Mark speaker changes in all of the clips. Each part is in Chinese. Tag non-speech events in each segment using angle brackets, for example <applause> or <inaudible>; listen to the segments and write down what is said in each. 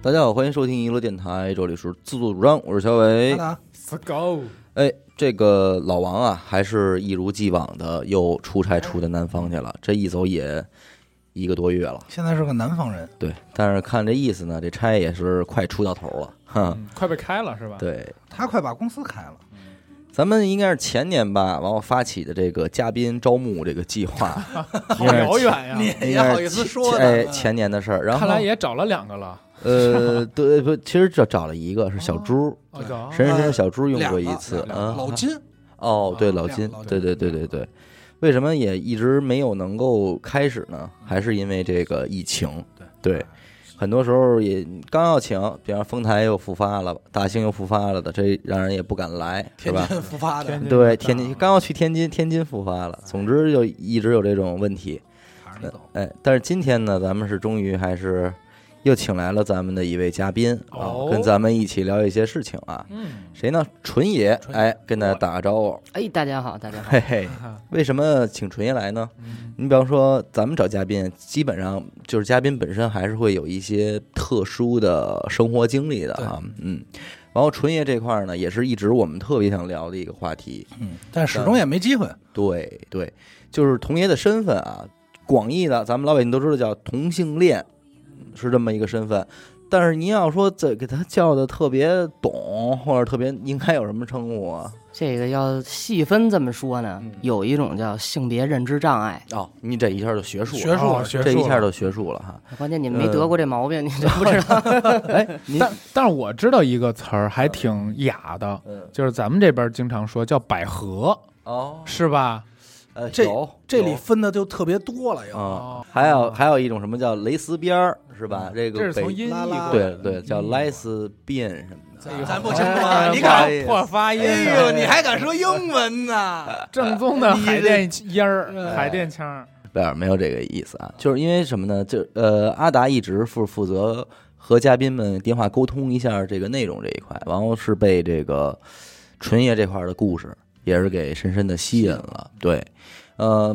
Speaker 1: 大家好，欢迎收听娱乐电台，这里是自作主张，我是小伟。
Speaker 2: Let's go！
Speaker 1: 哎，这个老王啊，还是一如既往的又出差出的南方去了，
Speaker 2: 嗯
Speaker 1: 这一走也一个多月了。
Speaker 3: 现在是个南方人，
Speaker 1: 对，但是看这意思呢，这差也是快出到头了，哈。
Speaker 2: 嗯快被开了是吧？
Speaker 1: 对，
Speaker 3: 他快把公司开了，
Speaker 1: 咱们应该是前年吧，完我发起的这个嘉宾招募这个计划，
Speaker 2: <laughs> 好遥
Speaker 3: 啊
Speaker 2: 远呀！
Speaker 1: 应该是前哎，
Speaker 3: 嗯
Speaker 1: 前年的事儿。然后
Speaker 2: 看来也找了两个了。
Speaker 1: 呃，对不，其实找找了一个是小猪，
Speaker 2: 哦，有
Speaker 1: 神神神小猪用过一
Speaker 3: 两个
Speaker 1: 次
Speaker 2: 两个
Speaker 1: 啊。
Speaker 3: 老金
Speaker 1: 哦，对，
Speaker 2: 啊
Speaker 1: 老
Speaker 3: 两
Speaker 1: 金
Speaker 3: 老，
Speaker 1: 对对对对对。为什么也一直没有能够开始呢？还是因为这个疫情。对，很多时候也刚要请，比方丰台又复发了，大兴又复发了的，这让人也不敢来，是
Speaker 3: 天
Speaker 1: 吧？
Speaker 3: 津复发的
Speaker 2: 天，啊津
Speaker 1: 对，
Speaker 2: 大
Speaker 1: 天津刚要去天津，天津复发了。总之就一直有这种问题。
Speaker 3: 还是你走。
Speaker 1: 哎，但是今天呢，咱们是终于还是又请来了咱们的一位嘉宾啊
Speaker 2: 哦，
Speaker 1: 跟咱们一起聊一些事情啊。
Speaker 2: 嗯，
Speaker 1: 谁呢？纯爷，
Speaker 2: 纯爷
Speaker 1: 哎，跟大家打个招呼。
Speaker 4: 哎，大家好，大家好。
Speaker 1: <laughs> 嘿嘿，为什么请纯爷来呢？你比方说，咱们找嘉宾，基本上就是嘉宾本身还是会有一些特殊的生活经历的啊，嗯。然后纯爷这块儿呢，也是一直我们特别想聊的一个话题，
Speaker 3: 嗯，但始终也没机会。
Speaker 1: 对对，就是童爷的身份啊，广义的，咱们老百姓都知道叫同性恋，是这么一个身份。但是您要说这给他叫的特别懂，或者特别应该有什么称呼啊？
Speaker 4: 这个要细分这么说呢，
Speaker 1: 嗯
Speaker 4: 有一种叫性别认知障碍，
Speaker 1: 哦，你这一下就学术了，啊
Speaker 3: 学术
Speaker 2: 哦学术
Speaker 1: 这一下
Speaker 2: 了
Speaker 1: 就学术了哈。
Speaker 4: 关键你
Speaker 1: 呃
Speaker 4: 没得过这毛病，你就不知道。
Speaker 1: 哎，您
Speaker 2: 但但是我知道一个词儿还挺雅的，
Speaker 1: 嗯
Speaker 2: 就是咱们这边经常说叫百合，
Speaker 1: 哦，
Speaker 2: 是吧？
Speaker 1: 呃，
Speaker 3: 这
Speaker 1: 有
Speaker 3: 这里
Speaker 1: 有
Speaker 3: 分的就特别多了，又
Speaker 1: 啊
Speaker 2: 哦，
Speaker 1: 还有还有一种什么叫蕾丝边儿是吧？这
Speaker 2: 这
Speaker 1: 个
Speaker 2: 是从
Speaker 1: 北
Speaker 2: 音译嗯
Speaker 3: 拉拉
Speaker 2: 过来
Speaker 1: 对
Speaker 2: 的
Speaker 1: 对叫 lesbian 什么的。
Speaker 3: 咱咱不
Speaker 2: 哎
Speaker 3: 清楚啊，你敢？
Speaker 2: 破破发音啊？
Speaker 3: 哎呦，你还敢说英文 <laughs> 呢？
Speaker 2: 正宗的
Speaker 3: 你
Speaker 2: 海
Speaker 3: 这
Speaker 2: 淀音儿
Speaker 3: 哎，
Speaker 2: 海淀腔儿。
Speaker 1: 贝尔没有这个意思啊，就是因为什么呢？就呃，阿达一直负负责和嘉宾们电话沟通一下这个内容这一块，然后是被这个纯爷这块的故事也是给深深的吸引了。对，呃，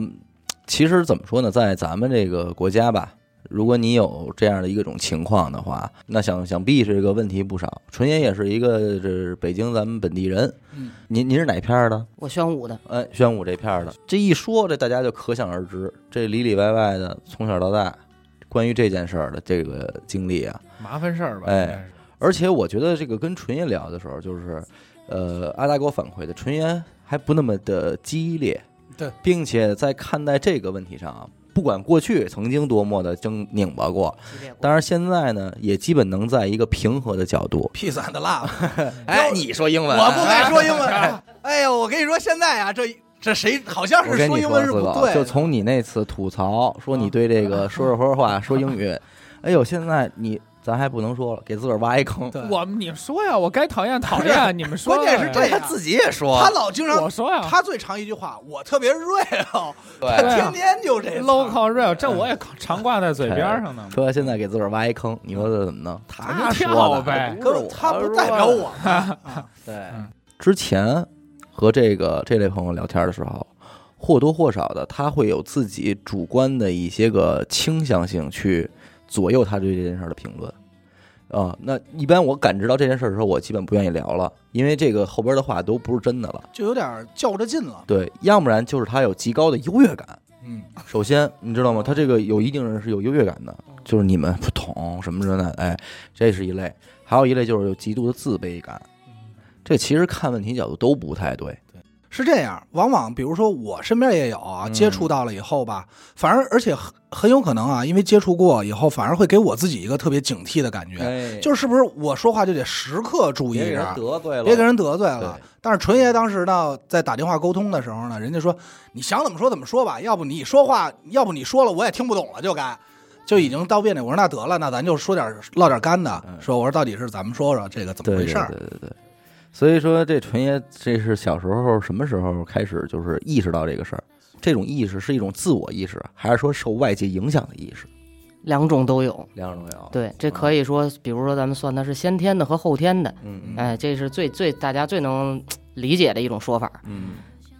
Speaker 1: 其实怎么说呢，在咱们这个国家吧。如果你有这样的一个种情况的话，那想想必是这个问题不少。纯爷也是一个这是北京咱们本地人，
Speaker 3: 嗯，
Speaker 1: 您您是哪片儿的？
Speaker 4: 我宣武的，
Speaker 1: 哎，宣武这片儿的，这一说，这大家就可想而知，这里里外外的，从小到大，关于这件事儿的这个经历啊。
Speaker 2: 麻烦事儿吧？
Speaker 1: 哎
Speaker 2: 应该是，
Speaker 1: 而且我觉得这个跟纯爷聊的时候，就是，呃，阿达给我反馈的，纯爷还不那么的激烈，
Speaker 3: 对，
Speaker 1: 并且在看待这个问题上啊，不管过去曾经多么的争拧巴过，当然现在呢，也基本能在一个平和的角度。
Speaker 3: Peace and <laughs> love，
Speaker 1: 哎，你说英文，
Speaker 3: 我不该说 <laughs> 英文。哎呦，我跟你说，现在啊，这这谁好像
Speaker 1: 我
Speaker 3: 是
Speaker 1: 跟
Speaker 3: 说
Speaker 1: 你
Speaker 3: 英文
Speaker 1: 说，
Speaker 3: 是
Speaker 1: 四
Speaker 3: 不
Speaker 1: 狗，
Speaker 3: 对的，
Speaker 1: 就从你那次吐槽说你对这个说说说话说英 <laughs> 语，哎呦，现在你咱还不能说了，给自个儿挖一坑。
Speaker 3: 对
Speaker 2: 我你们说呀，我该讨厌讨厌，你们说
Speaker 3: 关
Speaker 2: 呀。
Speaker 3: 键是这
Speaker 1: 他
Speaker 3: 样
Speaker 1: 自己也说，
Speaker 3: 他老经常
Speaker 2: 我说呀，
Speaker 3: 他最长一句话，我特别
Speaker 1: 对，
Speaker 3: real，他
Speaker 2: 对
Speaker 3: <laughs>
Speaker 2: 啊
Speaker 3: 天天就这词儿
Speaker 2: local real，这我也常挂在嘴边上呢。
Speaker 1: <laughs> 说现在给自个儿挖一坑，你说这怎么弄？
Speaker 2: 咱
Speaker 1: 他
Speaker 2: 就
Speaker 1: 说
Speaker 2: 跳
Speaker 1: 的
Speaker 2: 呗
Speaker 3: 可是他哎不代表。我们啊，
Speaker 1: 对
Speaker 2: 嗯，
Speaker 1: 之前和这个这类朋友聊天的时候，或多或少的他会有自己主观的一些个倾向性去左右他对这件事儿的评论。啊、那一般我感知到这件事儿的时候，我基本不愿意聊了，因为这个后边的话都不是真的了。
Speaker 3: 就有点较着劲了。
Speaker 1: 对，要不然就是他有极高的优越感。
Speaker 3: 嗯，
Speaker 1: 首先，你知道吗？他这个有一定人是有优越感的，就是你们不懂什么之类的，哎，这是一类。还有一类就是有极度的自卑感，这其实看问题角度都不太对。
Speaker 3: 是这样，往往比如说我身边也有啊，
Speaker 1: 嗯
Speaker 3: 接触到了以后吧，反而而且很很有可能啊，因为接触过以后，反而会给我自己一个特别警惕的感觉，
Speaker 1: 哎
Speaker 3: 就是是不是我说话就得时刻注意
Speaker 1: 别给人
Speaker 3: 着。
Speaker 1: 得罪了，
Speaker 3: 别给人得罪了
Speaker 1: 对。
Speaker 3: 但是纯爷当时呢，在打电话沟通的时候呢，人家说你想怎么说怎么说吧，要不你说话，要不你说了我也听不懂了，就该就已经到别扭。我说那得了，那咱就说点唠点干的
Speaker 1: 嗯，
Speaker 3: 说我说到底是咱们说说这个怎么
Speaker 1: 对
Speaker 3: 回
Speaker 1: 对
Speaker 3: 事儿。
Speaker 1: 对对对。所以说，这纯爷这是小时候什么时候开始就是意识到这个事儿？这种意识是一种自我意识，还是说受外界影响的意识？
Speaker 4: 两种都有。
Speaker 1: 两种都有。，
Speaker 4: 对，这可以说，比如说咱们算它是先天的和后天的，
Speaker 1: 嗯嗯
Speaker 4: 哎，这是最最大家最能理解的一种说法。
Speaker 1: 嗯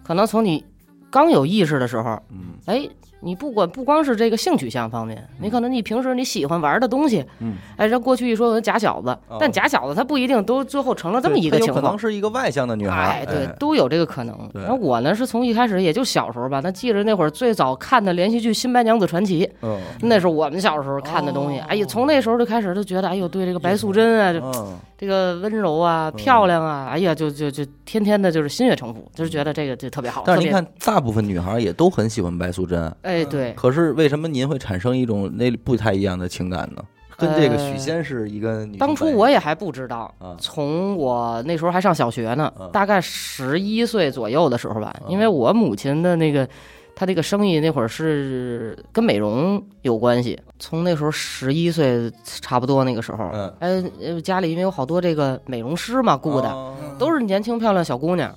Speaker 4: 可能从你刚有意识的时候，
Speaker 1: 嗯
Speaker 4: 哎，你不管不光是这个性取向方面，你可能你平时你喜欢玩的东西，
Speaker 1: 嗯，
Speaker 4: 哎，这过去一说我是假小子
Speaker 1: 哦，
Speaker 4: 但假小子他不一定都最后成了这么一个
Speaker 1: 她
Speaker 4: 情
Speaker 1: 有可能
Speaker 4: 况。
Speaker 1: 是一个外向的女孩
Speaker 4: 哎，，对，都有这个可能。
Speaker 1: 对
Speaker 4: 然后我呢，是从一开始，也就小时候吧，那记着那会儿最早看的连续剧《新白娘子传奇》，
Speaker 1: 嗯
Speaker 4: 那是我们小时候看的东西。
Speaker 3: 哦
Speaker 4: 哎呀，从那时候就开始就觉得，哎呦，对这个白素贞啊，这
Speaker 1: 嗯，
Speaker 4: 这个温柔啊、漂亮啊，哎呀，就就就天天的就是心悦诚服，就是觉得这个就特别好。
Speaker 1: 但是您
Speaker 4: 特别，
Speaker 1: 看，大部分女孩也都很喜欢白素贞，
Speaker 4: 哎，对，
Speaker 1: 可是为什么您会产生一种那不太一样的情感呢？跟这个许仙是一个女性
Speaker 4: 呃当初
Speaker 1: 本
Speaker 4: 我也还不知道
Speaker 1: 啊，
Speaker 4: 从我那时候还上小学呢
Speaker 1: 啊，
Speaker 4: 大概十一岁左右的时候吧
Speaker 1: 啊，
Speaker 4: 因为我母亲的那个。她这个生意那会儿是跟美容有关系，从那时候十一岁差不多那个时候，
Speaker 1: 嗯
Speaker 4: 哎，呃家里因为有好多这个美容师嘛雇的，
Speaker 1: 哦
Speaker 4: 都是年轻漂亮小姑娘。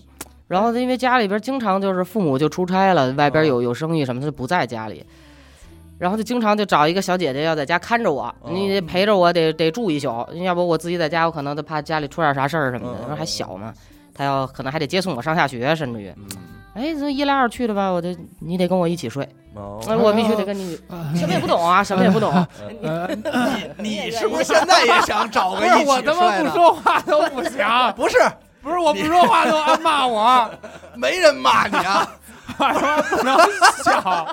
Speaker 4: 然后因为家里边经常就是父母就出差了，外边
Speaker 1: 哦
Speaker 4: 有有生意什么的就不在家里，然后就经常就找一个小姐姐要在家看着我，
Speaker 1: 哦
Speaker 4: 你得陪着我得得住一宿，要不我自己在家我可能都怕家里出点啥事儿什么的，
Speaker 1: 嗯
Speaker 4: 因为还小嘛，她要可能还得接送我上下学，甚至于，
Speaker 1: 嗯
Speaker 4: 哎，这一来二去的吧，我就你得跟我一起睡，哎，
Speaker 1: 哦，
Speaker 4: 我必须得跟你，什么也不懂啊，什么也不
Speaker 1: <laughs>
Speaker 4: 懂，
Speaker 3: <laughs> 你是不是现在也想找
Speaker 2: 呃
Speaker 3: 个
Speaker 2: <laughs> 不是
Speaker 3: 一
Speaker 2: 我
Speaker 3: 起
Speaker 2: 他妈
Speaker 3: 睡
Speaker 2: 不
Speaker 3: 的？
Speaker 2: 说话都不行，
Speaker 3: 不是，
Speaker 2: 不是我不说话都爱骂我，
Speaker 3: 没人骂你
Speaker 2: <laughs>
Speaker 3: 啊！
Speaker 2: 他妈不能笑。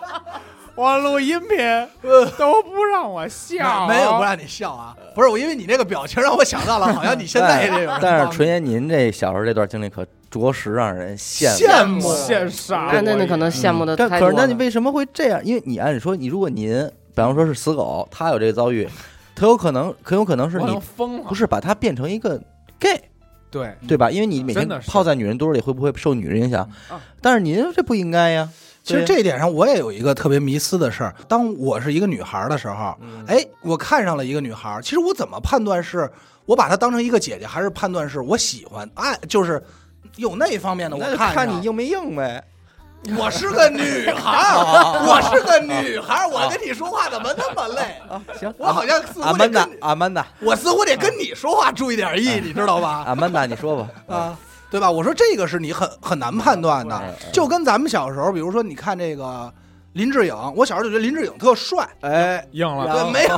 Speaker 2: 我录音频都不让我笑，
Speaker 3: 没有不让你笑啊！不是我，因为你这个表情让我想到了，好像你现在也得有人。
Speaker 1: 但是纯爷您这小时候这段经历可着实让人羡慕。
Speaker 3: 羡
Speaker 2: 让
Speaker 3: 慕啊
Speaker 2: 我现傻。
Speaker 4: 那那那可能羡慕的
Speaker 1: 嗯但
Speaker 4: 太
Speaker 1: 可
Speaker 4: 多
Speaker 1: 是，那你
Speaker 4: 了。
Speaker 1: 为什么会这样？因为你按理说，你如果您，比方说是死狗，他有这个遭遇，特有可能，很有可能是
Speaker 2: 我
Speaker 1: 你
Speaker 2: 能疯了
Speaker 1: 不。是把他变成一个 gay，
Speaker 2: 对，
Speaker 1: 对吧？因为你每天
Speaker 2: 真的是
Speaker 1: 泡在女人堆里，会不会受女人影响
Speaker 4: 嗯？
Speaker 1: 但是您这不应该呀。
Speaker 3: 其
Speaker 1: 对
Speaker 3: 实
Speaker 1: 呀
Speaker 3: 这一点上，我也有一个特别迷思的事儿。当我是一个女孩儿的时候，哎，我看上了一个女孩儿，其实我怎么判断是我把她当成一个姐姐，还是判断是我喜欢爱，就是有那方面的我
Speaker 1: 那就
Speaker 3: 看
Speaker 1: 看
Speaker 3: 上
Speaker 1: 你硬没硬呗。
Speaker 3: <laughs> 我是个女孩
Speaker 1: 哦
Speaker 3: 儿，我是个女孩儿，我跟你说话怎么那么累？
Speaker 1: 哦行，
Speaker 3: 我好像似
Speaker 1: 阿
Speaker 3: 乎得
Speaker 1: 曼达
Speaker 3: 跟，
Speaker 1: 阿曼达，
Speaker 3: 我似乎得跟你说话注意点
Speaker 1: 哎
Speaker 3: 意，你知道
Speaker 1: <laughs>
Speaker 3: 吧？
Speaker 1: 阿曼达，你说吧。
Speaker 3: 啊，对吧？我说这个是你很很难判断
Speaker 1: 哎
Speaker 3: 的，就跟咱们小时候，比如说你看这个林志颖，我小时候就觉得林志颖特帅，
Speaker 1: 哎，
Speaker 2: 硬了。
Speaker 1: <laughs>
Speaker 3: 对，没有，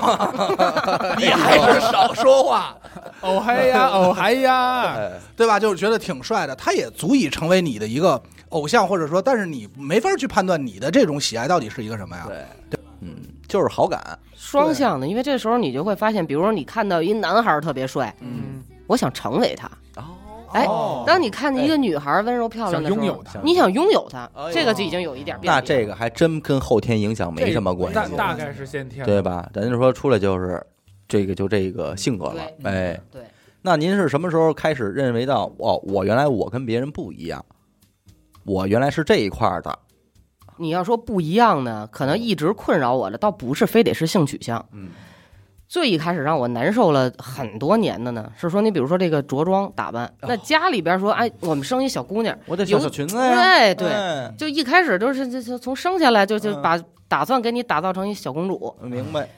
Speaker 3: <laughs> 你还是少说话，
Speaker 2: 哦嗨呀，哦嗨呀，
Speaker 1: 哎
Speaker 3: 对吧？就是觉得挺帅的，他也足以成为你的一个偶像，或者说，但是你没法去判断你的这种喜爱到底是一个什么呀？
Speaker 1: 对对，嗯，就是好感。
Speaker 4: 双向的，因为这时候你就会发现，比如说你看到一男孩儿特别帅，
Speaker 2: 嗯，
Speaker 4: 我想成为他。
Speaker 1: 哦，
Speaker 4: 哎
Speaker 3: 哦，
Speaker 4: 当你看见一个女孩温柔漂亮
Speaker 2: 想
Speaker 4: 的时候，
Speaker 2: 拥有它，
Speaker 4: 你想拥有她
Speaker 1: 哎呦，
Speaker 4: 这个就已经有一点变。
Speaker 1: 那这个还真跟后天影响没什么关
Speaker 2: 嗯大
Speaker 1: 系，
Speaker 2: 大概是先天的。
Speaker 1: 对吧？咱就说出来就是这个，就这个性格了。
Speaker 4: 对
Speaker 1: 哎，
Speaker 4: 对，
Speaker 1: 那您是什么时候开始认为到哦，我原来我跟别人不一样，我原来是这一块儿的？
Speaker 4: 你要说不一样呢，可能一直困扰我的，倒不是非得是性取向。
Speaker 1: 嗯，
Speaker 4: 最一开始让我难受了很多年的呢，是说你比如说这个着装打扮，
Speaker 1: 哦
Speaker 4: 那家里边说，哎，我们生一小姑娘，
Speaker 1: 我得小
Speaker 4: 有
Speaker 1: 小裙子呀。
Speaker 4: 哎，对，
Speaker 1: 哎
Speaker 4: 就一开始就是就就从生下来就就
Speaker 1: 嗯
Speaker 4: 把打算给你打造成一小公主，
Speaker 1: 明白。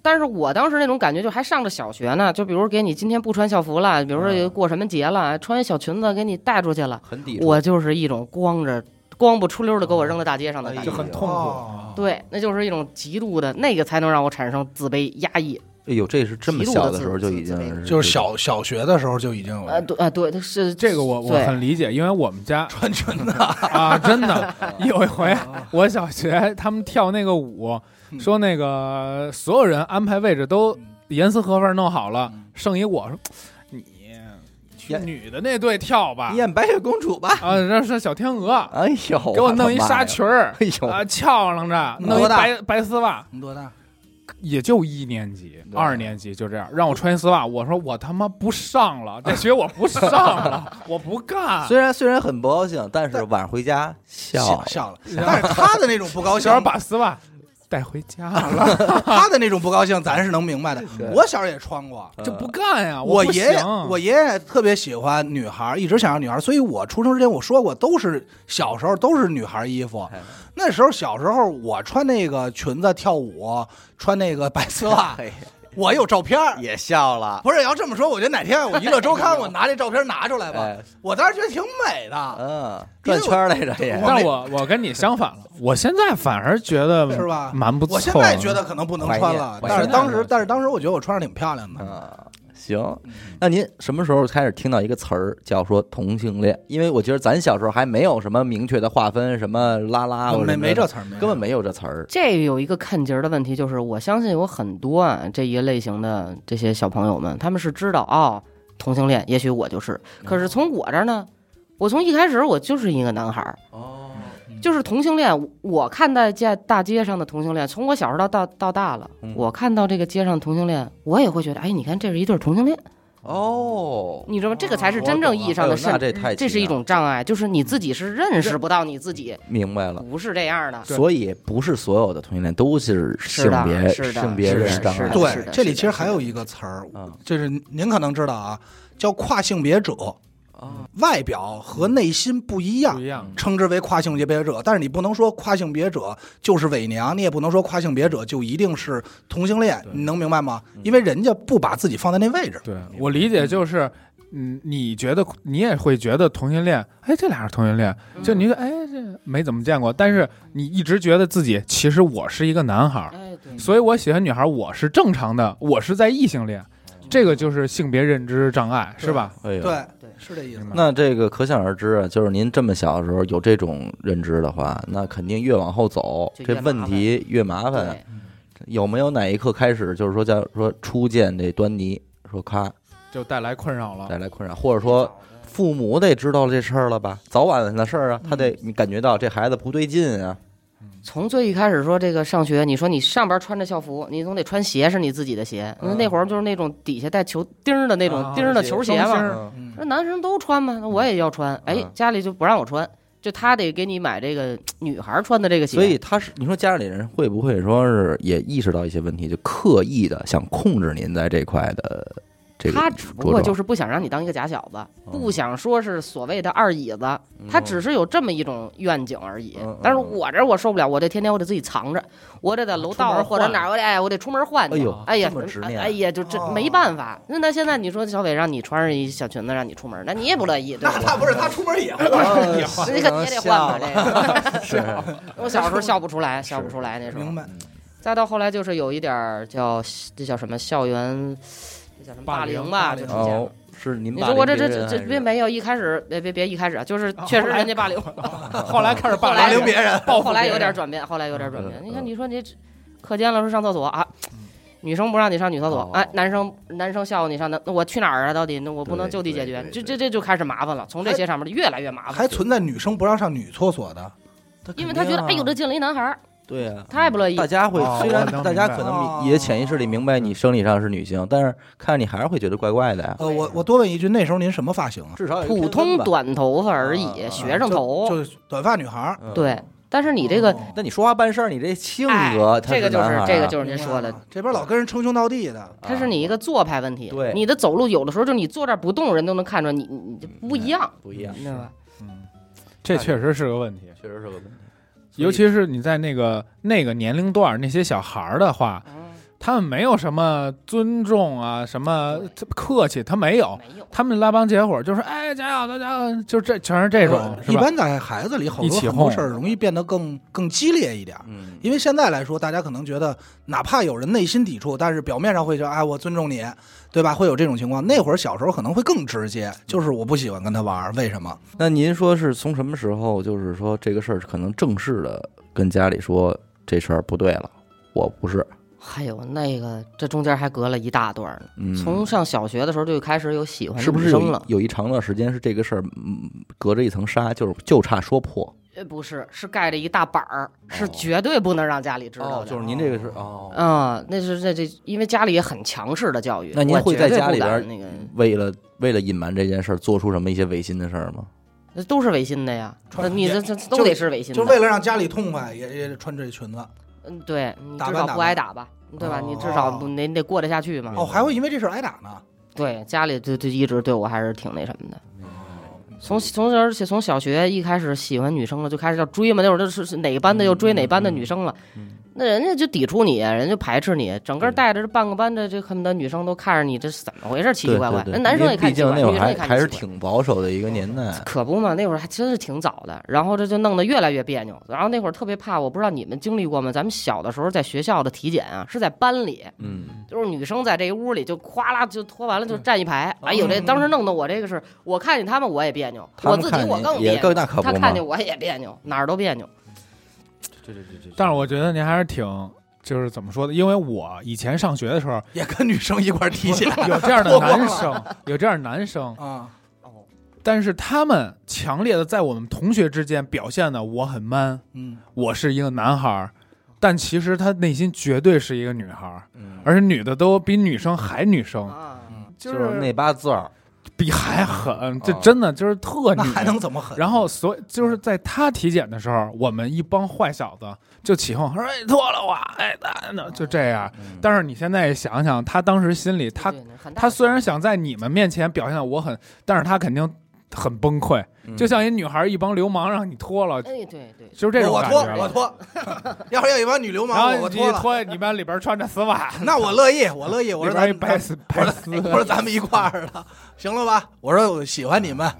Speaker 4: 但是我当时那种感觉就还上着小学呢，就比如给你今天不穿校服了，比如说
Speaker 2: 啊
Speaker 4: 有过什么节了，穿一小裙子给你带出去了，
Speaker 1: 很抵触。
Speaker 4: 我就是一种光着光不出溜的给我扔到大街上的感
Speaker 1: 哎
Speaker 4: 觉
Speaker 2: 啊就
Speaker 1: 呦。
Speaker 2: 很痛
Speaker 3: 哦
Speaker 2: 苦。
Speaker 4: 对，那就是一种极度的那个才能让我产生自卑、压抑。
Speaker 1: 哎呦，这是这么
Speaker 4: 极度
Speaker 1: 小
Speaker 4: 的
Speaker 1: 的
Speaker 4: 自
Speaker 1: 时候就已
Speaker 4: 自自卑
Speaker 1: 经
Speaker 3: 就是小小学的时候就已经有
Speaker 4: 呃，对，呃，对，是
Speaker 2: 嗯这个我我
Speaker 4: 对
Speaker 2: 很理解，因为我们家
Speaker 3: 穿裙子，
Speaker 2: 啊，真
Speaker 3: <laughs>
Speaker 2: 的有一回，我小学他们跳那个舞，
Speaker 3: 啊嗯
Speaker 2: 说那个所有人安排位置都严丝合缝弄好了
Speaker 3: 嗯，
Speaker 2: 剩一我说你去
Speaker 1: 演
Speaker 2: 女的那队跳吧
Speaker 1: 你，演白雪公主吧。
Speaker 2: 啊，这是小天
Speaker 1: <laughs>
Speaker 2: 鹅，
Speaker 3: 哦
Speaker 1: 哎呦，
Speaker 2: 给我弄一纱
Speaker 1: 纱。
Speaker 2: 裙儿
Speaker 1: 哎呦，
Speaker 2: 啊，翘啷着，
Speaker 3: 你
Speaker 2: 弄一
Speaker 3: 哦多大
Speaker 2: 白白丝袜，
Speaker 3: 嗯你多大？
Speaker 2: 也就一年级、
Speaker 1: 对
Speaker 2: 二年级就这样，让我穿一丝袜，我说我他妈不上了，这学我不上
Speaker 3: <laughs>
Speaker 2: 了，我不干。
Speaker 1: 虽然虽然很不高兴，但是晚上回家笑
Speaker 3: <laughs> 笑。笑了， <laughs> 但是他的那种不高兴
Speaker 2: 小时，候把丝袜带回家了。
Speaker 3: 他的那种不高兴，咱是能明白的
Speaker 1: 对。
Speaker 3: 我小时候也穿过，
Speaker 1: 嗯
Speaker 2: 就不干呀！
Speaker 3: 呃啊我
Speaker 2: 不
Speaker 3: 爷爷
Speaker 2: 行
Speaker 3: 我爷爷特别喜欢女孩儿，一直想要女孩儿，所以我出生之前我说过，都是小时候都是女孩儿衣服
Speaker 1: 哎。
Speaker 3: 那时候小时候我穿那个裙子跳舞，穿那个白丝袜，
Speaker 1: 嘿
Speaker 3: 我有照片儿。
Speaker 1: 哎也笑
Speaker 3: <laughs>
Speaker 1: 了，
Speaker 3: 不是，要这么说，我觉得哪天我娱
Speaker 1: <laughs>
Speaker 3: 乐周刊，我拿这照片拿出来吧
Speaker 1: 哎，
Speaker 3: 我当时觉得挺美的，
Speaker 1: 嗯，转圈儿来着也，
Speaker 2: 但我我跟你相
Speaker 3: <laughs>
Speaker 2: 反了，我现在反而觉得
Speaker 3: 是吧？
Speaker 2: 蛮不错。
Speaker 3: 我现在觉得可能不能穿了
Speaker 1: 怀念，
Speaker 3: 但是
Speaker 1: 怀念
Speaker 3: 当时，但是当时我觉得我穿上挺漂亮的。
Speaker 1: 嗯，行，那您什么时候开始听到一个词儿叫说同性恋？因为我觉得咱小时候还没有什么明确的划分，什么拉拉，或者
Speaker 3: 没
Speaker 1: 什么
Speaker 3: 没这词儿，没
Speaker 1: 根本没有这词儿。
Speaker 4: 这有一个看节儿的问题，就是我相信有很多啊这一类型的这些小朋友们，他们是知道哦同性恋，也许我就是，可
Speaker 2: 嗯
Speaker 4: 是从我这儿呢，我从一开始我就是一个男孩儿，
Speaker 1: 哦，
Speaker 4: 就是同性恋。我看待在大街上的同性恋，从我小时候到到到大了
Speaker 1: 嗯，
Speaker 4: 我看到这个街上同性恋，我也会觉得，哎，你看这是一对儿同性恋，
Speaker 1: 哦，
Speaker 4: 你知道吗？这个才是真正意义上的
Speaker 1: 哎呦那
Speaker 4: 肾，
Speaker 1: 这太
Speaker 4: 这是一种障碍，就是你自己是认识不到你自己
Speaker 1: 明白嗯了。
Speaker 4: 不是这样的。
Speaker 1: 所以不是所有的同性恋都是性
Speaker 4: 是的
Speaker 1: 别
Speaker 4: 是的
Speaker 1: 性别
Speaker 4: 是的
Speaker 1: 认知障啊
Speaker 4: 是的
Speaker 1: 碍。
Speaker 4: 是
Speaker 3: 对，
Speaker 4: 的
Speaker 3: 这里
Speaker 4: 是的
Speaker 3: 其实还有一个词儿
Speaker 1: 嗯，
Speaker 3: 就是您可能知道啊，叫跨性别者，外表和内心不一
Speaker 2: 不
Speaker 3: 样
Speaker 2: 一。样，
Speaker 3: 称之为跨性别者，但是你不能说跨性别者就是伪娘，你也不能说跨性别者就一定是同性恋，
Speaker 2: 对
Speaker 3: 你能明白吗？因为人家不把自己放在那位置，
Speaker 2: 对我理解就是。嗯，你觉得你也会觉得同性恋？哎，这俩是同性恋，
Speaker 3: 嗯
Speaker 2: 就
Speaker 4: 嗯
Speaker 2: 你觉得哎，这没怎么见过，但是你一直觉得自己其实我是一个男孩儿，
Speaker 3: 嗯
Speaker 4: 哎，对，
Speaker 2: 所以我喜欢女孩儿，我是正常的，我是在异性恋，
Speaker 3: 嗯
Speaker 2: 这个就是性别认知障碍，是吧？
Speaker 1: 哎呦，
Speaker 3: 对
Speaker 4: 对，
Speaker 3: 是这意思
Speaker 2: 明。白
Speaker 1: 那这个可想而知啊，就是您这么小的时候有这种认知的话，那肯定越往后走，
Speaker 4: 就越
Speaker 1: 这问题越麻烦
Speaker 4: 对。
Speaker 1: 有没有哪一刻开始，就是说叫说初见这端倪，说咔
Speaker 4: 哦
Speaker 2: 就带来困扰 <laughs> 了。
Speaker 1: 带来困扰，或者说父母得知道这事儿了吧？早晚的事儿啊，他得
Speaker 4: 嗯
Speaker 1: 感觉到这孩子不对劲啊。
Speaker 4: 从最一开始说这个上学，你说你上边穿着校服，你总得穿鞋是你自己的鞋。
Speaker 1: 嗯
Speaker 4: 那会儿就是那种底下带球钉儿的那种
Speaker 2: 啊
Speaker 4: 钉儿的球鞋
Speaker 2: 双星
Speaker 4: 嘛
Speaker 2: 儿，
Speaker 1: 嗯
Speaker 3: 嗯
Speaker 4: 那男生都穿嘛，那我也要穿。哎
Speaker 1: 嗯，
Speaker 4: 家里就不让我穿，就他得给你买这个女孩穿的这个鞋。
Speaker 1: 所以他是你说家里人会不会说是也意识到一些问题，就刻意的想控制您在这块的这个
Speaker 4: 他只不过就是是不想让你当一个假小子，
Speaker 1: 嗯
Speaker 4: 不想说是所谓的二椅子，他只是有这么一种愿景而已
Speaker 1: 嗯嗯。
Speaker 4: 但是我这我受不了，我这天天我得自己藏着，我这在楼道
Speaker 2: 出门
Speaker 4: 啊
Speaker 2: 换
Speaker 4: 或者哪儿，我得哎我得出门换
Speaker 1: 哎
Speaker 4: 去
Speaker 1: 呦。
Speaker 4: 呀
Speaker 1: 这么执，念
Speaker 4: 哎呀，就这
Speaker 3: 哦
Speaker 4: 没办法。那那现在你说小伟让你穿上一小裙子让你出门，那你也不乐意，对
Speaker 3: 那
Speaker 4: 吧？
Speaker 1: <laughs>
Speaker 3: 他不是他出门也会
Speaker 4: <laughs> 那啊你肯定得换吧，这个。 <laughs>
Speaker 1: 是
Speaker 4: 我小时
Speaker 1: <laughs>
Speaker 4: 候笑不出来，笑不出来那时候
Speaker 3: 明。白？
Speaker 4: 再到后来就是有一点儿叫这叫什么校园，这叫什么
Speaker 2: 霸
Speaker 4: 霸
Speaker 2: 凌
Speaker 4: 凌吧，
Speaker 3: 霸
Speaker 4: 就
Speaker 3: 凌
Speaker 4: 出现了
Speaker 1: 哦。，是您
Speaker 4: 你
Speaker 1: 霸
Speaker 4: 说我这
Speaker 1: 凌
Speaker 4: 这
Speaker 1: 别
Speaker 4: 这
Speaker 1: 人
Speaker 4: 这
Speaker 1: 还
Speaker 4: 并
Speaker 1: 是哦
Speaker 4: 没有一开始别别别一开始啊，就是
Speaker 2: 啊
Speaker 4: 确实
Speaker 2: 后来
Speaker 4: 人家霸凌，
Speaker 2: 后来开始霸
Speaker 3: 霸
Speaker 4: 后来
Speaker 3: 凌别人，
Speaker 2: 报复
Speaker 4: 后来
Speaker 2: 别
Speaker 4: 有
Speaker 2: 人
Speaker 4: 点转变，后来有点转变
Speaker 1: 嗯。
Speaker 4: 你看你说你这课间了说上厕所啊，女生不让你上女厕所
Speaker 1: 哦，
Speaker 4: 哎，男生男生笑话你上男，那我去哪儿啊？到底那我不能
Speaker 1: 对
Speaker 4: 就地
Speaker 1: 对
Speaker 4: 解决
Speaker 1: 对，
Speaker 4: 这
Speaker 1: 对
Speaker 4: 这这就开始麻烦了，从这些上面越来越麻
Speaker 3: 还
Speaker 4: 烦，
Speaker 3: 存在女生不让上女厕所的，
Speaker 4: 因为他觉得哎呦这进了一男孩儿，
Speaker 1: 对呀，
Speaker 4: 他也不乐意
Speaker 1: 啊大。家会
Speaker 2: 哦
Speaker 1: 虽
Speaker 2: 我
Speaker 1: 然
Speaker 2: 能
Speaker 1: 大家
Speaker 2: 明白
Speaker 1: 可能
Speaker 4: 啊
Speaker 3: 哦
Speaker 1: 也潜意识里明白你生理上是女性，但是看你还是会觉得怪怪的呀。
Speaker 3: 呃，我我多问一句，那时候您什么发型啊？
Speaker 1: 至少有一天
Speaker 4: 普
Speaker 1: 分
Speaker 4: 通
Speaker 1: 吧。
Speaker 4: 短头发而
Speaker 1: 啊啊
Speaker 4: 已，
Speaker 1: 啊
Speaker 4: 学生头，
Speaker 3: 就就短发女孩儿。哦
Speaker 1: 嗯，
Speaker 4: 对。但是你这个
Speaker 1: 那你说话办事儿，你这性
Speaker 4: 哎
Speaker 1: 格，他
Speaker 4: 这个就是
Speaker 1: 男孩儿
Speaker 4: 这个
Speaker 1: 啊
Speaker 4: 就是您说的
Speaker 3: 明白，了，这边老跟人称兄道弟的，
Speaker 4: 它是你一个做派问题。
Speaker 1: 对
Speaker 4: 你的走路有的时候就你坐这儿不动，人都能看出来你你你就
Speaker 1: 嗯
Speaker 4: 不一样，
Speaker 1: 不一样，
Speaker 4: 你知道吧？
Speaker 2: 嗯，这确实是个问题，
Speaker 1: 确实是个问题。
Speaker 2: 尤其是你在那个那个年龄段儿那些小孩儿的话，
Speaker 4: 哦
Speaker 2: 他们没有什么尊重啊，什么客气，他没
Speaker 1: 哦
Speaker 2: 有，
Speaker 4: 没有，
Speaker 2: 他们拉帮结伙就是哎加油大家，就这全是这种，是
Speaker 3: 呃一
Speaker 2: 吧？
Speaker 3: 般在孩子里，好
Speaker 2: 一
Speaker 3: 多
Speaker 2: 起
Speaker 3: 很多
Speaker 2: 哄
Speaker 3: 事儿容易变得更更激烈一点儿。
Speaker 1: 嗯，
Speaker 3: 因为现在来说，大家可能觉得，哪怕有人内心抵触，但是表面上会觉得，哎，我尊重你，对吧？会有这种情况。那会儿小时候可能会更直接，
Speaker 4: 嗯
Speaker 3: 就是我不喜欢跟他玩儿，为什么？
Speaker 1: 那您说是从什么时候，就是说这个事儿可能正式的跟家里说这事儿不对了，我不是，
Speaker 4: 还有哎那个这中间还隔了一大段呢。
Speaker 1: 嗯，
Speaker 4: 从上小学的时候就开始有喜欢
Speaker 1: 是
Speaker 4: 的
Speaker 1: 不
Speaker 4: 女
Speaker 1: 是有
Speaker 4: 生
Speaker 1: 一
Speaker 4: 了？
Speaker 1: 有一长段时间是这个事儿，嗯，隔着一层纱，就是就差说破，
Speaker 4: 呃，不是，是盖着一大板儿，是绝对不能让家里知道的。
Speaker 1: 哦就是您这个是哦，
Speaker 4: 啊，那是这这，因为家里也很强势的教育，
Speaker 1: 那您
Speaker 4: 我
Speaker 1: 会
Speaker 4: 绝
Speaker 1: 在
Speaker 4: 对
Speaker 1: 家
Speaker 4: 不
Speaker 1: 里边
Speaker 4: 敢那个
Speaker 1: 为了为了隐瞒这件事儿，做出什么一些违心的事儿吗？
Speaker 4: 那都是违心的呀，呃
Speaker 3: 穿
Speaker 4: 你这这都得是违心的，
Speaker 3: 就为了让家里痛快，也也得穿这裙子。
Speaker 4: 嗯，对你
Speaker 3: 打
Speaker 4: 至
Speaker 3: 扮
Speaker 4: 少
Speaker 3: 打
Speaker 4: 不
Speaker 3: 扮
Speaker 4: 挨打吧，对吧？
Speaker 3: 哦
Speaker 4: 你至少不你你得过得下去嘛。
Speaker 3: 哦，还会因为这事儿挨打呢。
Speaker 4: 对，家里就就一直对我还是挺那什么的。
Speaker 1: 哦
Speaker 4: 从从而且
Speaker 1: 嗯
Speaker 4: 从小学一开始喜欢女生了，就开始要追嘛。那会儿都是是哪个班的又追哪班的女生了，那人家就抵触你，人家就排斥你，整个带着这半个班的这恨不得女生都看着你，这是怎么回事？奇奇怪怪。
Speaker 1: 对对
Speaker 4: 那
Speaker 1: 对
Speaker 4: 男生
Speaker 1: 因为
Speaker 4: 也看
Speaker 1: 毕
Speaker 4: 奇
Speaker 1: 竟
Speaker 4: 怪，
Speaker 1: 那会
Speaker 4: 女
Speaker 1: 儿
Speaker 4: 生
Speaker 1: 还
Speaker 4: 也看
Speaker 1: 还是
Speaker 4: 奇怪
Speaker 1: 挺保守的一个年代，
Speaker 4: 可不嘛，那会儿还真是挺早的，然后这就弄得越来越别扭。然后那会儿特别怕，我不知道你们经历过吗？咱们小的时候在学校的体检啊，是在班里，
Speaker 1: 嗯，
Speaker 4: 就是女生在这一屋里就哗啦就脱完了就站一排。
Speaker 3: 啊
Speaker 4: 哎呦，这当时弄得我这个是，我看见他们我也别扭，
Speaker 1: 他
Speaker 4: 我
Speaker 1: 们
Speaker 4: 自己
Speaker 1: 看
Speaker 4: 我
Speaker 1: 你
Speaker 4: 更
Speaker 1: 也
Speaker 4: 别
Speaker 1: 更
Speaker 4: 扭，
Speaker 1: 那可
Speaker 4: 他
Speaker 1: 不
Speaker 4: 看
Speaker 1: 嘛
Speaker 4: 见我也别扭，哪儿都别扭。
Speaker 1: 对对对对
Speaker 2: 但是我觉得您还是挺，就是怎么说呢？因为我以前上学
Speaker 3: <laughs>
Speaker 2: 的时候
Speaker 3: 也跟女生一块儿体检
Speaker 2: 有这样的男生，有这样的男生，
Speaker 3: 啊，
Speaker 2: 但是他们强烈的在我们同学之间表现的我很 man，
Speaker 3: 嗯，
Speaker 2: 我是一个男孩儿，但其实他内心绝对是一个女孩儿，
Speaker 1: 嗯
Speaker 2: 而且女的都比女生还女生，
Speaker 4: 啊，
Speaker 3: 嗯
Speaker 1: 就
Speaker 2: 就是
Speaker 1: 那八字儿，
Speaker 2: 比还狠，这
Speaker 1: 啊
Speaker 2: 真的就是特
Speaker 3: <laughs> 那。
Speaker 2: 女
Speaker 3: 还能怎么狠？
Speaker 2: 然后所以就是在他体检的时候，我们一帮坏小子就起哄，说哎脱了我，哎那那就这样。
Speaker 1: 嗯
Speaker 2: 但是你现在想想，他当时心里他
Speaker 4: 对对很大
Speaker 2: 他
Speaker 4: 的
Speaker 2: 虽然
Speaker 4: 伤
Speaker 2: 想在你们面前表现得我很，但是他肯定很崩溃，
Speaker 1: 嗯
Speaker 2: 就像一女孩儿一帮流氓让你脱了，
Speaker 4: 哎，对对，
Speaker 2: 就是这种
Speaker 3: 我
Speaker 2: 感
Speaker 3: 脱
Speaker 2: 觉
Speaker 3: 我
Speaker 2: 了。
Speaker 3: 脱， <laughs> 要是要一帮女流
Speaker 2: 然
Speaker 3: 氓，我
Speaker 2: 后
Speaker 3: 我
Speaker 2: 你
Speaker 3: 脱了，
Speaker 2: 脱，你们里边穿着丝袜，
Speaker 3: <laughs> 那我乐意，我乐意， <laughs> 我
Speaker 2: 里
Speaker 3: 说
Speaker 2: 边一
Speaker 3: 咱
Speaker 2: 白
Speaker 3: 们
Speaker 2: 丝
Speaker 3: 我
Speaker 2: 白丝
Speaker 3: 说，我说咱们一块儿的，行了吧？我说我喜欢你们，
Speaker 2: 啊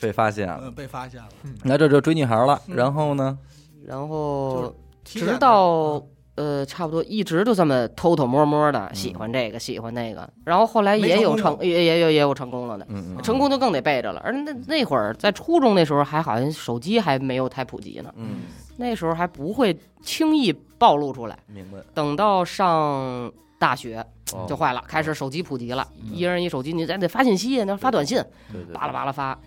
Speaker 1: 被发现了，
Speaker 3: 嗯，被发现了，
Speaker 1: 那这就追女孩了。
Speaker 3: 嗯
Speaker 1: 然后呢，
Speaker 4: 然后
Speaker 3: 体啊检
Speaker 4: 直
Speaker 3: 的
Speaker 4: 到呃，差不多一直就这么偷偷摸摸的，喜欢这个，喜欢那个，然后后来
Speaker 3: 嗯没
Speaker 4: 也
Speaker 3: 成
Speaker 4: 有
Speaker 3: 功
Speaker 4: 成，
Speaker 3: 吗
Speaker 4: 也也有也有成功了的，
Speaker 1: 嗯
Speaker 4: 成功就更得背着了。而那那会儿在初中那时候，还好像手机还没有太普及呢，
Speaker 1: 嗯，
Speaker 4: 那时候还不会轻易暴露出来。
Speaker 1: 明白。
Speaker 4: 等到上大学
Speaker 1: 哦
Speaker 4: 就坏了，开始手机普及了，
Speaker 2: 嗯
Speaker 4: 一人一手机，你咱得发信息，那发短信，
Speaker 1: 对嗯对，
Speaker 4: 巴拉巴拉发。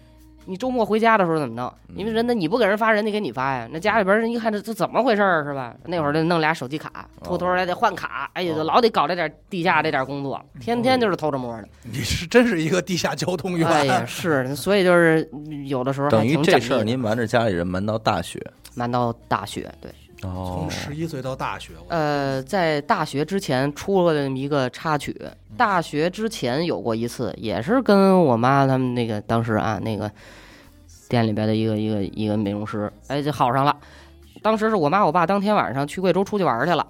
Speaker 4: 你周末回家的时候怎么弄？因为人家你不给人发，人家给你发呀。那家里边人一看这这怎么回事儿是吧？那会儿就弄俩手机卡，偷偷还得换卡，哎呀，
Speaker 1: 哦嗯
Speaker 4: 就老得搞这点地下这点工作，天天就是偷着摸的。
Speaker 3: <laughs> 你是真是一个地下交通
Speaker 4: 哎呀，
Speaker 3: 员，
Speaker 4: 是，所以就是有的时候还
Speaker 1: 等于
Speaker 4: 挺
Speaker 1: 这
Speaker 4: 缜
Speaker 1: 事儿
Speaker 4: 密的。
Speaker 1: 您瞒着家里人瞒到大学
Speaker 4: 瞒到大学，对，
Speaker 1: 哦
Speaker 3: 从十一岁到大学，我
Speaker 4: 呃，在大学之前出了这么一个插曲。
Speaker 1: 嗯
Speaker 4: 大学之前有过一次，也是跟我妈他们那个当时啊，那个店里边的一个一个一个美容师，哎，就好上了。当时是我妈我爸当天晚上去贵州出去玩去了，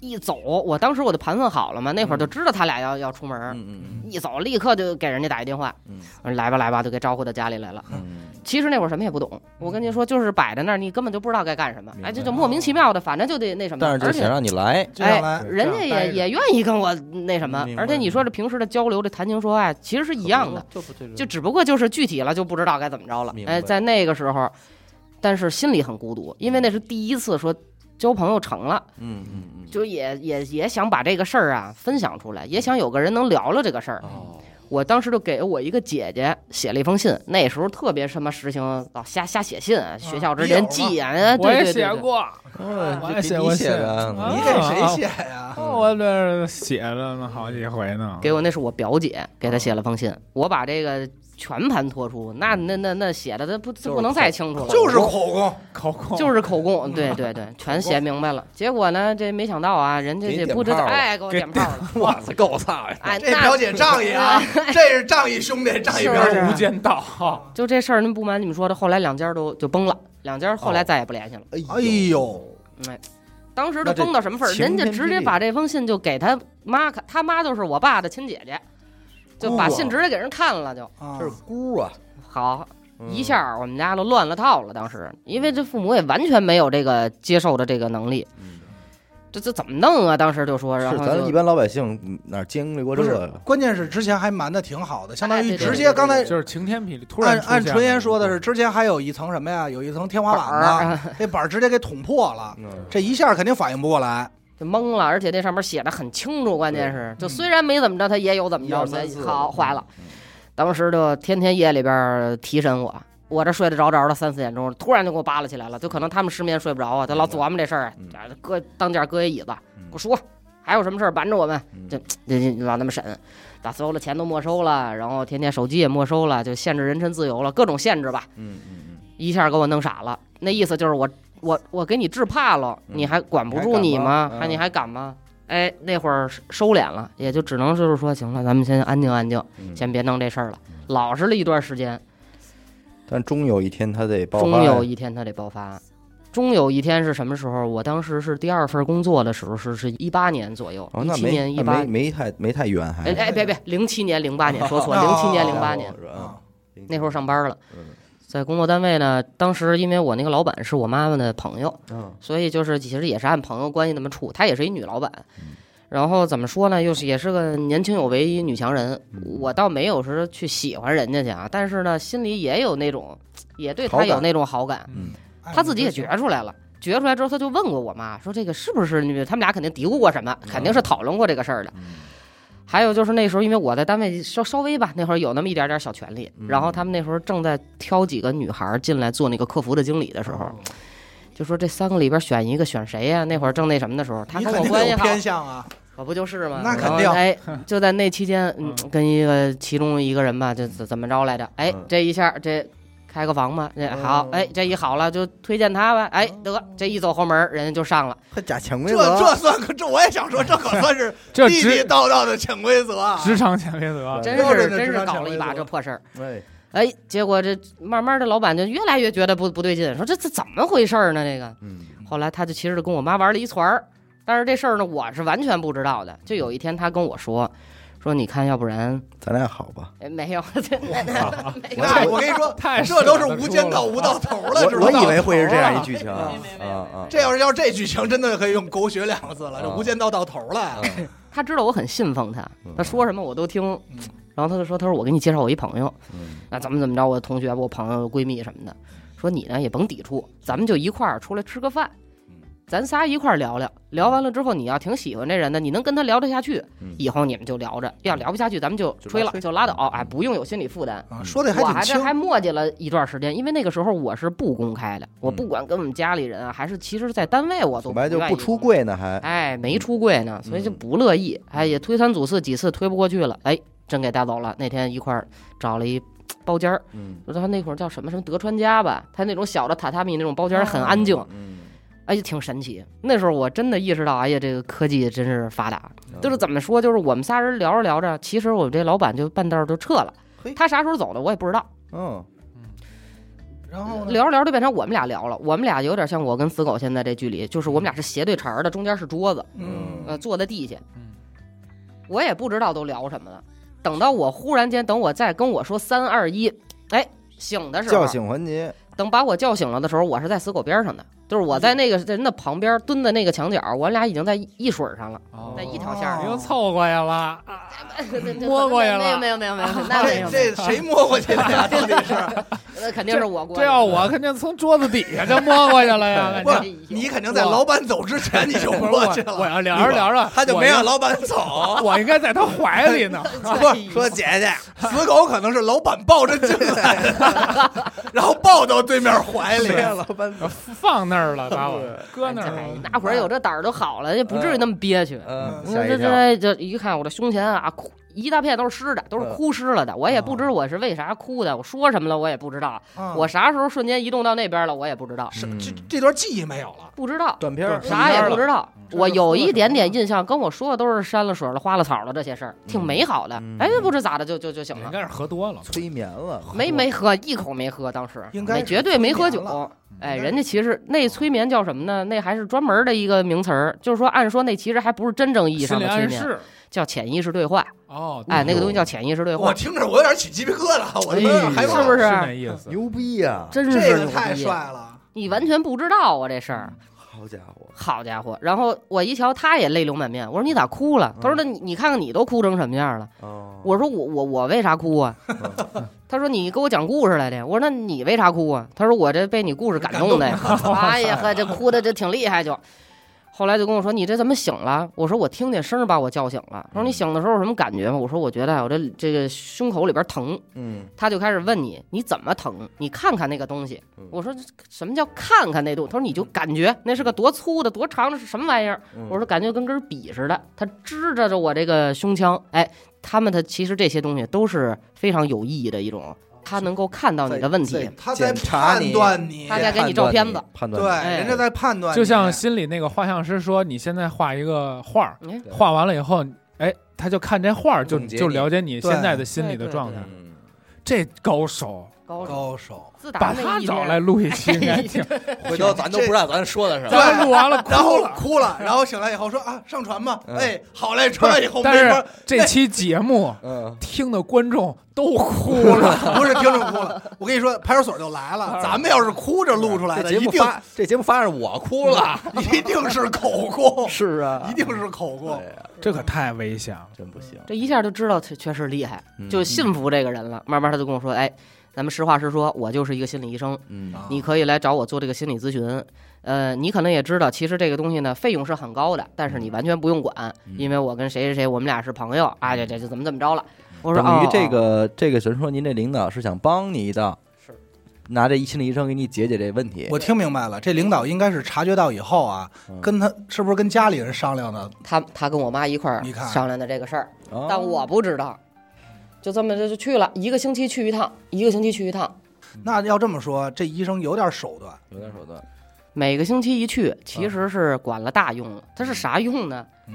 Speaker 4: 一走，我当时我就盘算好了嘛，那会儿就知道他俩要要出门儿，
Speaker 1: 嗯
Speaker 4: 一走立刻就给人家打一电话，
Speaker 1: 嗯
Speaker 4: 我说来吧来吧，就给招呼到家里来了。
Speaker 1: 嗯
Speaker 4: 其实那会儿什么也不懂，我跟您说，就是摆在那儿，你根本就不知道该干什么，
Speaker 1: 明白
Speaker 4: 哎，这就莫名其妙的，反正就得那什
Speaker 1: 嗯，
Speaker 4: 么。
Speaker 1: 但是就
Speaker 4: 而
Speaker 1: 是想
Speaker 4: 且哎
Speaker 1: 让你来，
Speaker 3: 就想来
Speaker 2: 对
Speaker 4: 人家
Speaker 2: 这样待
Speaker 4: 也
Speaker 2: 着
Speaker 4: 也愿意跟我那什么
Speaker 1: 明，白
Speaker 4: 而且你说这平时的交流，这谈情说爱，其实是一样的，，
Speaker 3: 嗯
Speaker 4: 就只不过就是具体了就不知道该怎么着了
Speaker 1: 明。白
Speaker 4: 哎，在那个时候，但是心里很孤独，因为那是第一次说交朋友成了，
Speaker 1: 嗯嗯嗯，
Speaker 4: 就也也也想把这个事儿啊分享出来，也想有个人能聊聊这个事儿。 <laughs>
Speaker 1: 哦，
Speaker 4: 我当时就给我一个姐姐写了一封信，那时候特别什么实行老瞎瞎写信，啊学校之间寄啊，哎
Speaker 2: 我也
Speaker 4: 对对
Speaker 2: 写
Speaker 4: 对对，
Speaker 2: 过，
Speaker 3: 嗯
Speaker 2: 我
Speaker 1: 哦
Speaker 2: 也
Speaker 1: 这
Speaker 2: 写
Speaker 1: 给
Speaker 2: 我
Speaker 1: 你写
Speaker 2: 写
Speaker 1: 的，
Speaker 2: 啊
Speaker 3: 你给谁写呀？
Speaker 2: 我这写了呢好几回呢。
Speaker 4: 给我那是我表姐给她写了封信，我把这个全盘托出，那那那那写的这不这
Speaker 1: 就是
Speaker 4: 不能再清楚了，
Speaker 3: 就是口供，
Speaker 2: 考控
Speaker 4: 就是口供，
Speaker 1: <laughs>
Speaker 4: 对对对，全写明白了。结果呢，这没想到啊，人家
Speaker 1: 给你
Speaker 4: 这
Speaker 1: 点
Speaker 4: 不知道
Speaker 1: 炮了
Speaker 4: 哎给我
Speaker 2: 给
Speaker 4: 点炮了，
Speaker 1: <laughs> 哇塞，够操呀！
Speaker 4: 哎，
Speaker 3: 这表
Speaker 4: 那
Speaker 3: 姐仗义
Speaker 4: <laughs>
Speaker 3: 啊，这是仗义兄弟，仗义
Speaker 4: 是
Speaker 3: 表
Speaker 4: 不
Speaker 3: 姐
Speaker 4: 是。
Speaker 2: 无间道，
Speaker 4: 就这事儿，您不瞒你们说的，后来两家都就崩了，两家后
Speaker 1: 哦
Speaker 4: 来再也不联系了。
Speaker 3: 哎呦，
Speaker 4: 当时
Speaker 1: 那
Speaker 4: 就
Speaker 1: 这
Speaker 4: 崩到什么份儿？
Speaker 1: 晴
Speaker 4: 人家
Speaker 1: 天
Speaker 4: 直
Speaker 1: 霹
Speaker 4: 接
Speaker 1: 雳
Speaker 4: 把这封信就给他妈看，他妈就是我爸的亲姐姐，就把
Speaker 3: 哇
Speaker 4: 信直接给人看了就。
Speaker 3: 啊
Speaker 1: 这是姑啊，
Speaker 4: 好，
Speaker 1: 嗯
Speaker 4: 一下我们家都乱了套了。当时因为这父母也完全没有这个接受的这个能力，
Speaker 1: 嗯
Speaker 4: 这这怎么弄啊？当时就说，然
Speaker 1: 是
Speaker 4: 后
Speaker 1: 咱
Speaker 4: 就
Speaker 1: 一般老百姓哪经历过
Speaker 3: 不
Speaker 1: 这啊
Speaker 3: 是
Speaker 1: 个？，
Speaker 3: 关键是之前还瞒的挺好的，相当于
Speaker 4: 哎对对
Speaker 3: 直
Speaker 4: 对
Speaker 3: 接
Speaker 4: 对
Speaker 3: 刚才
Speaker 2: 就是晴天霹雳。突然
Speaker 3: 按按
Speaker 2: 出现
Speaker 3: 纯言
Speaker 2: 了
Speaker 3: 说的是，，之前还有一层什么呀？有一层天花
Speaker 4: 板
Speaker 3: 板
Speaker 4: 儿
Speaker 3: 呢，
Speaker 4: 啊
Speaker 3: 那板儿直接给捅破了，
Speaker 1: 嗯
Speaker 3: 这一下肯定反应不过来。
Speaker 4: 就懵了，而且那上面写的很清楚，关键是就虽然没怎么着，他也有怎么
Speaker 1: 嗯一二
Speaker 4: 着，
Speaker 1: 三
Speaker 4: 所以
Speaker 1: 四
Speaker 4: 好坏了。
Speaker 1: 嗯
Speaker 4: 当时就天天夜里边儿提审我，我这睡得着着的，三四点钟突然就给我扒拉起来了，就可能他们失眠睡不着啊，他老琢磨这事儿
Speaker 1: 嗯，
Speaker 4: 啊搁当间搁一椅子，
Speaker 1: 嗯
Speaker 4: 给我说还有什么事儿瞒着我们，
Speaker 1: 嗯
Speaker 4: 这这这让他们审，把所有的钱都没收了，然后天天手机也没收了，就限制人身自由了，各种限制吧，
Speaker 1: 嗯嗯嗯
Speaker 4: 一下给我弄傻了。那意思就是我我我给你治怕了，
Speaker 1: 嗯
Speaker 4: 你还管不住你吗？
Speaker 1: 还敢吗
Speaker 4: 还你
Speaker 1: 嗯
Speaker 4: 还敢吗？哎，那会儿收敛了，也就只能就是说，行了，咱们先安静安静，
Speaker 1: 嗯，
Speaker 4: 先别弄这事儿了，老实了一段时间。
Speaker 1: 但终有一天他得爆发
Speaker 4: 终
Speaker 1: 呀，
Speaker 4: 有一天他得爆发。终有一天是什么时候？我当时是第二份工作的时候，是是一八年左右，
Speaker 1: 哦，
Speaker 4: 一
Speaker 1: 那
Speaker 4: 七
Speaker 1: 没
Speaker 4: 年、一
Speaker 1: 那
Speaker 4: 八
Speaker 1: 没，没太没太远，还
Speaker 4: 哎哎，别别，零七年、零八年，
Speaker 1: <laughs>
Speaker 4: 说错，
Speaker 3: 哦
Speaker 4: 零七年、零
Speaker 3: 哦
Speaker 4: 八年
Speaker 1: 哦是
Speaker 3: 啊
Speaker 1: 吧，嗯
Speaker 4: 那会儿上班了
Speaker 1: 嗯，
Speaker 4: 在工作单位呢。当时因为我那个老板是我妈妈的朋友，
Speaker 1: 嗯
Speaker 4: 所以就是其实也是按朋友关系那么处，她也是一女老板。
Speaker 1: 嗯
Speaker 4: 然后怎么说呢，又是也是个年轻有为一女强人。
Speaker 1: 嗯
Speaker 4: 我倒没有说去喜欢人家去啊，但是呢，心里也有那种，也对
Speaker 1: 好
Speaker 4: 她
Speaker 1: 感
Speaker 4: 有那种好感。
Speaker 1: 嗯
Speaker 3: 哎
Speaker 4: 她自己也
Speaker 3: 你
Speaker 4: 觉出来了，觉出来之后，她就问过我妈说：“这个是不是你他们俩肯定嘀咕过什么？肯
Speaker 3: 嗯
Speaker 4: 定是讨论过这个事儿的。”还有就是那时候，因为我在单位稍稍微吧，那会儿有那么一点点小权利。
Speaker 3: 嗯
Speaker 4: 然后他们那时候正在挑几个女孩儿进来做那个客服的经理的时候，
Speaker 3: 哦
Speaker 4: 就说这三个里边选一个，选谁呀、那会儿正那什么的时候，他
Speaker 3: 你
Speaker 4: 跟
Speaker 3: 肯
Speaker 4: 我
Speaker 3: 定
Speaker 4: 关系
Speaker 3: 有
Speaker 4: 好，
Speaker 3: 偏向啊，
Speaker 4: 可不就是吗？
Speaker 3: 那肯
Speaker 4: 然后
Speaker 3: 定 <laughs>
Speaker 4: 哎，就在那期间，嗯，
Speaker 2: 嗯
Speaker 4: 跟一个其中一个人吧，就怎怎么着来着？哎
Speaker 1: 嗯，
Speaker 4: 这一下这开个房吧，这
Speaker 3: 嗯
Speaker 4: 好，哎，这一好了就推荐他吧，哎，得这一走后门，人家就上了。
Speaker 1: 还假潜规
Speaker 3: 这
Speaker 1: 则，
Speaker 3: 这算可这我也想说，这可算是
Speaker 2: <laughs> 这
Speaker 3: 地地
Speaker 2: 职
Speaker 3: 道道的潜规则啊！
Speaker 2: 职场潜规则
Speaker 1: 对，
Speaker 4: 真
Speaker 3: 标准
Speaker 4: 是
Speaker 3: 的
Speaker 4: 真
Speaker 3: 职
Speaker 4: 是
Speaker 3: 场
Speaker 4: 搞
Speaker 3: 潜
Speaker 4: 了
Speaker 3: 规
Speaker 4: 一把
Speaker 3: 则
Speaker 4: 这破事儿，
Speaker 1: 哎，
Speaker 4: 哎，结果这慢慢的老板就越来越觉得不不对劲，说这这怎么回事儿呢？这个，
Speaker 1: 嗯
Speaker 4: 后来他就其实就跟我妈玩了一团儿，但是这事儿呢我是完全不知道的。就有一天他跟我说，说你看，要不然
Speaker 1: 咱俩好吧？
Speaker 4: 哎没有， <laughs> 这那那没有
Speaker 3: 哎，我跟你说，
Speaker 2: <laughs> 太
Speaker 3: 这都是
Speaker 2: 舍得
Speaker 3: 无
Speaker 2: 出
Speaker 3: 间
Speaker 2: 了
Speaker 3: 道无到头了，知
Speaker 1: 我
Speaker 3: 道
Speaker 1: 我以
Speaker 3: 吗？
Speaker 1: 为会是这样一剧情
Speaker 3: 啊
Speaker 1: 啊
Speaker 5: 没没
Speaker 1: 啊啊！
Speaker 3: 这要是要这剧情，真的可以用“狗血”两个字了，这
Speaker 1: 啊
Speaker 2: 嗯
Speaker 3: 无间道到头了呀！
Speaker 4: 他知道我很信奉他
Speaker 1: 嗯，
Speaker 4: 他说什么我都听。然后他就说：“他说我给你介绍我一朋友，
Speaker 1: 嗯
Speaker 4: 啊，怎么怎么着，我同学、我朋友、闺蜜什么的。说你呢也甭抵触，咱们就一块儿出来吃个饭
Speaker 1: 嗯，
Speaker 4: 咱仨一块儿聊聊。聊完了之后，你要挺喜欢这人的，你能跟他聊得下去，
Speaker 1: 嗯
Speaker 4: 以后你们就聊着；要聊不下去，咱们就
Speaker 1: 就
Speaker 4: 吹
Speaker 1: 拉嗯
Speaker 4: 了，
Speaker 1: 黑
Speaker 4: 就拉倒，哎，不用有心理负担。
Speaker 3: 啊，说的
Speaker 4: 我
Speaker 3: 挺
Speaker 4: 还这
Speaker 3: 轻，
Speaker 4: 还磨叽了一段时间，因为那个时候我是不公开的，我不管跟我们家里人啊，还是其实在单位我都
Speaker 1: 小嗯白就
Speaker 4: 愿意
Speaker 1: 不出
Speaker 4: 公开
Speaker 1: 柜呢，还
Speaker 4: 哎，没出柜呢，所以就不乐意，哎，也推三阻四，几次推不过去了，哎，真给带走了。那天一块儿找了一包间儿，
Speaker 1: 嗯
Speaker 4: 他那会儿叫什么什么德川家吧，他那种小的榻榻米那种包间儿很安静，
Speaker 1: 嗯，
Speaker 4: 哎，挺神奇。那时候我真的意识到，哎呀，这个科技真是发达。就是
Speaker 1: 怎
Speaker 4: 怎么说，就是我们仨人聊着聊着，其实我这老板就半道儿就撤了
Speaker 1: 嘿。
Speaker 4: 他啥时候走的我也不知道，
Speaker 1: 嗯
Speaker 3: 然后呢？
Speaker 4: 聊着聊着就变成我们俩聊了。我们俩有点像我跟死狗现在这距离，就是我们俩是斜对茬儿的，中间是桌子，
Speaker 3: 嗯，
Speaker 4: 呃，坐在地下，
Speaker 2: 嗯
Speaker 4: 我也不知道都聊什么了。等到我忽然间，等我再跟我说三二一，哎，醒的时候，
Speaker 1: 叫醒环节，
Speaker 4: 等把我叫醒了的时候，我是在死狗边上的，就是我
Speaker 2: 嗯
Speaker 4: 在那个人的旁边蹲在那个墙角，我俩已经在一水上了，
Speaker 2: 哦
Speaker 4: 在一条线儿
Speaker 3: 哦
Speaker 4: 上。 <laughs>
Speaker 2: 又凑过去了啊，摸过去了
Speaker 4: 没有没有没有没有，那没有
Speaker 3: 这，这谁摸过去的呀？到底是
Speaker 4: 那肯定是我过哎
Speaker 2: 这要我肯定从桌子底下就摸过去了呀，感
Speaker 3: 不
Speaker 2: 觉
Speaker 3: 是 <laughs> 你肯定在老板走之前你就
Speaker 2: 不是
Speaker 3: 过去
Speaker 2: 我我
Speaker 3: 了，
Speaker 2: 要聊着聊着，
Speaker 3: <laughs> 他就没
Speaker 2: 我
Speaker 3: 让老板走。
Speaker 2: <laughs> 我应该在他怀
Speaker 3: <laughs>
Speaker 2: 里呢。
Speaker 3: 不是说姐姐，死狗可能是老板抱着进来的， <laughs> 然后抱到对面怀里了。
Speaker 1: 啊板
Speaker 2: 放那儿了，把我搁那儿
Speaker 4: 哎
Speaker 2: 了。
Speaker 4: 那会儿有这胆儿就好了，也不至于那么憋屈。
Speaker 1: 嗯，
Speaker 4: 我
Speaker 1: 吓一
Speaker 4: 这
Speaker 1: 跳，
Speaker 4: 这这一看我这胸前啊，哭一大片都是湿的，都是
Speaker 1: 嗯
Speaker 4: 哭湿了的。我也不知我是为啥哭的，我说什么了我也不知道。
Speaker 3: 啊
Speaker 4: 我啥时候瞬间移动到那边了我也不知道，
Speaker 3: 是
Speaker 1: 嗯
Speaker 3: 这这段记忆没有了，
Speaker 4: 不知道。
Speaker 1: 断片儿
Speaker 2: 对
Speaker 4: 啥也不知道，
Speaker 3: 这
Speaker 4: 我
Speaker 3: 是
Speaker 4: 有
Speaker 3: 喝什
Speaker 4: 一
Speaker 3: 么
Speaker 4: 点点
Speaker 3: 呀
Speaker 4: 印象，跟我说的都是山了水了、花了草了这些事儿，挺
Speaker 1: 嗯
Speaker 4: 美好的
Speaker 1: 嗯。
Speaker 4: 哎，不知咋的就就就醒
Speaker 2: 应
Speaker 4: 了，
Speaker 2: 该是喝多了，
Speaker 1: 催眠了，
Speaker 4: 没没喝一口没喝，当时
Speaker 3: 应该
Speaker 4: 没
Speaker 3: 是
Speaker 4: 绝对没喝
Speaker 3: 催眠
Speaker 4: 酒
Speaker 3: 了。
Speaker 4: 哎，
Speaker 3: 应该
Speaker 4: 人家其实那催眠叫什么呢？那还是专门的一个名词儿，就是说，按说那其实还不是真正意义
Speaker 2: 心
Speaker 4: 上
Speaker 2: 理
Speaker 4: 的催
Speaker 2: 暗
Speaker 4: 眠，
Speaker 2: 示。
Speaker 4: 叫潜意识对话。
Speaker 2: 哦，
Speaker 4: 哎，那个
Speaker 1: 呦
Speaker 4: 东西叫潜意识对
Speaker 3: 我
Speaker 4: 话，
Speaker 3: 听着我有点起鸡皮疙瘩，我
Speaker 2: 哎
Speaker 3: 都
Speaker 2: 呦
Speaker 3: 有点害
Speaker 4: 是
Speaker 3: 怕。
Speaker 4: 不是
Speaker 2: 那意思？
Speaker 1: 牛逼呀！
Speaker 4: 真是
Speaker 3: 这个
Speaker 4: 牛
Speaker 3: 太
Speaker 4: 逼
Speaker 3: 帅了，嗯
Speaker 4: 你完全不知道啊这事儿。
Speaker 1: 好家伙，
Speaker 4: 好家伙！然后我一瞧，他也泪流满面。我说你咋哭了？
Speaker 3: 嗯
Speaker 4: 他说那你你看看你都哭成什么样了？
Speaker 1: 哦，
Speaker 4: 我说我我我为啥
Speaker 3: <laughs>
Speaker 4: 哭啊？他说你给我讲故事来的。我说那你为啥哭啊？他说我这被你故事感动的呀。哎呀呵，这哭的这挺厉害就。后来就跟我说你这怎么醒了？我说我听见声儿把我叫醒了。他说
Speaker 3: 嗯
Speaker 4: 你醒的时候有什么感觉吗？我说我觉得我这这个胸口里边疼。
Speaker 1: 嗯，
Speaker 4: 他就开始问你你怎么疼？你看看那个东西
Speaker 1: 嗯。
Speaker 4: 我说什么叫看看那东西？他说你就感觉那是个多粗的、多长的，是什么玩意儿？
Speaker 1: 嗯
Speaker 4: 我说感觉跟根笔似的，它支着着我这个胸腔。哎，他们他其实这些东西都是非常有意义的一种，他能够看到你的问题
Speaker 1: 在。
Speaker 3: 他在
Speaker 1: 检查
Speaker 3: 判
Speaker 1: 你
Speaker 3: 断你，
Speaker 4: 他在给你照片子
Speaker 1: 判断你，
Speaker 3: 对，
Speaker 1: 判断
Speaker 4: 哎
Speaker 3: 人家在判断你，
Speaker 2: 就像心里那个画像师说，你现在画一个画儿，
Speaker 4: 嗯，
Speaker 1: 对
Speaker 2: 画完了以后，哎，他就看这画儿，就
Speaker 1: 总结你
Speaker 2: 就了解你现在的心理的
Speaker 4: 对
Speaker 2: 状
Speaker 1: 你
Speaker 2: 态。
Speaker 1: 嗯
Speaker 2: 这高手，
Speaker 4: 高手。
Speaker 3: 高
Speaker 4: <laughs>
Speaker 3: 手，
Speaker 4: 自
Speaker 2: 把
Speaker 4: 打那
Speaker 2: 他
Speaker 4: 一
Speaker 2: 找
Speaker 4: 天
Speaker 2: 来，录一期，应该
Speaker 4: <laughs> 哎
Speaker 2: 挺
Speaker 1: 回头咱都不知道咱说的什
Speaker 2: 咱
Speaker 1: 么。
Speaker 2: 们录完
Speaker 4: <laughs>
Speaker 2: 了哭
Speaker 3: 然后
Speaker 2: 了。
Speaker 3: 哭了，然后醒来以后说啊，上船吧，
Speaker 1: 嗯
Speaker 3: 哎，好嘞，穿完以后
Speaker 2: 但
Speaker 3: 没
Speaker 2: 是
Speaker 3: 法
Speaker 2: 这期节目
Speaker 1: 嗯，
Speaker 2: 听的观众都哭
Speaker 4: <laughs>
Speaker 2: 了，
Speaker 3: <laughs> 不是听众哭了，我跟你说，派出所就来了。咱们要是哭着录出来
Speaker 1: 啊这
Speaker 3: 的，
Speaker 1: 节
Speaker 3: 一
Speaker 1: 目
Speaker 3: 定
Speaker 1: 发这节目发让我哭了，
Speaker 3: <laughs> 一定是
Speaker 1: <laughs>
Speaker 3: 口供，
Speaker 1: 是啊
Speaker 3: 一定 <laughs> 是口供。
Speaker 1: 对呀，
Speaker 2: 这可太危险了。
Speaker 1: 真不行。
Speaker 4: 这一下就知道他确实厉害，
Speaker 1: 嗯
Speaker 4: 就信服这个人了。慢慢他就跟我说：“哎，咱们实话实说，我就是一个心理医生，
Speaker 1: 嗯
Speaker 3: 啊
Speaker 4: 你可以来找我做这个心理咨询。呃，你可能也知道，其实这个东西呢，费用是很高的，但是你完全不用管，
Speaker 1: 嗯
Speaker 4: 因为我跟谁谁谁，我们俩是朋
Speaker 3: 嗯
Speaker 4: 友，啊，这这就怎么怎么着了。”我说：“
Speaker 3: 啊
Speaker 1: 等于
Speaker 4: 哦
Speaker 1: 这
Speaker 4: 哦
Speaker 1: 个这个，神说您这领导是想帮你一道，
Speaker 4: 是
Speaker 1: 拿这心理医生给你解解这问题。
Speaker 3: 我听明白了，这领导应该是察觉到以后啊，
Speaker 1: 嗯
Speaker 3: 跟他是不是跟家里人商量的？
Speaker 4: 他他跟我妈一块儿
Speaker 3: 你看
Speaker 4: 商量的这个事儿，
Speaker 1: 哦
Speaker 4: 但我不知道，就这么着就去了，一个星期去一趟，一个星期去一趟，
Speaker 3: 那要这么说，这医生有点手段。
Speaker 1: 有点手段，
Speaker 4: 每个星期一去，
Speaker 2: 啊
Speaker 4: 其实是管了大用了。它是啥用呢？
Speaker 3: 嗯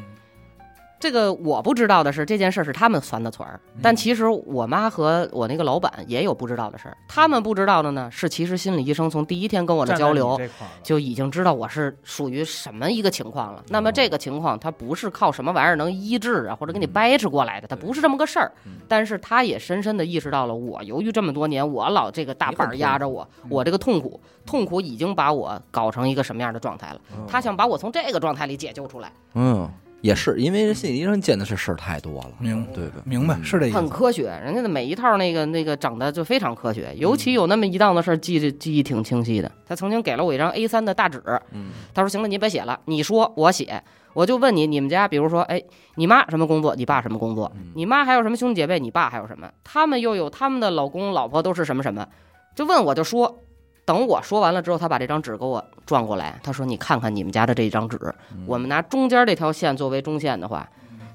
Speaker 4: 这个我不知道的是，这件事是他们翻的团儿，
Speaker 2: 嗯
Speaker 4: 但其实我妈和我那个老板也有不知道的事儿。他们不知道的呢，是其实心理医生从第一天跟我的交流
Speaker 2: 站在你这块儿了
Speaker 4: 就已经知道我是属于什么一个情况了。那么这个情况，它不是靠什么玩意儿能医治啊，或者给你掰扯过来的，它不是这么个事儿
Speaker 1: 嗯。
Speaker 4: 但是他也深深的意识到了，我由于这么多年，我老这个大板儿压着我，我这个痛苦，痛苦已经把我搞成一个什么样的状态了。
Speaker 3: 嗯
Speaker 1: 哦
Speaker 4: 他想把我从这个状态里解救出来，
Speaker 1: 嗯，也是，因为心理医生见的是事儿太多了，
Speaker 3: 明白
Speaker 1: 对吧？嗯
Speaker 3: 明白，是这意
Speaker 4: 很
Speaker 3: 思。
Speaker 4: 科学，人家的每一套那个那个整的就非常科学，尤其有那么一档子事儿记着记忆挺清晰的。他曾经给了我一张 A 3的大纸，
Speaker 1: 嗯，
Speaker 4: 他说行了，你别写了，你说我写，我就问你，你们家比如说，哎，你妈什么工作，你爸什么工作，你妈还有什么兄弟姐妹，你爸还有什么，他们又有他们的老公老婆都是什么什么，就问我就说。等我说完了之后，他把这张纸给我转过来，他说：“你看看你们家的这张纸，我们拿中间这条线作为中线的话，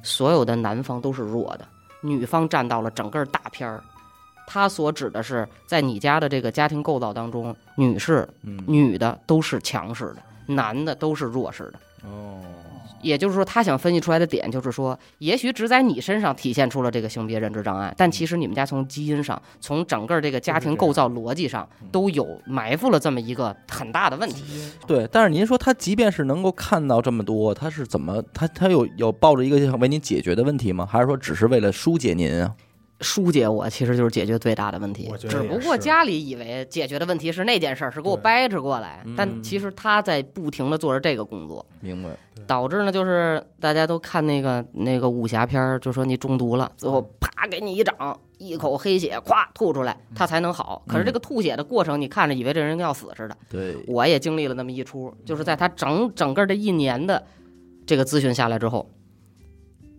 Speaker 4: 所有的男方都是弱的，女方占到了整个大片儿。他所指的是在你家的这个家庭构造当中，女士
Speaker 1: 嗯，
Speaker 4: 女的都是强势的，男的都是弱势的。
Speaker 1: 哦，
Speaker 4: 也就是说，他想分析出来的点就是说，也许只在你身上体现出了这个性别认知障碍，但其实你们家从基因上，从整个这个家庭构造逻辑上，都有埋伏了这么一个很大的问题。
Speaker 1: 对。但是您说他即便是能够看到这么多，他是怎么他他有有抱着一个想为您解决的问题吗？还是说只是为了疏解您啊？
Speaker 4: 疏解我其实就是解决最大的问题
Speaker 2: 我，觉得
Speaker 4: 只
Speaker 2: 也
Speaker 4: 不过
Speaker 2: 是
Speaker 4: 家里以为解决的问题是那件事儿，是给我
Speaker 2: 对
Speaker 4: 掰扯过来
Speaker 1: 嗯，
Speaker 4: 但其实他在不停的做着这个工作。
Speaker 1: 明白，
Speaker 4: 导致呢，就是大家都看那个那个武侠片儿，就说你中毒了，最后啪给你一掌，一口黑血，咵吐出来，
Speaker 2: 嗯
Speaker 4: 他才能好。可是这个吐血的过程，你看着以为这人要死似的。
Speaker 1: 对，
Speaker 4: 我也经历了那么一出，就是在他整整个这一年的这个咨询下来之后，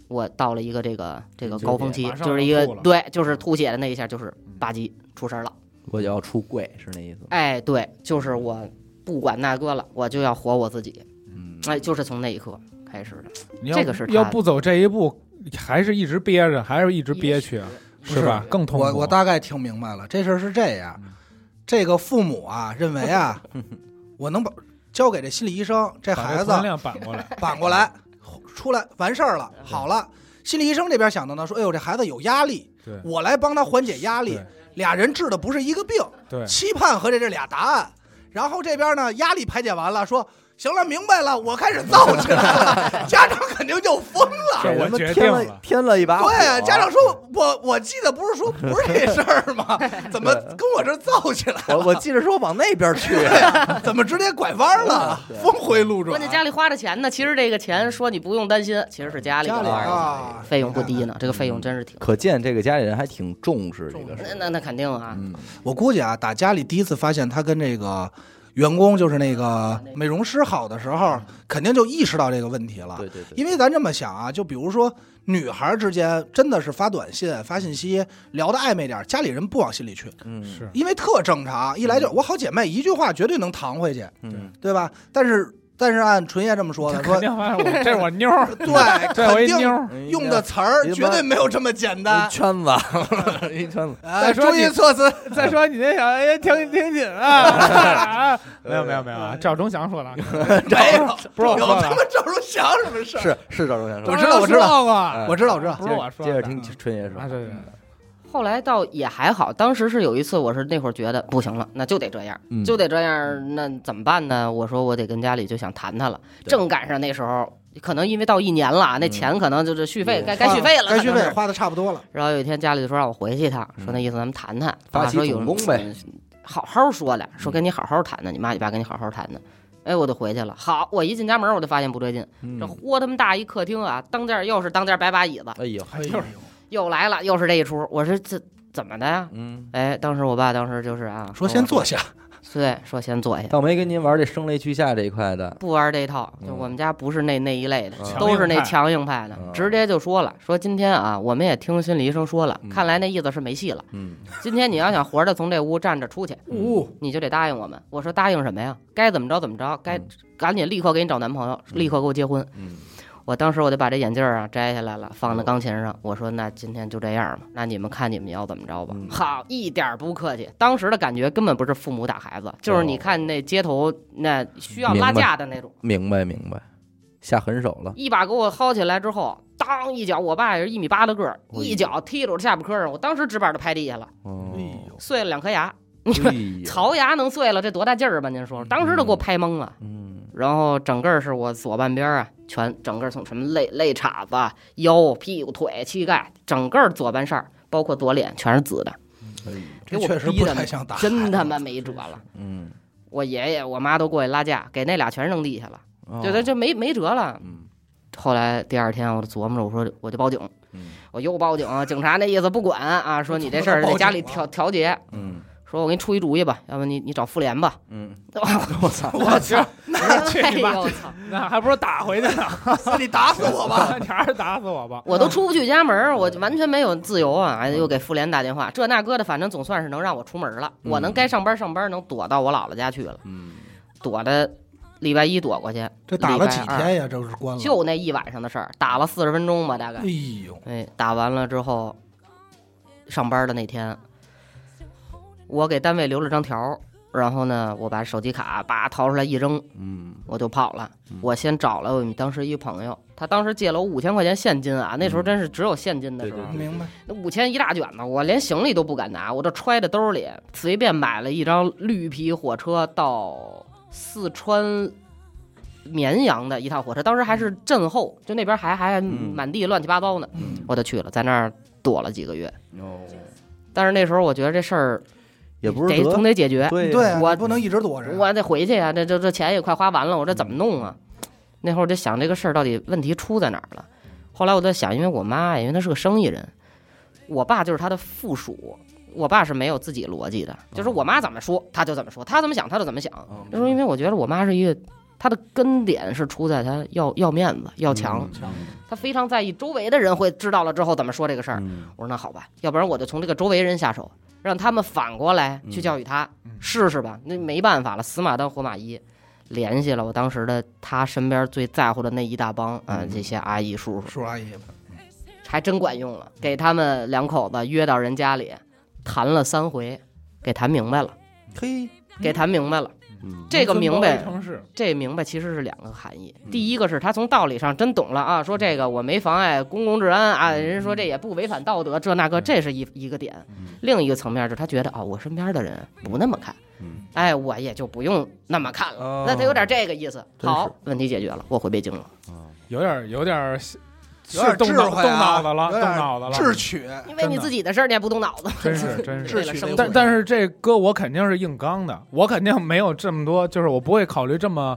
Speaker 4: 我到了一个这个这个高峰期
Speaker 2: 嗯马，上
Speaker 4: 就是一个
Speaker 2: 要吐了
Speaker 4: 对，就是吐血的那一下，就是
Speaker 2: 嗯
Speaker 4: 吧唧出事儿了。
Speaker 1: 我就要出柜是那意思吗？
Speaker 4: 哎，对，就是我不管那个了，我就要活我自己。
Speaker 1: 嗯，
Speaker 4: 哎，就是从那一刻开始的。
Speaker 2: 你要
Speaker 4: 这个是他
Speaker 2: 要不走这一步，还是一直憋着，还是一直憋屈，啊
Speaker 3: 不是
Speaker 2: 吧？更痛
Speaker 1: 啊
Speaker 2: 苦。
Speaker 3: 我我大概听明白了，这事儿是这样，
Speaker 1: 嗯
Speaker 3: 这个父母啊认为啊，
Speaker 1: <laughs>
Speaker 3: 我能把交给这心理医生，这
Speaker 2: 把
Speaker 3: 孩
Speaker 2: 这
Speaker 3: 子
Speaker 2: 同性恋反过
Speaker 3: <laughs>
Speaker 2: 来，
Speaker 3: 反过来出来完事儿了，好了。心理医生这边想到呢，说：“哎呦，这孩子有压力，
Speaker 2: 对
Speaker 3: 我来帮他缓解压力。俩人治的不是一个病，
Speaker 2: 对
Speaker 3: 期盼和这这俩答案。然后这边呢，压力排解完了，说行了，明白了，我开始造起来
Speaker 2: <laughs>
Speaker 3: 了。家长肯定就疯了。
Speaker 2: 这我
Speaker 1: 他妈
Speaker 2: 决定
Speaker 1: 添了
Speaker 2: 了
Speaker 1: 添了一把火，
Speaker 3: 对啊，家长说，我我记得不是说不是这事儿
Speaker 2: <laughs>
Speaker 3: 吗？怎么跟我这儿造起来
Speaker 1: <laughs> 我
Speaker 3: 了？
Speaker 1: 我记着说往那边去，
Speaker 3: 怎么直接拐弯了？峰回路转
Speaker 4: 关。键家里花着钱呢，其实这个钱说你不用担心，其实是家里
Speaker 3: 家
Speaker 4: 的
Speaker 3: 里
Speaker 4: 玩意儿，
Speaker 3: 啊，嗯
Speaker 4: 费用不低呢。这个费用真是挺，
Speaker 1: <laughs> 可见这个家里人还挺重视这个事
Speaker 4: 那
Speaker 1: 儿。
Speaker 4: 那那肯定啊，
Speaker 1: 嗯，
Speaker 3: 我估计啊，打家里第一次发现他跟这个员工，就是那个美容师好的时候，
Speaker 2: 嗯
Speaker 3: 肯定就意识到这个问题了。
Speaker 1: 对对对，
Speaker 3: 因为咱这么想啊，就比如说女孩之间真的是发短信、发信息聊的暧昧点儿，家里人不往心里去，
Speaker 1: 嗯
Speaker 2: 是
Speaker 3: 因为特正常。一来
Speaker 2: 嗯
Speaker 3: 就我好姐妹，一句话绝对能搪回去，
Speaker 1: 嗯
Speaker 3: 对吧？但是但是按纯爷这么说的，说
Speaker 2: <laughs> 肯定发现我这是我妞儿， <laughs>
Speaker 3: 对，
Speaker 2: 这我
Speaker 3: 肯
Speaker 2: 一妞
Speaker 3: 定
Speaker 2: 儿。
Speaker 3: 嗯用的词儿
Speaker 1: 你妈
Speaker 3: 绝对没有这么简
Speaker 1: 嗯一
Speaker 3: 单。
Speaker 1: 圈子，一圈子，
Speaker 3: 哎，
Speaker 2: 再说
Speaker 3: 周
Speaker 2: 你
Speaker 3: 易措
Speaker 2: <laughs>
Speaker 3: 辞，
Speaker 2: 再说你那小哎呀，挺挺紧 <laughs> 啊！没有没有没有啊，赵忠祥说的啊，
Speaker 3: 没有，
Speaker 2: 不是我
Speaker 3: 有
Speaker 2: 说
Speaker 3: 他
Speaker 2: 的
Speaker 3: 妈赵忠祥什么事儿？
Speaker 1: 是是赵忠祥说
Speaker 3: 我知道我知道
Speaker 2: 赵忠祥说过，
Speaker 3: 我知道，我知道。
Speaker 2: 嗯不是我说
Speaker 1: 接
Speaker 2: 的
Speaker 1: 着听春爷说
Speaker 3: 嗯
Speaker 2: 啊，，对对，对
Speaker 4: 后来倒也还好，当时是有一次，我是那会儿觉得不行了，那就得这样，
Speaker 1: 嗯
Speaker 4: 就得这样，那怎么办呢？我说我得跟家里就想谈谈了，
Speaker 1: 对
Speaker 4: 正赶上那时候，可能因为到一年了，啊那钱可能就是续费、哎该该续费了，
Speaker 3: 嗯啊该续
Speaker 4: 可能
Speaker 3: 费
Speaker 4: 是
Speaker 3: 花的差不多了，
Speaker 4: 然后有一天家里就说让我回去一趟，说那意思咱们谈谈，
Speaker 1: 嗯发
Speaker 4: 爸
Speaker 1: 起
Speaker 4: 说有
Speaker 1: 总
Speaker 4: 嗯
Speaker 1: 攻呗，嗯
Speaker 4: 好好说的，说跟你好好谈谈，你妈你爸跟你好好谈谈。哎，我就回去了。好，我一进家门我就发现不对劲，
Speaker 1: 嗯
Speaker 4: 这豁他妈大一客厅啊，当间儿又是当间儿摆把椅子，
Speaker 1: 哎呦，
Speaker 4: 又来了，又是这一出。我说这怎么的呀？
Speaker 1: 嗯，
Speaker 4: 哎，当时我爸当时就是啊，
Speaker 3: 说先坐
Speaker 4: 下，
Speaker 3: 下，
Speaker 4: 对，说先坐下，
Speaker 1: 倒没跟您玩这声泪俱下这一块的，
Speaker 4: 不玩这一套，就
Speaker 1: 嗯
Speaker 4: 我们家不是那那一类的
Speaker 1: 嗯，
Speaker 4: 都是那强硬派的
Speaker 1: 强硬派，
Speaker 4: 直接就说了，说今天啊，我们也听心理医生说了
Speaker 1: 嗯，
Speaker 4: 看来那意思是没戏了。
Speaker 1: 嗯，
Speaker 4: 今天你要想活着从这屋站着出去，
Speaker 3: 呜、
Speaker 4: 你就得答应我们。我说答应什么呀？该怎么着怎么着，该
Speaker 1: 嗯
Speaker 4: 赶紧立刻给你找男朋友，立刻给我结婚。
Speaker 1: 嗯
Speaker 4: 我当时我就把这眼镜儿啊摘下来了，放在钢琴上。我说那今天就这样吧，那你们看你们要怎么着吧
Speaker 1: 嗯。
Speaker 4: 好，一点儿不客气。当时的感觉根本不是父母打孩
Speaker 1: 哦
Speaker 4: 子，就是你看那街头那需要拉架的那种，
Speaker 1: 明白明白，下狠手了，
Speaker 4: 一把给我薅起来之后，当一脚，我爸也是一米八的个儿，
Speaker 1: 哎呦
Speaker 4: 一脚踢着我的下巴颏儿上，我当时直板儿就拍地下了，
Speaker 1: 哦，
Speaker 4: 碎了两颗牙。
Speaker 1: 哎
Speaker 4: <laughs>
Speaker 1: 呦，
Speaker 4: 槽牙能碎了，这多大劲儿吧？您说，当时都给我拍懵了。
Speaker 1: 嗯，
Speaker 4: 然后整个是我左半边啊，全整个从什么肋肋叉子、腰、屁股、腿、膝盖，整个左半扇儿，包括左脸，全是紫的，
Speaker 1: 哎
Speaker 4: 哎给
Speaker 3: 这
Speaker 4: 我
Speaker 3: 确实
Speaker 4: 逼
Speaker 3: 不
Speaker 4: 的
Speaker 3: 太像打孩子，
Speaker 4: 真他妈没辙了。
Speaker 1: 嗯，
Speaker 4: 我爷爷、我妈都过去拉架，给那俩全扔地下了，
Speaker 1: 哦
Speaker 4: 就这，这没没辙了。
Speaker 1: 嗯
Speaker 4: 后来第二天我就琢磨着，我说我就报警，
Speaker 1: 嗯
Speaker 4: 我又报警，警察那意思不管啊，说你这事儿在家里调调节，
Speaker 1: 嗯
Speaker 4: 说我给你出一主意吧，要不你你找妇联
Speaker 1: <laughs>
Speaker 4: 吧。
Speaker 1: 嗯，
Speaker 4: 我
Speaker 3: <laughs>
Speaker 4: 操！
Speaker 2: 我去，去
Speaker 4: 哎
Speaker 2: 你妈
Speaker 4: 呦我操！
Speaker 2: 那还不如打回去呢，
Speaker 3: <laughs> 你打死我
Speaker 4: <laughs>
Speaker 3: 吧！
Speaker 2: <laughs> 你还是打死我吧。
Speaker 4: 我
Speaker 1: 嗯
Speaker 4: 都出不去家门儿，我就完全没有自由啊！哎又给妇联打电话，这那哥的，反正总算是能让我出门了。
Speaker 1: 嗯
Speaker 4: 我能该上班上班，能躲到我姥姥家去了。
Speaker 1: 嗯，
Speaker 4: 躲的礼拜一躲过去，
Speaker 3: 这打了几
Speaker 4: 礼拜二
Speaker 3: 天呀？这是关了，
Speaker 4: 就那一晚上的事儿，打了四十分钟吧，大概
Speaker 1: 嗯
Speaker 3: 哎。呦，
Speaker 4: 哎，打完了之后，上班的那天，我给单位留了张条儿，然后呢，我把手机卡叭掏出来一扔，
Speaker 1: 嗯
Speaker 4: 我就跑了。我先找了我们当时一朋友，他当时借了我五千块钱现金啊，那
Speaker 1: 嗯
Speaker 4: 时候真是只有现金的
Speaker 1: 对
Speaker 4: 时候。
Speaker 1: 对对
Speaker 3: 明白，
Speaker 4: 那五千一大卷子，我连行李都不敢拿，我这揣在兜里，随便买了一张绿皮火车到四川绵阳的一趟火车，当时还是震后，就那边还还
Speaker 1: 嗯
Speaker 4: 满地乱七八糟呢，
Speaker 1: 嗯，
Speaker 4: 我就去了，在那儿躲了几个月。
Speaker 1: 哦，
Speaker 4: 但是那时候我觉得这事儿
Speaker 1: 也不是
Speaker 4: 得总
Speaker 1: 得，
Speaker 4: 得解决，
Speaker 1: 对
Speaker 3: 对啊，
Speaker 4: 我
Speaker 3: 你不能一直躲着呀。
Speaker 4: 我得回去呀、这这这钱也快花完了，我这怎么弄啊？那会儿我就想这个事儿到底问题出在哪儿了。后来我在想，因为我妈呀，因为她是个生意人，我爸就是她的附属，我爸是没有自己逻辑的，就是我妈怎么说她就怎么说，她怎么想她就怎么想。
Speaker 1: 哦
Speaker 4: 就是因为我觉得我妈是一个，她的根点是出在她要要面子、
Speaker 1: 嗯
Speaker 4: 要强，她非常在意周围的人会知道了之后怎么说这个事儿。
Speaker 1: 嗯
Speaker 4: 我说那好吧，要不然我就从这个周围人下手，让他们反过来去教育他，试试吧。那没办法了，死马当活马医。联系了我当时的他身边最在乎的那一大帮啊、这些阿姨叔叔，
Speaker 3: 叔叔阿姨，
Speaker 4: 还真管用了。给他们两口子约到人家里，谈了三回，给谈明白了，
Speaker 1: 嘿，
Speaker 4: 给谈明白了。
Speaker 1: 嗯
Speaker 4: 这个明白
Speaker 2: 农村包围城市
Speaker 4: 这明白其实是两个含义
Speaker 1: 嗯。
Speaker 4: 第一个是他从道理上真懂了啊，说这
Speaker 2: 嗯
Speaker 4: 个我没妨碍公共治安啊，人家说这也不违反道德，这那个
Speaker 2: 嗯
Speaker 4: 这是一一个点。另一个层面就是他觉得啊、我身边的人不那么看
Speaker 1: 嗯，
Speaker 4: 哎，我也就不用那么看
Speaker 1: 哦
Speaker 4: 了。那他有点这个意思。
Speaker 1: 真是
Speaker 4: 好，问题解决了，我回北京了。
Speaker 1: 嗯
Speaker 2: 有点有点是
Speaker 3: 有点
Speaker 2: 动
Speaker 3: 智
Speaker 2: 脑
Speaker 3: 慧
Speaker 2: 动
Speaker 3: 啊，
Speaker 2: 脑子了，
Speaker 3: 有
Speaker 2: 动
Speaker 3: 点
Speaker 2: 脑子了，
Speaker 3: 智取，
Speaker 4: 因为
Speaker 2: 哎真
Speaker 4: 你
Speaker 2: 的
Speaker 4: 自己的事儿你也不动脑
Speaker 2: <laughs>
Speaker 4: 子，
Speaker 2: 真是真
Speaker 3: 智
Speaker 2: 是。
Speaker 4: 为了
Speaker 3: 取
Speaker 4: 生
Speaker 3: 那
Speaker 4: 活
Speaker 2: 但但是这歌我肯定是硬刚的，我肯定没有这么多，就是我不会考虑这么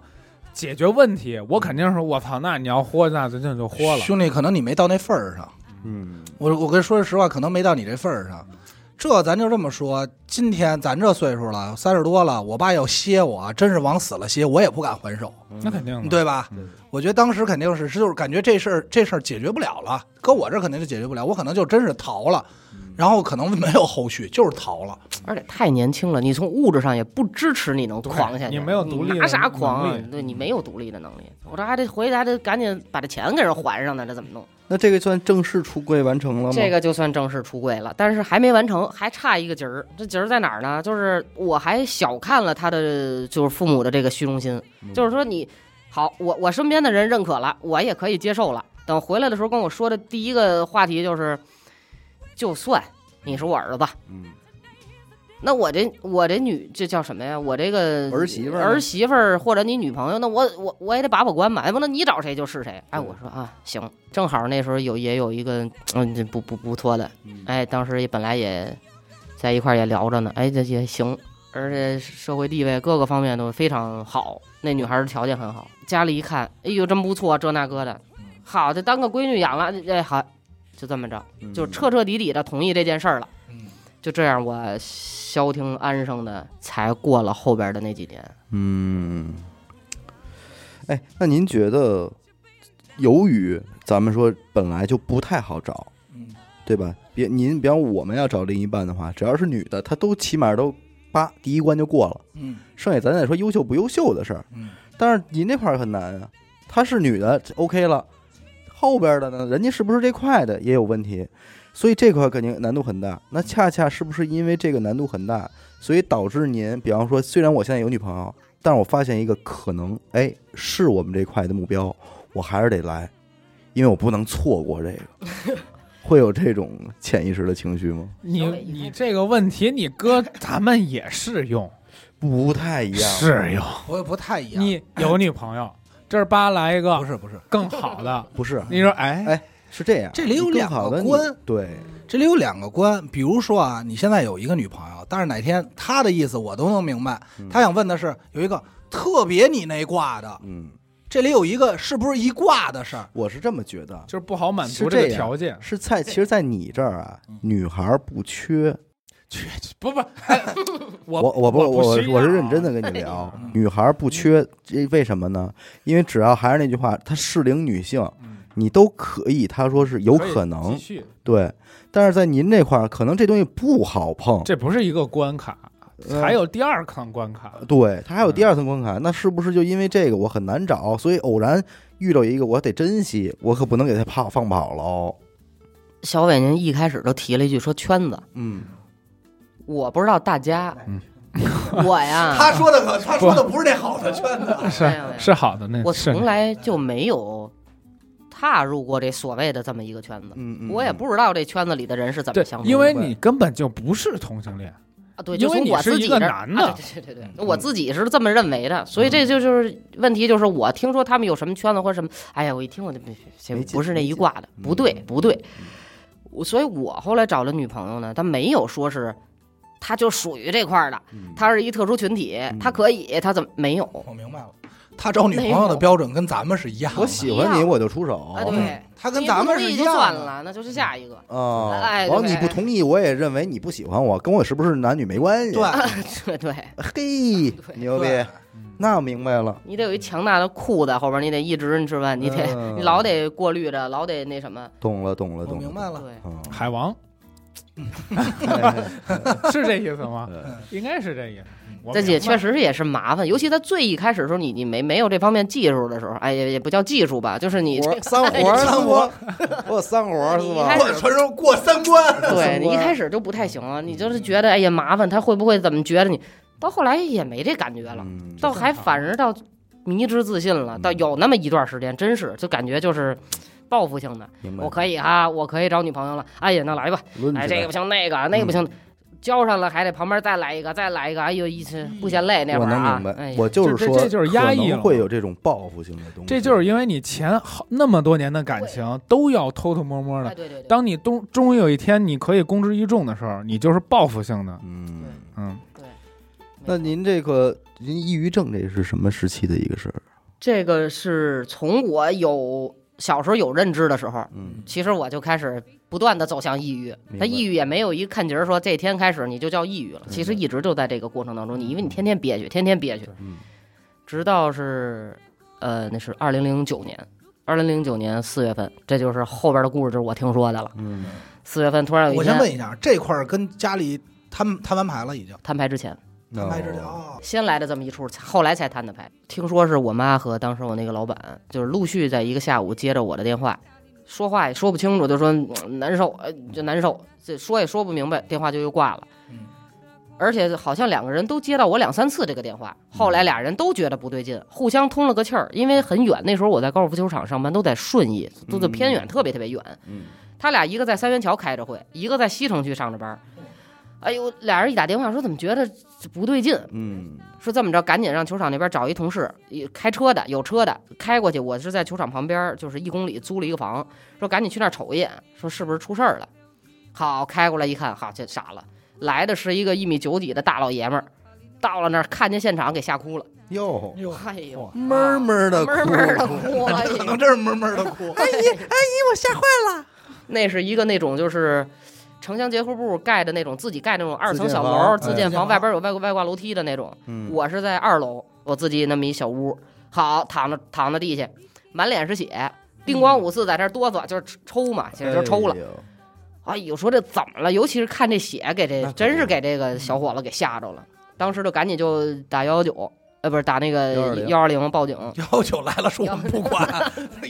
Speaker 2: 解决问题，我肯定是我操，那你要豁，那咱就就豁了。
Speaker 3: 兄弟，可能你没到那份儿上。
Speaker 1: 嗯，
Speaker 3: 我我跟你说实话，可能没到你这份儿上。这咱就这么说，今天咱这岁数了，三十多了，我爸要歇我，真是往死了歇，我也不敢还手，
Speaker 2: 那肯定的，
Speaker 3: 对吧
Speaker 1: 嗯？
Speaker 3: 我觉得当时肯定是，就是感觉这事儿这事儿解决不了了，搁我这儿肯定就解决不了，我可能就真是逃了，然后可能没有后续，就是逃了。
Speaker 4: 而且太年轻了，你从物质上也不支持你能
Speaker 2: 对
Speaker 4: 狂下去，
Speaker 2: 你没有独立的
Speaker 4: 拿啥狂啊
Speaker 2: 能力？嗯
Speaker 4: 对你没有独立的能力。我这还得回去，还得赶紧把这钱给人还上呢，这怎么弄？
Speaker 1: 那这个算正式出柜完成了吗？
Speaker 4: 这个就算正式出柜了，但是还没完成，还差一个节儿。这节儿在哪儿呢？就是我还小看了他的，就是父母的这个虚荣心，
Speaker 1: 嗯
Speaker 4: 就是说你好，我我身边的人认可了，我也可以接受了。等回来的时候跟我说的第一个话题就是，就算你是我儿子，
Speaker 1: 嗯，
Speaker 4: 那我这我这女这叫什么呀？我这个
Speaker 1: 儿媳妇儿呢
Speaker 4: 儿媳妇儿或者你女朋友，那我我我也得把把关吧，哎不能你找谁就是谁。哎，
Speaker 1: 对
Speaker 4: 我说啊，行，正好那时候有也有一个嗯这不不不错的，
Speaker 1: 嗯
Speaker 4: 哎，当时也本来也在一块儿也聊着呢，哎这也行，而且社会地位各个方面都非常好，那女孩儿条件很好，家里一看，哎呦真不错，这那个的，好，这当个闺女养了，哎好，就这么着。
Speaker 1: 嗯
Speaker 4: 就彻彻底底的同意这件事儿了。
Speaker 3: 嗯
Speaker 4: 就这样，我消停安生的才过了后边的那几年。
Speaker 1: 嗯，哎，那您觉得，由于咱们说本来就不太好找，
Speaker 3: 嗯，
Speaker 1: 对吧？别您，比方我们要找另一半的话，只要是女的，她都起码都八第一关就过了，
Speaker 3: 嗯
Speaker 1: 剩下咱再说优秀不优秀的事儿。
Speaker 3: 嗯，
Speaker 1: 但是您那块儿很难啊，她是女的这，OK 了，后边的呢，人家是不是这块的也有问题，所以这块肯定难度很大。那恰恰是不是因为这个难度很大，所以导致您，比方说，虽然我现在有女朋友，但是我发现一个可能，哎，是我们这块的目标，我还是得来，因为我不能错过这个。 <laughs> 会有这种潜意识的情绪吗？
Speaker 2: 你
Speaker 4: 小伟以后
Speaker 2: 你这个问题，你搁咱们也适用，
Speaker 1: 不太一样，
Speaker 2: 适用。
Speaker 3: 我也不太一样。
Speaker 2: 你有女朋友，这儿叭来一
Speaker 3: 不
Speaker 2: 个
Speaker 3: 是不是，
Speaker 2: 更好的，
Speaker 1: 不是？
Speaker 2: 你说哎
Speaker 1: 哎是这样，
Speaker 3: 这里有
Speaker 1: 你更
Speaker 3: 两
Speaker 1: 好
Speaker 3: 个
Speaker 1: 的你
Speaker 3: 关，
Speaker 1: 对，
Speaker 3: 这里有两个关，比如说啊，你现在有一个女朋友，但是哪天她的意思我都能明白，她想问的是有一个特别你那挂的，
Speaker 1: 嗯，
Speaker 3: 这里有一个是不是一挂的事儿？
Speaker 1: 我是这么觉得，
Speaker 2: 就是不好满
Speaker 1: 是
Speaker 2: 足
Speaker 1: 这
Speaker 2: 这
Speaker 1: 样
Speaker 2: 个条件，
Speaker 1: 是在其实，在你这儿啊，
Speaker 2: 嗯
Speaker 1: 女孩儿不缺。
Speaker 2: 去不 <laughs> 不，哎我
Speaker 1: 我我
Speaker 2: 不
Speaker 1: 不我我
Speaker 2: 需
Speaker 1: 是我是
Speaker 2: 要嗯
Speaker 1: 认真的跟你聊，女孩儿不缺，这为什么呢？因为只要还是那句话，她适龄女性，
Speaker 2: 嗯
Speaker 1: 你都可以。他说是有
Speaker 2: 可以
Speaker 1: 可
Speaker 2: 继
Speaker 1: 能，
Speaker 2: 续
Speaker 1: 对。但是在您这块儿，可能这东西不好碰。
Speaker 2: 这不是一个关卡，
Speaker 1: 呃
Speaker 2: 还有第嗯二层关卡，
Speaker 1: 对，它还有第二层关卡，那是不是就因为这个我很难找，所以偶然遇到一个我得珍惜，我可不能给他跑放跑哦喽。
Speaker 4: 小伟，您一开始就提了一句说圈子，
Speaker 1: 嗯，
Speaker 4: 我不知道大家，
Speaker 2: 嗯
Speaker 4: 我呀，
Speaker 3: 她说的可，她说的不是那好的圈子，
Speaker 2: 是
Speaker 4: 哎呀
Speaker 2: 是好的那，
Speaker 4: 我
Speaker 2: 嗯是
Speaker 4: 从来就没有踏入过这所谓的这么一个圈子，
Speaker 1: 嗯嗯，
Speaker 4: 我也不知道这圈子里的人是怎么
Speaker 2: 对
Speaker 4: 相，处的。
Speaker 2: 因为你根本就不是同性恋，
Speaker 4: 啊，对，
Speaker 2: 因
Speaker 4: 就
Speaker 2: 为
Speaker 4: 从
Speaker 2: 你
Speaker 4: 我
Speaker 2: 是
Speaker 4: 自
Speaker 2: 一
Speaker 4: 己
Speaker 2: 个
Speaker 4: 这儿
Speaker 2: 男
Speaker 4: 啊
Speaker 2: 的嗯
Speaker 4: 对对对对对，
Speaker 3: 嗯
Speaker 4: 我自己是这么认为的，所以这就就是问题，就是我听说他们有什么圈子或者什么，哎呀，我一听我就不这
Speaker 1: 没劲
Speaker 4: 不是那一挂的，
Speaker 1: 没劲
Speaker 4: 不对
Speaker 3: 嗯
Speaker 4: 不对，我所以我后来找了女朋友呢，她没有说是，她就属于这块儿的，
Speaker 3: 嗯
Speaker 1: 嗯
Speaker 4: 她是一特殊群体，她可以，她怎么没有？
Speaker 3: 我明白了。她找女朋友的标准跟咱们是一样的，
Speaker 1: 我喜欢
Speaker 4: 一
Speaker 1: 你
Speaker 4: 样
Speaker 1: 我就出手。
Speaker 4: 啊，对，
Speaker 3: 哦她跟咱们是
Speaker 4: 你
Speaker 3: 一
Speaker 4: 不同意就
Speaker 3: 样
Speaker 4: 算
Speaker 3: 的。
Speaker 4: 了，那就是下一个，
Speaker 1: 哦，
Speaker 4: 哎
Speaker 1: 然后
Speaker 4: 对
Speaker 1: 你不同意，我也认为你不喜欢我，跟我是不是男女没关系。
Speaker 3: 对，，
Speaker 4: 啊对对，
Speaker 1: 嘿，牛逼
Speaker 3: 对，
Speaker 1: 那明白了。
Speaker 4: 你得有一强大的库在后边，你得一直你是吧？你得
Speaker 1: 嗯
Speaker 4: 你老得过滤着，老得那什么，
Speaker 1: 懂了，懂了，
Speaker 3: 我
Speaker 1: 懂了。
Speaker 3: 明白了。
Speaker 4: 对。
Speaker 1: 嗯。
Speaker 2: 海王是这意思吗？应该是这意思，我
Speaker 4: 这也
Speaker 2: 明白
Speaker 4: 确实是也是麻烦，尤其他最一开始的时候，你你没没有这方面技术的时候，哎，也也不叫技术吧，就是 <laughs> 你这
Speaker 1: 活三活儿三活儿， <laughs> 我有三活儿是
Speaker 4: 你
Speaker 1: 吧
Speaker 4: 看？
Speaker 3: 过传说过三关，
Speaker 4: 对你一开始就不太行了，你就是觉得哎呀麻烦，他会不会怎么觉得你？到后来也没这感觉了，
Speaker 1: 嗯
Speaker 4: 到还反而到迷之自信了，到有那么一段时间，真是就感觉就是报复性的，
Speaker 1: 明白。
Speaker 4: 我可以啊，我可以找女朋友了，哎呀，那来吧，
Speaker 1: 论
Speaker 4: 哎，
Speaker 1: 起
Speaker 4: 这个
Speaker 1: 来
Speaker 4: 不行，那个
Speaker 1: 嗯
Speaker 4: 那个不行，交上了还得旁边再来一个，再来一个，哎呦，一次不嫌累那会
Speaker 1: 我
Speaker 4: 儿
Speaker 1: 能
Speaker 4: 啊
Speaker 1: 明，白
Speaker 4: 哎，呀
Speaker 1: 我就是
Speaker 2: 这
Speaker 1: 说，
Speaker 2: 这就是压抑
Speaker 1: 可
Speaker 2: 了
Speaker 1: 能
Speaker 2: 嘛
Speaker 1: 会有这种报复性的东西。
Speaker 2: 这就是因为你前好那么多年的感情都要偷偷摸摸
Speaker 4: 哎，
Speaker 2: 的。
Speaker 4: 对对对。
Speaker 2: 当你终终于有一天你可以公之于众的时候，你就是报复性的。
Speaker 1: 嗯，
Speaker 2: 嗯，
Speaker 1: 那您这个您抑郁症这是什么时期的一个事儿？
Speaker 4: 这个是从我有小时候有认知的时候，
Speaker 1: 嗯，
Speaker 4: 其实我就开始不断的走向抑郁。
Speaker 1: 明白
Speaker 4: 他抑郁也没有一看节儿说这天开始你就叫抑郁了，其实一直就在这个过程当中，你因为你天天憋屈，天天憋屈，
Speaker 1: 嗯
Speaker 4: 直到是呃那是二零零九年。二零零九年四月份，这就是后边的故事，就是我听说的了。
Speaker 1: 嗯，
Speaker 4: 四月份突然有一
Speaker 3: 我先
Speaker 4: 天
Speaker 3: 问一下，这块儿跟家里摊摊完牌了已经，
Speaker 4: 摊牌之前，
Speaker 3: 摊牌之前
Speaker 1: 哦
Speaker 3: 哦，
Speaker 4: 先来的这么一出，后来才摊的牌。听说是我妈和当时我那个老板，就是陆续在一个下午接着我的电话，说话也说不清楚，就说嗯难受，呃，就难受，这说也说不明白，电话就又挂了。
Speaker 3: 嗯
Speaker 4: 而且好像两个人都接到我两三次这个电话，后来俩人都觉得不对劲，互相通了个气儿，因为很远，那时候我在高尔夫球场上班，都在顺义，都在偏远，特别特别远。
Speaker 1: 嗯
Speaker 4: 他俩一个在三元桥开着会，一个在西城区上着班。哎呦，俩人一打电话说怎么觉得不对劲，
Speaker 1: 嗯
Speaker 4: 说这么着，赶紧让球场那边找一同事，一开车的有车的开过去。我是在球场旁边，就是一公里租了一个房，说赶紧去那儿瞅一眼，说是不是出事儿了。好，开过来一看，好，这傻了，来的是一个一米九几的大老爷们儿，到了那儿看见现场给吓哭了，
Speaker 5: 哟，
Speaker 4: 哎呦，
Speaker 5: 啊
Speaker 3: 闷闷的哭，
Speaker 4: 闷闷
Speaker 3: <laughs>
Speaker 4: 的哭，哎
Speaker 3: 可能
Speaker 4: 呦，
Speaker 3: 真是闷闷的哭。
Speaker 4: <laughs> 那是一个那种就是。城乡结合部盖的那种，自己盖那种二层
Speaker 5: 自
Speaker 4: 小
Speaker 5: 建
Speaker 4: 楼
Speaker 5: 房
Speaker 4: 自建
Speaker 3: 哎
Speaker 4: 房，外边有外外挂楼梯的那种。
Speaker 1: 嗯，
Speaker 4: 我是在二楼，我自己那么一小屋，好躺着躺在地下，满脸是血，叮咣五四在这儿哆嗦，就是抽嘛，其实就是抽了。
Speaker 1: 哎呦，
Speaker 4: 哎呦，说这怎么了？尤其是看这血，给
Speaker 1: 那
Speaker 4: 这
Speaker 1: 可不
Speaker 4: 真是给这个小伙子给吓着了。当时就赶紧就打幺幺九，呃，不是打那个
Speaker 1: 120
Speaker 4: 幺二零报警。
Speaker 3: 幺九来了，说我们不管，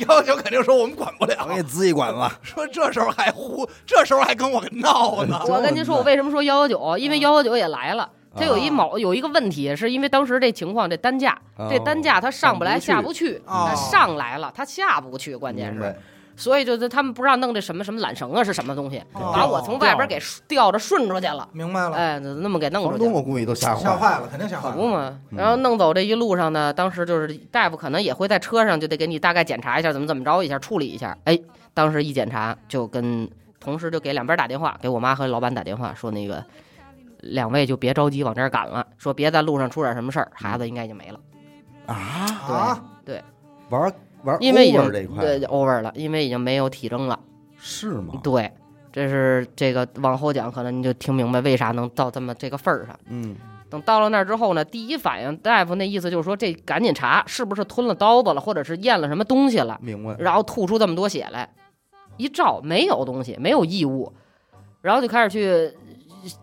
Speaker 3: 幺九肯定说我们管不
Speaker 5: 我给
Speaker 3: 了，
Speaker 5: 自己管吧。
Speaker 3: 说这时候还呼，这时候还跟我闹呢。
Speaker 4: 我跟您说，我为什么说幺幺九？因为幺幺九也来了。它有一
Speaker 3: 啊
Speaker 4: 某有一个问题，是因为当时这情况，这担架，这担架它上不来下不去，
Speaker 3: 哦
Speaker 4: 它上来了它下不去，关键
Speaker 5: 明
Speaker 4: 是。
Speaker 5: 白，
Speaker 4: 所以就是他们不知道弄这什么什么缆绳啊是什么东西，
Speaker 3: 哦
Speaker 4: 把我从外边给吊着顺出去了，
Speaker 3: 明白了，
Speaker 4: 哎，那么给弄
Speaker 5: 房
Speaker 4: 出去
Speaker 5: 东
Speaker 4: 了。
Speaker 5: 我估计都吓坏
Speaker 3: 吓
Speaker 5: 了。
Speaker 3: 坏了，肯定吓坏
Speaker 4: 可不
Speaker 3: 了。
Speaker 4: 嘛，然后弄走这一路上呢，当时就是大夫可能也会在车上就得给你大概检查一下怎么怎么着一下处理一下。哎，当时一检查就跟同时就给两边打电话，给我妈和老板打电话说那个两位就别着急往这儿赶了，说别在路上出点什么事儿，孩子应该已经没了，
Speaker 1: 啊，
Speaker 3: 啊，
Speaker 1: 玩玩
Speaker 4: 因为已
Speaker 1: over
Speaker 4: 经
Speaker 1: 这一块
Speaker 4: 对 over 了，因为已经没有体征了。
Speaker 1: 是吗？
Speaker 4: 对，这是这个往后讲，可能你就听明白为啥能到这么这个份儿上。
Speaker 1: 嗯
Speaker 4: 等到了那儿之后呢，第一反应大夫那意思就是说，这赶紧查是不是吞了刀子了，或者是咽了什么东西 <laughs> 了，
Speaker 1: 明白。
Speaker 4: 然后吐出这么多血来。一照没有东西，没有异物，然后就开始去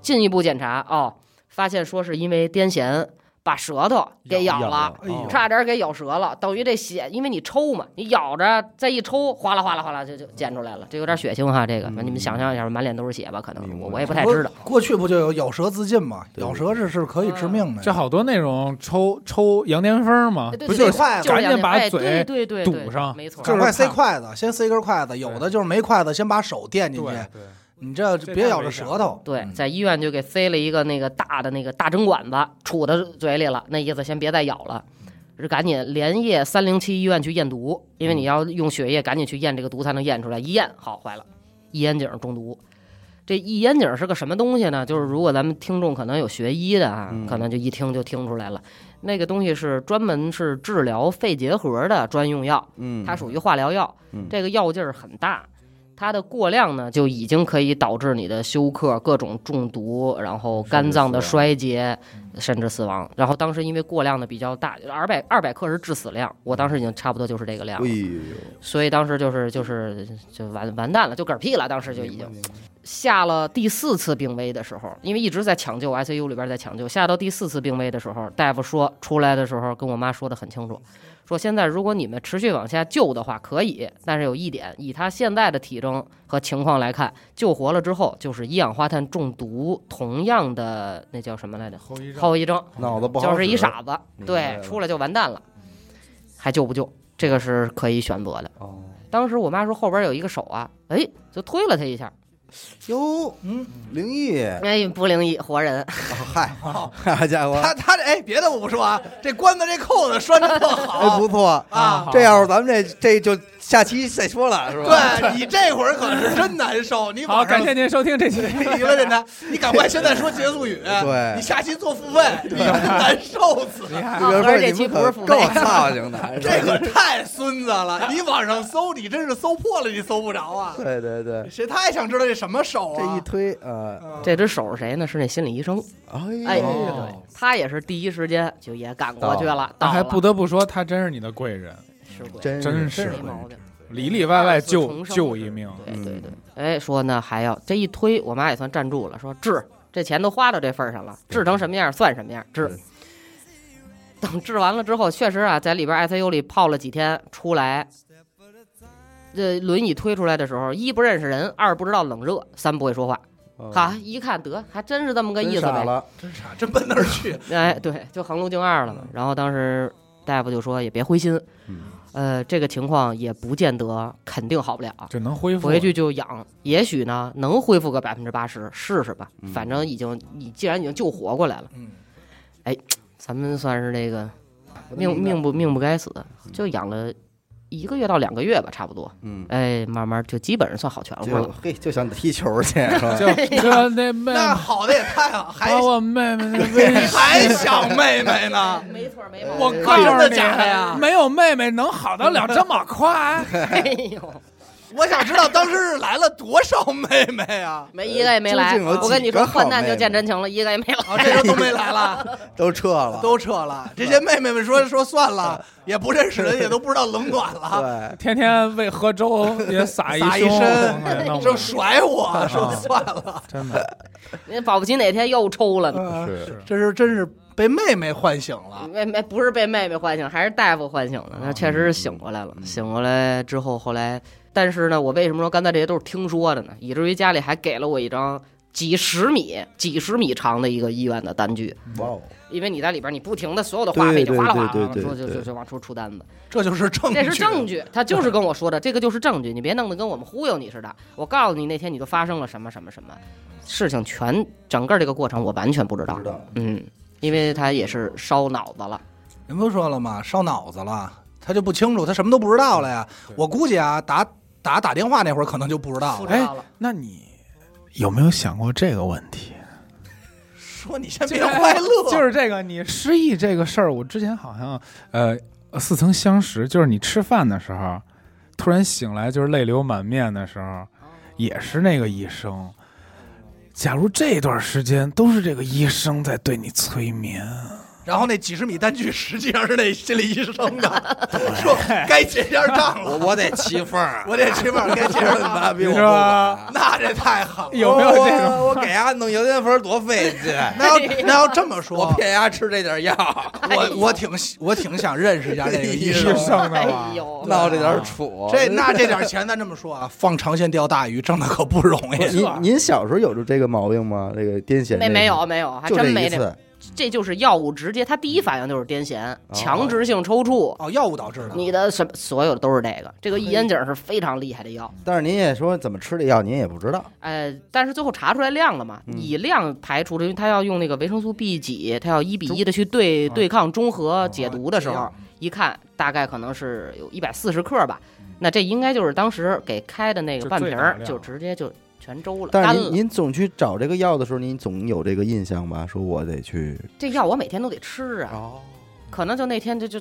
Speaker 4: 进一步检查哦，发现说是因为癫痫把舌头给咬了。哦
Speaker 3: 哎呦，
Speaker 4: 差点给咬折了，等于这血，因为你抽嘛，你咬着再一抽，哗啦哗啦哗啦就就溅出来了，这有点血腥哈。这个、
Speaker 1: 嗯
Speaker 4: 你们想象一下，满脸都是血吧？可能
Speaker 1: 明白
Speaker 4: 我我也不太知道。
Speaker 3: 过去不就有咬舌自尽吗？
Speaker 1: 对
Speaker 3: 咬舌是是可以致命的。
Speaker 2: 这好多那种抽抽羊癫疯嘛
Speaker 4: 哎，对
Speaker 2: 不
Speaker 4: 对
Speaker 2: 就
Speaker 4: 对
Speaker 2: 是
Speaker 3: 筷子
Speaker 4: 就
Speaker 2: 赶
Speaker 4: 是
Speaker 2: 紧
Speaker 4: 两
Speaker 2: 把
Speaker 4: 哎
Speaker 2: 嘴
Speaker 4: 对对对对
Speaker 2: 堵上
Speaker 4: 没错。
Speaker 3: 赶快塞
Speaker 2: 就是
Speaker 3: 筷子，先塞根筷子。有的就是没筷子，先把手垫进去
Speaker 2: 对。
Speaker 3: 你这
Speaker 2: 这
Speaker 3: 别
Speaker 2: 太
Speaker 3: 咬
Speaker 2: 危
Speaker 3: 着
Speaker 2: 险
Speaker 3: 舌头。
Speaker 4: 对，
Speaker 1: 嗯
Speaker 4: 在医院就给塞了一个那个大的那个大针管子，杵到嘴里了，那意思先别再咬了，是赶紧连夜三零七医院去验毒，
Speaker 1: 嗯
Speaker 4: 因为你要用血液赶紧去验这个毒才能验出来，一验好坏了，一烟井中毒。这一烟井是个什么东西呢？就是如果咱们听众可能有学医的啊，
Speaker 1: 嗯
Speaker 4: 可能就一听就听出来了，那个东西是专门是治疗肺结核的专用药。
Speaker 1: 嗯，
Speaker 4: 它属于化疗药，
Speaker 1: 嗯
Speaker 4: 这个药劲儿很大，它的过量呢就已经可以导致你的休克、各种中毒，然后肝脏的衰竭，
Speaker 1: 嗯
Speaker 4: 甚至死亡。然后当时因为过量的比较大，二百二百克是致死量，我当时已经差不多就是这个量
Speaker 1: 哎
Speaker 4: 了，
Speaker 1: 呦，
Speaker 4: 所以当时就是就是就完完蛋了，就嗝屁了，当时就已经。下了第四次病危的时候，因为一直在抢救 ICU 里边在抢救，下到第四次病危的时候，大夫说出来的时候跟我妈说的很清楚，说现在如果你们持续往下救的话可以，但是有一点，以他现在的体征和情况来看，救活了之后就是一氧化碳中毒同样的那叫什么来着
Speaker 2: 后遗症
Speaker 4: 后遗症，
Speaker 5: 脑子不好，
Speaker 4: 就是一。傻子，
Speaker 1: 明白
Speaker 4: 对，
Speaker 1: 了
Speaker 4: 出来就完蛋了，还救不救？这个是可以选择的。
Speaker 1: 哦，
Speaker 4: 当时我妈说后边有一个手啊，哎，就推了他一下，
Speaker 5: 哟，
Speaker 3: 嗯，
Speaker 5: 灵异，
Speaker 4: 哎，不灵异，活
Speaker 5: <laughs>
Speaker 4: 人。
Speaker 5: 嗨， <laughs> 好家伙，
Speaker 3: 他他这哎，别的我不说啊，这关子这扣子拴的特
Speaker 5: 哎，
Speaker 3: 好
Speaker 5: 不错。
Speaker 3: 啊。
Speaker 5: 这要是咱们这这就下期再说了，是吧？ <laughs>
Speaker 3: 对你这会儿可是真难受，你
Speaker 2: 好，
Speaker 3: 晚上
Speaker 2: 感谢您收听这期。
Speaker 4: <laughs>
Speaker 3: 娱乐电台，你赶快现在说结
Speaker 2: <laughs>
Speaker 3: 束语，
Speaker 5: 对
Speaker 3: 你下期做付费，你真难受死了。
Speaker 4: <laughs>
Speaker 5: 这缘分
Speaker 4: 这
Speaker 5: 啊你
Speaker 4: 期
Speaker 5: 们
Speaker 4: 不是
Speaker 5: 可
Speaker 4: 付费
Speaker 5: 够操行的，
Speaker 3: 这个太孙子了！你网上搜，你真是搜破了，你搜不着啊！
Speaker 5: 对对对，
Speaker 3: 谁太想知道这什么手
Speaker 5: 这一
Speaker 3: 啊？
Speaker 5: 推呃，
Speaker 3: 嗯
Speaker 4: <laughs> 这只手是谁呢？是那心理医生。哎，
Speaker 5: 呦
Speaker 4: 对，他也是第一时间就也赶过去了，
Speaker 2: 那
Speaker 4: 到
Speaker 2: 啊
Speaker 4: 了
Speaker 2: 还不得不说，他真是你的贵人，
Speaker 4: 是鬼，
Speaker 5: 真
Speaker 2: 真
Speaker 5: 是
Speaker 2: 是
Speaker 4: 没毛病，
Speaker 2: 里里外外
Speaker 4: 二次
Speaker 2: 救
Speaker 4: 重生
Speaker 2: 救一命。
Speaker 4: 对
Speaker 5: 嗯
Speaker 4: 对
Speaker 1: 嗯
Speaker 4: 对，哎，说呢还要这一推，我妈也算站住了，说治这钱都花到这份儿上了，治成什么样算什么样，治
Speaker 1: 对。
Speaker 4: 等治完了之后，确实啊，在里边 ICU 里泡了几天，出来，这轮椅推出来的时候，一不认识人，二不知道冷热，三不会说话，好，一看得还真是这么个意思呗。
Speaker 5: 了，
Speaker 3: 真傻，真奔那儿去。
Speaker 4: 哎，对，就横路径二了嘛。然后当时大夫就说也别灰心，呃，这个情况也不见得肯定好不了，啊
Speaker 2: 这能恢复
Speaker 4: 回去 <laughs> 就养，也许呢能恢复个百分之八十，试试吧
Speaker 5: 嗯。
Speaker 4: 反正已经你既然已经救活过来了，哎
Speaker 3: 嗯，
Speaker 4: 咱们算是那个命命
Speaker 3: 嗯
Speaker 4: 不命不该死，就养了一个月到两个月吧，差不多。
Speaker 5: 嗯，
Speaker 4: 哎，慢慢就基本上算好全乎
Speaker 5: 就
Speaker 4: 了。
Speaker 5: 嘿就想踢球去，是吧？
Speaker 1: <laughs>
Speaker 2: 就就那妹
Speaker 3: 那
Speaker 2: 妹
Speaker 3: 好的也太好，还
Speaker 2: 把我妹妹的
Speaker 3: <laughs>
Speaker 2: 微信，
Speaker 3: 还想妹妹 <laughs> 呢？
Speaker 4: 啊没错，没
Speaker 2: 我告
Speaker 3: 真
Speaker 2: 诉
Speaker 3: 的
Speaker 2: 你，
Speaker 3: 假的呀
Speaker 2: 没有妹妹能好得了这
Speaker 3: <laughs>
Speaker 2: 么快？
Speaker 4: 哎呦，
Speaker 3: 我想知道当时来了多少妹妹
Speaker 2: <laughs>
Speaker 3: 啊？
Speaker 4: 没一个也没来。
Speaker 5: 究竟有几个
Speaker 4: 我跟你说，
Speaker 5: 好妹妹
Speaker 4: 患难就见真情了，一个也没来。
Speaker 3: 啊，这都都没来
Speaker 2: <laughs>
Speaker 3: 了，
Speaker 5: 都撤了，
Speaker 3: 都撤了。这些妹妹们说说算了，也不认识人，也都不知道冷暖了，
Speaker 5: 对，
Speaker 2: 天天为喝粥也撒一
Speaker 3: 撒一
Speaker 2: 胸，
Speaker 3: 身
Speaker 2: 哎那我
Speaker 3: 就甩我说算了。
Speaker 2: 真的
Speaker 4: <laughs> 那保不齐哪天又抽了呢。
Speaker 3: 嗯
Speaker 1: 是
Speaker 3: 这是真是被妹妹唤醒了。
Speaker 4: 没没，不是被妹妹唤醒，还是大夫唤醒的。那确实是醒过来了。醒过来之后，后来，但是呢，我为什么说刚才这些都是听说的呢？以至于家里还给了我一张几十米、几十米长的一个医院的单据，
Speaker 5: 哇哦，
Speaker 4: 因为你在里边，你不停的所有的话费就
Speaker 1: 对对
Speaker 4: 哗啦哗啦，
Speaker 1: 对对对
Speaker 4: 说就
Speaker 1: 对
Speaker 4: 就就往出出单子。
Speaker 3: 这就是证据，啊
Speaker 4: 这是证据，他就是跟我说的，这个就是证据，你别弄得跟我们忽悠你似的。我告诉你，那天你就发生了什么什么什么事情全，整个这个过程我完全不知道。
Speaker 5: 不知道
Speaker 4: 嗯，因为他也是烧脑子了，
Speaker 3: 人不说了吗？烧脑子了，他就不清楚，他什么都不知道了呀。我估计啊，打打打电话那会儿可能就不知道
Speaker 4: 不
Speaker 3: 了。
Speaker 4: 知道了。
Speaker 2: 那你有没有想过这个问题？
Speaker 3: 说你先别快乐，
Speaker 2: 就是这个，你失忆这个事儿，我之前好像呃似曾相识，就是你吃饭的时候，突然醒来就是泪流满面的时
Speaker 3: 哦
Speaker 2: 候，也是那个医生。假如这段时间都是这个医生在对你催眠，
Speaker 3: 然后那几十米单据 <laughs> 实际上是那心理医生的，说该结下账
Speaker 5: 我 <laughs>
Speaker 3: 了，
Speaker 5: 我得骑缝
Speaker 1: <laughs>
Speaker 5: 儿，啊
Speaker 3: 我这起码该结上账。
Speaker 5: 妈逼我
Speaker 2: 是吧
Speaker 5: 不管
Speaker 3: 那这太狠了，
Speaker 2: 有没有这种
Speaker 5: 我我给丫弄油煎粉儿多费
Speaker 1: <laughs>
Speaker 5: 劲，
Speaker 3: 那要那要这
Speaker 5: <laughs>
Speaker 3: 么
Speaker 5: 我
Speaker 3: 说，
Speaker 5: 骗丫吃这点药，
Speaker 3: <laughs> 我我挺我挺想认识一下这个医
Speaker 5: <laughs>
Speaker 3: <laughs>
Speaker 2: 医
Speaker 3: 生。
Speaker 2: 生的吧
Speaker 4: 哎？呦，
Speaker 5: 闹啊这点杵。
Speaker 3: 这那这点钱，咱这
Speaker 5: <laughs>
Speaker 3: 么说啊，放长线钓大鱼挣的可不容
Speaker 1: <laughs>
Speaker 3: 易。
Speaker 5: 啊
Speaker 1: 您您小时候有这个毛病吗？这个癫痫？
Speaker 4: 没没有，没有，还
Speaker 1: 就
Speaker 4: 真
Speaker 1: 这
Speaker 4: 没
Speaker 1: 一
Speaker 4: 这，
Speaker 1: 次。
Speaker 4: 这就是药物直接，他第一反应就是癫痫，
Speaker 1: 哦
Speaker 4: 强制性抽搐。
Speaker 3: 哦，药物导致的。
Speaker 4: 你的什么所有的都是这个，这个异烟肼是非常厉害的药，
Speaker 1: 但是您也说怎么吃这药，您也不知道。
Speaker 4: 呃，但是最后查出来量了嘛，
Speaker 1: 嗯
Speaker 4: 以量排除的，因为他要用那个维生素 B 几，他要一比一的去
Speaker 1: 嗯
Speaker 4: 对对抗中
Speaker 1: 哦
Speaker 4: 和解毒的时
Speaker 3: 这
Speaker 4: 候
Speaker 3: 样，
Speaker 4: 一看大概可能是有一百四十克吧，
Speaker 1: 嗯
Speaker 4: 那这应该就是当时给开的那个
Speaker 2: 就
Speaker 4: 半
Speaker 2: 最
Speaker 4: 瓶
Speaker 2: 大
Speaker 4: 儿，
Speaker 2: 量
Speaker 4: 就直接就全周了，
Speaker 1: 但
Speaker 4: 干
Speaker 1: 是您
Speaker 4: 了。
Speaker 1: 您总去找这个药的时候，您总有这个印象吧？说我得去
Speaker 4: 这药我每天都得吃啊，
Speaker 5: 哦，
Speaker 4: 可能就那天就就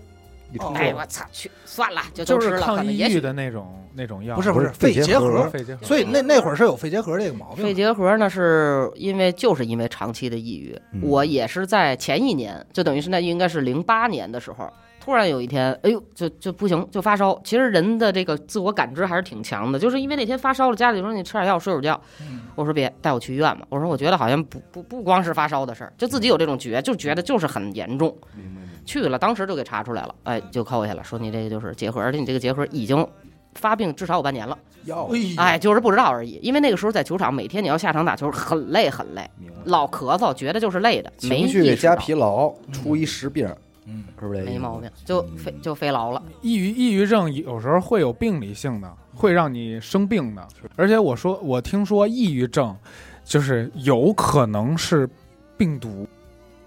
Speaker 1: 一冲
Speaker 3: 哦
Speaker 4: 哎我操去算了，就都
Speaker 2: 就
Speaker 4: 吃
Speaker 2: 是
Speaker 4: 了，可
Speaker 2: 抗
Speaker 4: 能
Speaker 2: 抑
Speaker 4: 也
Speaker 2: 郁
Speaker 4: 许
Speaker 2: 的那种那种药，
Speaker 3: 不是不是
Speaker 1: 不是
Speaker 3: 肺结
Speaker 1: 肺结核
Speaker 3: 核，
Speaker 2: 肺结核，
Speaker 3: 所以那那会儿是有肺结核这个毛病的。
Speaker 4: 肺结核呢，是因为就是因为长期的抑郁，
Speaker 1: 嗯
Speaker 4: 我也是在前一年，就等于是那应该是零八年的时候，突然有一天，哎呦，就就不行，就发烧。其实人的这个自我感知还是挺强的，就是因为那天发烧了，家里说你吃点药睡会儿觉，我说别带我去医院吧，我说我觉得好像不不不光是发烧的事儿，就自己有这种觉，就觉得就是很严重。去了，当时就给查出来了，哎，就扣下了，说你这个就是结核，而且你这个结核已经发病至少有半年了。
Speaker 5: 药
Speaker 3: 嗯
Speaker 4: 哎，，就是不知道而已。因为那个时候在球场，每天你要下场打球，很累很累，老咳嗽，觉得就是累的，没
Speaker 1: 情绪
Speaker 4: 意识到
Speaker 1: 加疲劳，出一实病，
Speaker 3: 嗯，
Speaker 1: 是不是？
Speaker 4: 没毛。病，就飞就飞牢了。
Speaker 2: 抑郁抑郁症有时候嗯会有病理性的，会让你生病的。而且我说，我听说抑郁症就是有可能是病毒，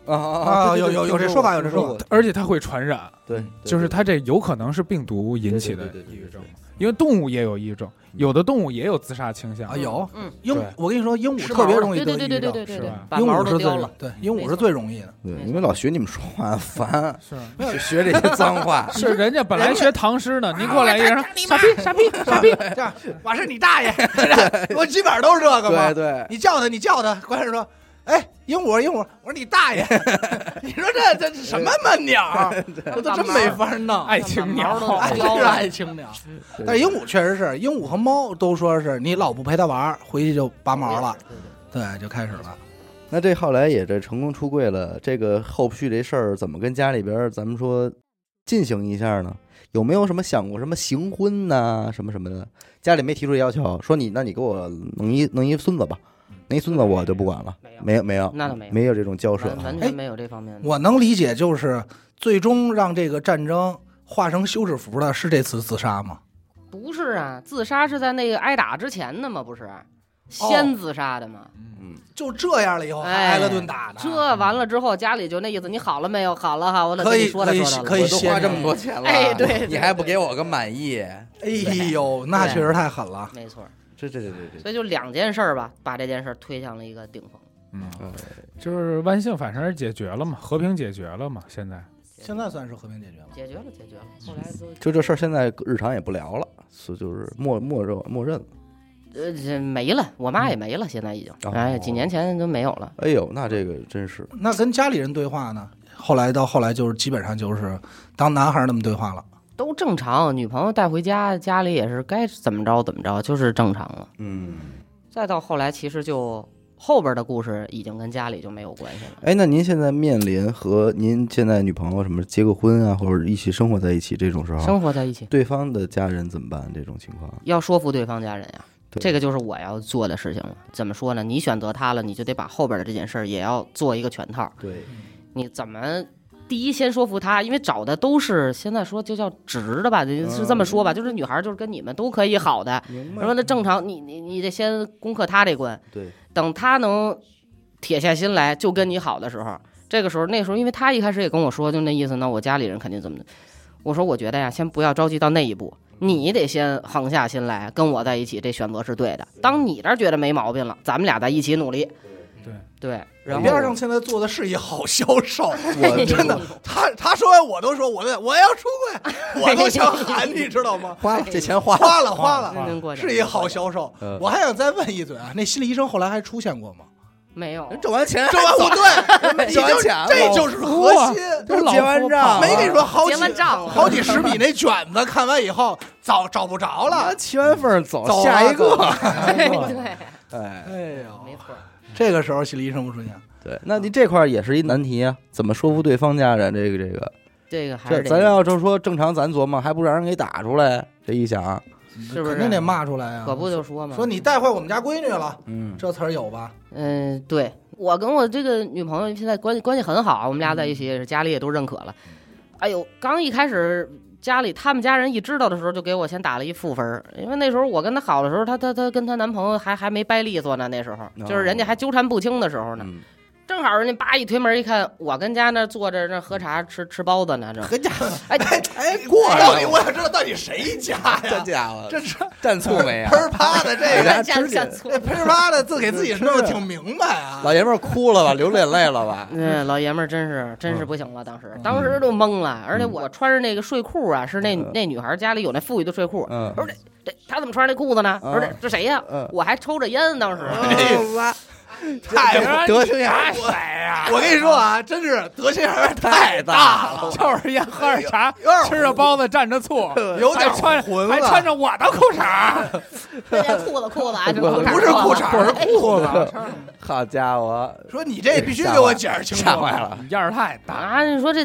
Speaker 5: 啊
Speaker 3: 啊有有有这说法有这说法，
Speaker 2: 而且它会传染，
Speaker 1: 对，
Speaker 2: 就是它这有可能是病毒引起的
Speaker 1: 对对对对
Speaker 2: 抑郁症。因为动物也有抑郁症，有的动物也有自杀倾向
Speaker 3: 啊，有
Speaker 4: 嗯，
Speaker 3: 鹦
Speaker 2: 对，
Speaker 3: 我跟你说，鹦鹉
Speaker 4: 吃
Speaker 3: 特别
Speaker 4: 毛
Speaker 3: 容易
Speaker 4: 对
Speaker 3: 得
Speaker 4: 对对
Speaker 3: 抑郁症
Speaker 4: 对对对对
Speaker 2: 是
Speaker 4: 对
Speaker 2: 吧，
Speaker 4: 把
Speaker 3: 鹦
Speaker 4: 毛
Speaker 3: 鹉
Speaker 4: 都
Speaker 3: 是最
Speaker 4: 叼
Speaker 3: 容
Speaker 4: 了。
Speaker 3: 对，鹦鹉是最容易的。
Speaker 1: 对，因为老学你们说话 <laughs>
Speaker 2: <laughs>
Speaker 1: 烦，啊
Speaker 2: 是，
Speaker 5: 学学这些脏话
Speaker 2: <laughs> 是人家本来学唐诗呢，您过来一人傻逼傻逼傻逼，
Speaker 3: 这样，我是你 <laughs> 大爷，我基本上都是这个嘛
Speaker 5: 对。
Speaker 2: 哎
Speaker 5: 对，
Speaker 3: 你叫他，你叫他，关键说，哎，鹦鹉鹦鹉，我说你大 <laughs> 爷，你说这这什么闷鸟儿， <laughs> 我都真没法弄。
Speaker 2: 爱情鸟
Speaker 4: 把毛都
Speaker 3: 哎，
Speaker 4: 叼
Speaker 3: 真是 <laughs>
Speaker 4: 了。
Speaker 3: 爱情鸟，但是鹦鹉确实是，鹦鹉和猫都说是你老不陪它玩儿，回去就拔毛了，对，就开始了。
Speaker 1: 那这后来也这成功出柜了，这个后续这事儿怎么跟家里边儿咱们说进行一下呢？有没有什么想过什么行婚呐、什么什么的？家里没提出要求，说你那你给我弄一弄一孙子吧，那孙子我就不管了，
Speaker 4: 没有
Speaker 1: 没有没有，
Speaker 4: 那倒没有
Speaker 1: 没有这种交涉啊
Speaker 4: 完，完
Speaker 3: 哎
Speaker 4: 全没有这方面的。
Speaker 3: 我能理解，就是最终让这个战争化成休止符的是这次自杀吗？
Speaker 4: 不是啊，自杀是在那个挨打之前的嘛，不
Speaker 3: 哦
Speaker 4: 是？先自杀的嘛，
Speaker 3: 就这样了以后还
Speaker 4: 哎
Speaker 3: 挨了顿打呢？
Speaker 4: 这完了之后，家里就那意思，你好了没有？好了哈，我得
Speaker 3: 可
Speaker 4: 跟你
Speaker 3: 以
Speaker 4: 说道
Speaker 3: 可以
Speaker 4: 说道了。
Speaker 3: 可以
Speaker 5: 我都花
Speaker 3: 先
Speaker 2: 啊
Speaker 5: 这么多钱了，
Speaker 4: 哎对
Speaker 1: <laughs>
Speaker 4: 对
Speaker 5: 你还不给我个满意？
Speaker 3: 哎呦，那确实太狠了。
Speaker 4: 没错，
Speaker 1: 这这这这
Speaker 4: 所以就两件事儿吧，把这件事儿推向了一个顶峰。
Speaker 2: 嗯，
Speaker 1: 这，
Speaker 2: 就是万幸，反正是解决了嘛，和平解决了嘛。
Speaker 3: <laughs>
Speaker 2: 现在
Speaker 3: 现在算是和平解决了。
Speaker 4: 解决了，解决了。后来都
Speaker 1: 就这事儿现在日常也不聊了，所以就是默默认默认了。
Speaker 4: 呃这没了，我妈也没了，现在已经，
Speaker 1: 哦
Speaker 4: 哎，几年前都没有了。
Speaker 1: 哎呦，那这个真是
Speaker 3: 那跟家里人对话呢？后来到后来就是基本上就是当男孩儿那么对话了。
Speaker 4: 都正常，女朋友带回家，家里也是该怎么着怎么着，就是正常了。
Speaker 1: 嗯。
Speaker 4: 再到后来，其实就后边的故事已经跟家里就没有关系了。
Speaker 1: 哎，那您现在面临和您现在女朋友什么结过婚啊，或者一起生活在一起这种时候，
Speaker 4: 生活在一起，
Speaker 1: 对方的家人怎么办？这种情况，
Speaker 4: 要说服对方家人呀、
Speaker 1: 对
Speaker 4: 这个就是我要做的事情了。怎么说呢？你选择他了，你就得把后边的这件事儿也要做一个全套。
Speaker 1: 对，
Speaker 4: 你怎么第一先说服他？因为找的都是现在说就叫直的吧，就是这么说吧，就是女孩儿就是跟你们都可以好的，
Speaker 1: 明
Speaker 4: 什么的正常。你你你得先攻克他这关，
Speaker 1: 对，
Speaker 4: 等他能铁下心来就跟你好的时候，这个时候那时候，因为他一开始也跟我说，就那意思，那我家里人肯定怎么的。我说我觉得呀，先不要着急到那一步，你得先横下心来跟我在一起，这选择是对的。当你这儿觉得没毛病了，咱们俩再一起努力。
Speaker 2: 对
Speaker 4: 对，然后 <laughs>
Speaker 3: 边上现在做的事业好销 <laughs> 售，
Speaker 1: 我
Speaker 3: 真的，他他说完我都说我我要出 <laughs> 柜，我都想喊， <laughs> 你知道吗？
Speaker 1: 花了这钱花了，
Speaker 3: 花了花了，呃
Speaker 4: 认真过去
Speaker 3: 是一好销售
Speaker 1: 嗯。
Speaker 3: 我还想再问一嘴啊，那心理医生后来还出现过吗？
Speaker 4: 没有
Speaker 5: 挣完钱，
Speaker 3: 这完不对， <laughs>
Speaker 5: 没
Speaker 3: 已
Speaker 5: 挣
Speaker 3: 经
Speaker 5: 完钱了
Speaker 3: 这就是核心。
Speaker 5: 都结完账
Speaker 3: 没跟你说好几
Speaker 4: 结完账了
Speaker 3: 好几十米那卷子，看完以后找找不着了
Speaker 5: 啊，。七完缝走
Speaker 3: 走啊
Speaker 5: 下一个，
Speaker 4: 对，
Speaker 5: 哎，
Speaker 3: 哎呦，
Speaker 4: 没错。
Speaker 3: 这个时候心理医生不出现，
Speaker 1: 对，那你这块儿也是一难题啊，怎么说服对方家人？这个这个，
Speaker 4: 这个还
Speaker 1: 这
Speaker 4: 是
Speaker 1: 咱
Speaker 4: 得
Speaker 1: 要就说正常，咱琢磨还不让人给打出来？这一想，
Speaker 4: 是不是
Speaker 3: 肯定得骂出来啊！
Speaker 4: 可不就说嘛，
Speaker 3: 说你带坏我们家闺女了，
Speaker 1: 嗯，
Speaker 3: 这词儿有吧？
Speaker 4: 嗯，对我跟我这个女朋友现在关系关系很好，我们俩在一起也是家里也都认可了。哎呦，刚一开始家里他们家人一知道的时候，就给我先打了一负分儿，因为那时候我跟她好的时候，她她她跟她男朋友还还没掰利索呢，那时候就是人家还纠缠不清的时候呢，
Speaker 1: 嗯
Speaker 4: 正好人家叭一推门一看，我跟家那坐着那喝茶吃吃包子呢，
Speaker 3: <laughs>
Speaker 4: 这
Speaker 3: 家伙，
Speaker 4: 哎
Speaker 3: 哎，过来到底我想知道到底谁家
Speaker 5: 这
Speaker 3: 呀？
Speaker 5: 家伙
Speaker 3: 这是
Speaker 5: 蘸醋没啊
Speaker 3: 喷？儿啪的这个，
Speaker 4: 像像醋
Speaker 3: 这喷儿啪的自给自己弄得挺明白啊。
Speaker 5: 老爷们儿哭了吧，流眼泪了
Speaker 4: <laughs>
Speaker 5: 吧？
Speaker 4: 嗯，老爷们儿真是真
Speaker 1: 嗯
Speaker 4: 是不行了，当时当时都懵了，而且我穿着那个睡裤啊，是那
Speaker 1: 嗯
Speaker 4: 那女孩家里有那富裕的睡裤，
Speaker 1: 嗯
Speaker 4: 我说这这她怎么穿着那裤子呢？
Speaker 1: 嗯
Speaker 4: 我说这这谁呀
Speaker 1: 嗯？
Speaker 4: 我还抽着烟，当时
Speaker 3: <laughs> 太
Speaker 5: 德行也太
Speaker 3: 我跟你说啊，真是德心
Speaker 1: <laughs>
Speaker 3: 眼儿太大了，
Speaker 2: 就是也喝着茶，
Speaker 3: 有点
Speaker 2: 吃着包子，蘸着醋，
Speaker 3: 有点
Speaker 2: 还穿
Speaker 3: 混了啊
Speaker 2: 还穿着我的裤衩
Speaker 3: <laughs>
Speaker 2: 儿，
Speaker 4: 那件裤子裤子啊，这裤衩
Speaker 3: 不是裤衩
Speaker 1: <laughs> 哎
Speaker 3: 儿，是裤子。
Speaker 1: 好家伙，
Speaker 3: <laughs> 说你这必须给我解释清楚。
Speaker 5: 吓坏了。
Speaker 2: 你样儿太
Speaker 3: 哎
Speaker 2: 大。
Speaker 4: 啊！你说这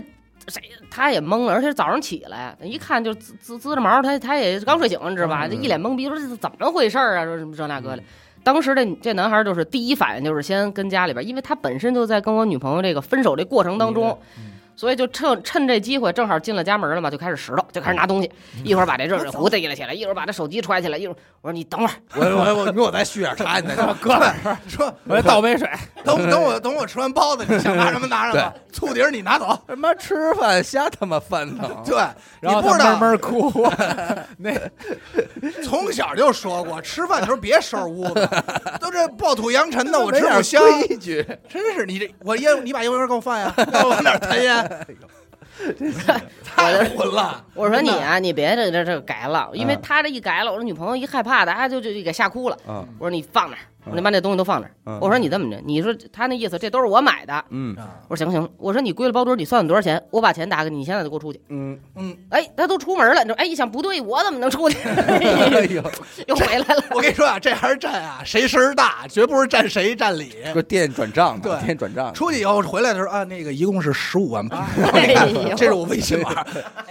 Speaker 4: 谁？他也懵了，而且早上起来一看就滋滋滋着毛，他他也刚睡醒，你知道吧？这一脸懵逼，说这是怎么回事儿啊？说什么这那个的。当时这这男孩就是第一反应就是先跟家里边，因为他本身就在跟我女朋友这个分手这过程当中，所以就趁趁这机会，正好进了家门了嘛，就开始拾掇，就开始拿东西，一会儿把这热水壶逮了起来，一会儿把这手机揣起来，一会儿我说你等会儿，
Speaker 5: 我我我，你给我再续点茶，
Speaker 3: <laughs>
Speaker 5: 你再
Speaker 3: 哥们儿说，
Speaker 2: 我再倒杯水，
Speaker 3: 等等我等我吃完包子，你想拿什么拿什么， <laughs> 醋碟儿你拿走。
Speaker 5: 他妈吃饭瞎他妈翻腾，
Speaker 3: 对，
Speaker 2: 然后
Speaker 3: 你不知
Speaker 2: 他
Speaker 3: 道
Speaker 2: 慢慢哭。那
Speaker 3: 从小就说过，吃饭的时候别收拾屋子，都这暴土扬尘的，我吃不香。
Speaker 5: 规矩。
Speaker 3: 真 <laughs> 是你这，我烟，你把油烟给我放下，让我往哪儿弹烟。太混了！
Speaker 4: 我说你啊，你别这这这改了，因为他这一改了，我说女朋友一害怕的，他就就就给吓哭了。
Speaker 1: <laughs> 嗯
Speaker 4: 我说你放那儿，我说把这东西都放那儿。
Speaker 1: 嗯
Speaker 4: 我说你这么着，你说他那意思，这都是我买的。
Speaker 1: 嗯
Speaker 4: 我说行行，我说你归了包堆儿，你算算多少钱，我把钱打给你，你现在就给我出去。
Speaker 1: 嗯，
Speaker 3: 嗯，
Speaker 4: 哎，他都出门了，你说哎一想不对，我怎么能出去？ <laughs> 又回来了。
Speaker 3: 我跟你说啊，这还是占啊，谁声儿大，绝不是占谁占理。
Speaker 5: 说店转账嘛，
Speaker 3: 对
Speaker 5: 店转账。
Speaker 3: 出去以后回来的时候啊，那个一共是十五万八，
Speaker 4: 哎呦
Speaker 3: 这是我微信码，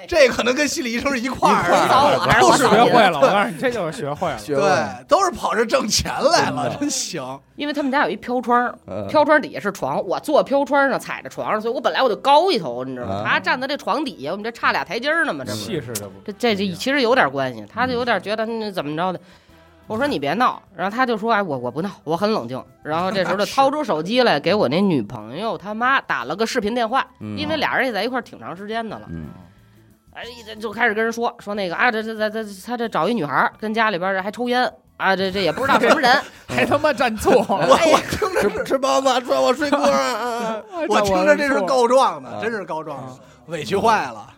Speaker 3: 这可能跟心理医生是一块儿
Speaker 4: 我扫
Speaker 3: 的，
Speaker 4: 我还是
Speaker 3: 都
Speaker 4: 我
Speaker 3: 是
Speaker 2: 学
Speaker 4: 扫
Speaker 2: 会
Speaker 4: 您？
Speaker 2: 了，我告诉你，这就是学会了。
Speaker 5: 学问
Speaker 3: 对，都是跑这挣钱来了，真行，
Speaker 4: 因为他们家有一飘窗儿，
Speaker 1: 嗯
Speaker 4: 飘窗底下是床，我坐飘窗上踩着床上，所以我本来我就高一头，你知道吗？
Speaker 1: 啊
Speaker 4: 他站在这床底下，我们这差俩台阶儿呢嘛，这不是
Speaker 2: 气势的不
Speaker 4: 这
Speaker 1: 哎
Speaker 4: 这这其实有点关系，他就有
Speaker 1: 嗯
Speaker 4: 点觉得那怎么着的。我说你别闹，然后他就说哎我我不闹，我很冷静。然后这时候就掏出手机来给我那女朋友他妈打了个视频电话，
Speaker 1: 嗯
Speaker 4: 因为俩人也在一块儿挺长时间的了。
Speaker 1: 嗯
Speaker 4: 哎，这就开始跟人说说那个啊这这这这他这找一女孩儿跟家里边儿还抽烟啊这这也不知道什么人，
Speaker 1: <laughs>
Speaker 2: 还他妈占醋，
Speaker 3: <laughs>
Speaker 1: 哦
Speaker 3: 我我听着
Speaker 5: 吃吃包子，穿我睡裤
Speaker 2: 哎
Speaker 5: 啊，
Speaker 3: <laughs> 我听着这是
Speaker 2: 够。
Speaker 3: 告状的，
Speaker 1: 啊
Speaker 3: 真是告状的，委屈坏了。
Speaker 1: 嗯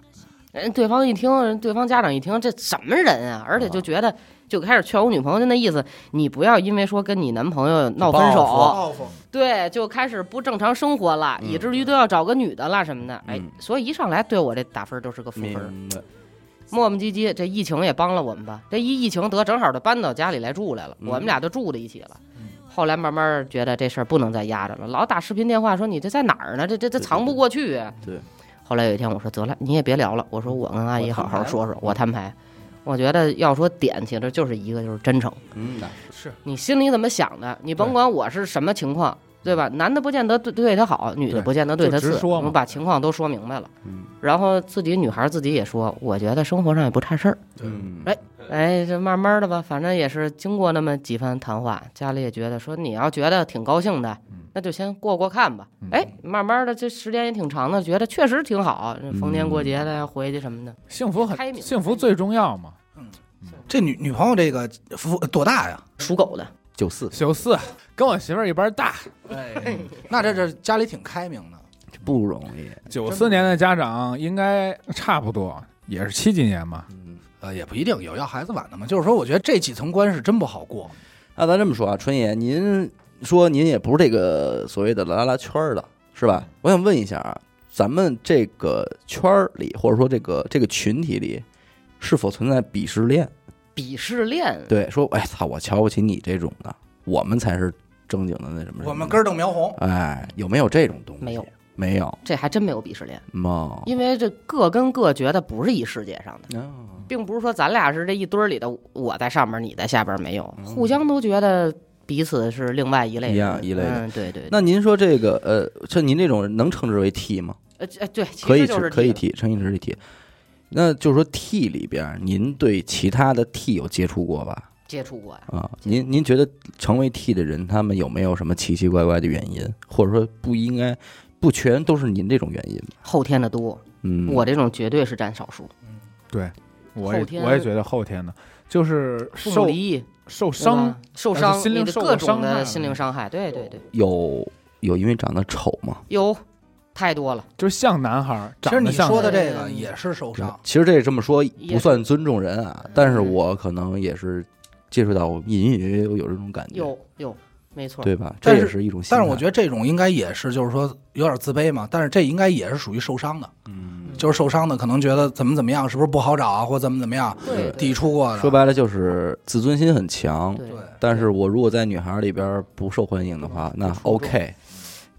Speaker 4: 人哎对方一听，人对方家长一听，这什么人啊？而且
Speaker 1: 嗯
Speaker 4: 就觉得就开始劝我女朋友，就那意思，你不要因为说跟你男朋友闹分
Speaker 1: 报
Speaker 4: 手，
Speaker 3: 报复，
Speaker 4: 对，就开始不正常生活了，
Speaker 1: 嗯
Speaker 4: 以至于都要找个女的啦什么的。哎
Speaker 1: 嗯，
Speaker 4: 所以一上来对我这打分就是个负分，
Speaker 1: 明白，
Speaker 4: 磨磨唧唧。这疫情也帮了我们吧，这一疫情得正好就搬到家里来住来了，
Speaker 1: 嗯
Speaker 4: 我们俩就住在一起了。后来慢慢觉得这事儿不能再压着了，老打视频电话说你这在哪儿呢？这这这
Speaker 1: 对对
Speaker 4: 藏不过去啊。
Speaker 1: 对
Speaker 4: 后来有一天我说得了，你也别聊了，我说我跟阿姨好好说说，我摊牌。我觉得要说点，其实就是一个就是真诚，
Speaker 1: 嗯，那
Speaker 2: 是
Speaker 4: 你心里怎么想的，你甭管我是什么情况，对吧？男的不见得对对他好，女的
Speaker 2: 对
Speaker 4: 不见得对他
Speaker 2: 就
Speaker 4: 次
Speaker 2: 直，说嘛
Speaker 4: 我们把情况都说明白了。
Speaker 1: 嗯
Speaker 4: 然后自己女孩自己也说，我觉得生活上也不差事儿。
Speaker 1: 嗯
Speaker 4: 哎哎，这慢慢的吧，反正也是经过那么几番谈话，家里也觉得说你要觉得挺高兴的，
Speaker 2: 嗯
Speaker 4: 那就先过过看吧。哎，慢慢的这时间也挺长的，觉得确实挺好，这逢年过节的
Speaker 2: 嗯
Speaker 4: 呀回去什么的。
Speaker 2: 幸福
Speaker 4: 开明
Speaker 2: 很幸福最重要嘛。
Speaker 3: 这女女朋友这个服多大呀？
Speaker 4: 属狗的，
Speaker 1: 九四
Speaker 2: 九四跟我媳妇儿一般大，
Speaker 3: 哎，那这这家里挺开明的，
Speaker 1: 不容易，
Speaker 2: 九四年的家长应该差不多，也是七几年嘛。
Speaker 1: 嗯。
Speaker 3: 呃，也不一定有要孩子晚的嘛。就是说，我觉得这几层关是真不好过。
Speaker 1: 那咱这么说啊，春野，您说您也不是这个所谓的拉拉圈儿的，是吧？我想问一下啊，咱们这个圈儿里，或者说这个这个群体里，是否存在鄙视链？
Speaker 4: 鄙视链。
Speaker 1: 对，说哎操，我瞧不起你这种的，我们才是正经的那什么人。
Speaker 3: 我们根儿正苗红，
Speaker 1: 哎，有没有这种东西？
Speaker 4: 没有，
Speaker 1: 没有
Speaker 4: 这还真没有鄙视链，
Speaker 2: 哦
Speaker 1: 吗？
Speaker 4: 因为这各跟各觉得不是一世界上的，
Speaker 1: 哦
Speaker 4: 并不是说咱俩是这一堆儿里的，我在上面，你在下边没有，互相都觉得彼此是另外一类
Speaker 1: 嗯
Speaker 4: 人
Speaker 1: 一样一类的
Speaker 4: 嗯，对对。对
Speaker 1: 那您说这个呃，像您这种能称之为 T 吗？
Speaker 4: 呃这呃对，其
Speaker 1: 可以
Speaker 4: 实就是
Speaker 1: 可以
Speaker 4: 这个
Speaker 1: T，乘以值是 T。那就是说 T 里边儿，您对其他的 T 有接触过吧？
Speaker 4: 接触过呀。
Speaker 1: 啊，您您觉得成为 T 的人，他们有没有什么奇奇怪怪的原因，或者说不应该，不全都是您这种原因吧？
Speaker 4: 后天的多，
Speaker 1: 嗯，
Speaker 4: 我这种绝对是占少数。
Speaker 2: 我也
Speaker 4: 后天
Speaker 2: 我也觉得后天的，就是
Speaker 4: 父母
Speaker 2: 受
Speaker 4: 离异、
Speaker 2: 受
Speaker 4: 对
Speaker 2: 伤
Speaker 4: 吧、受
Speaker 2: 而
Speaker 4: 伤，
Speaker 2: 且心灵
Speaker 4: 你的
Speaker 2: 受
Speaker 4: 各
Speaker 2: 过
Speaker 4: 种
Speaker 2: 伤
Speaker 4: 的
Speaker 2: 害嗯
Speaker 4: 心灵伤害，对对对，
Speaker 1: 有有因为长得丑吗？
Speaker 4: 有太多了。
Speaker 2: 就是像男孩儿
Speaker 3: 其
Speaker 2: 长
Speaker 3: 实
Speaker 2: 得
Speaker 3: 你
Speaker 2: 像
Speaker 3: 说
Speaker 2: 男孩儿，
Speaker 3: 的这个也是受伤，
Speaker 1: 其实这这么说
Speaker 4: 也
Speaker 1: 不算尊重人啊，但是
Speaker 4: 嗯
Speaker 1: 我可能也是接触到，我隐隐约约有这种感觉，
Speaker 4: 有有，没错。
Speaker 1: 对吧？
Speaker 3: 但
Speaker 1: 这也是
Speaker 3: 是
Speaker 1: 一种心态，
Speaker 3: 但是我觉得这种应该也是，就是说有点自卑嘛。但是这应该也是属于受伤的，
Speaker 1: 嗯，
Speaker 3: 就是受伤的可能觉得怎么怎么样，是不是不好找啊，或怎么怎么样，
Speaker 4: 对
Speaker 1: 是
Speaker 3: 抵触过的。
Speaker 1: 说白了就是自尊心很强，
Speaker 4: 对
Speaker 3: 对，
Speaker 1: 但是我如果在女孩里边儿不受欢迎的话，那 OK，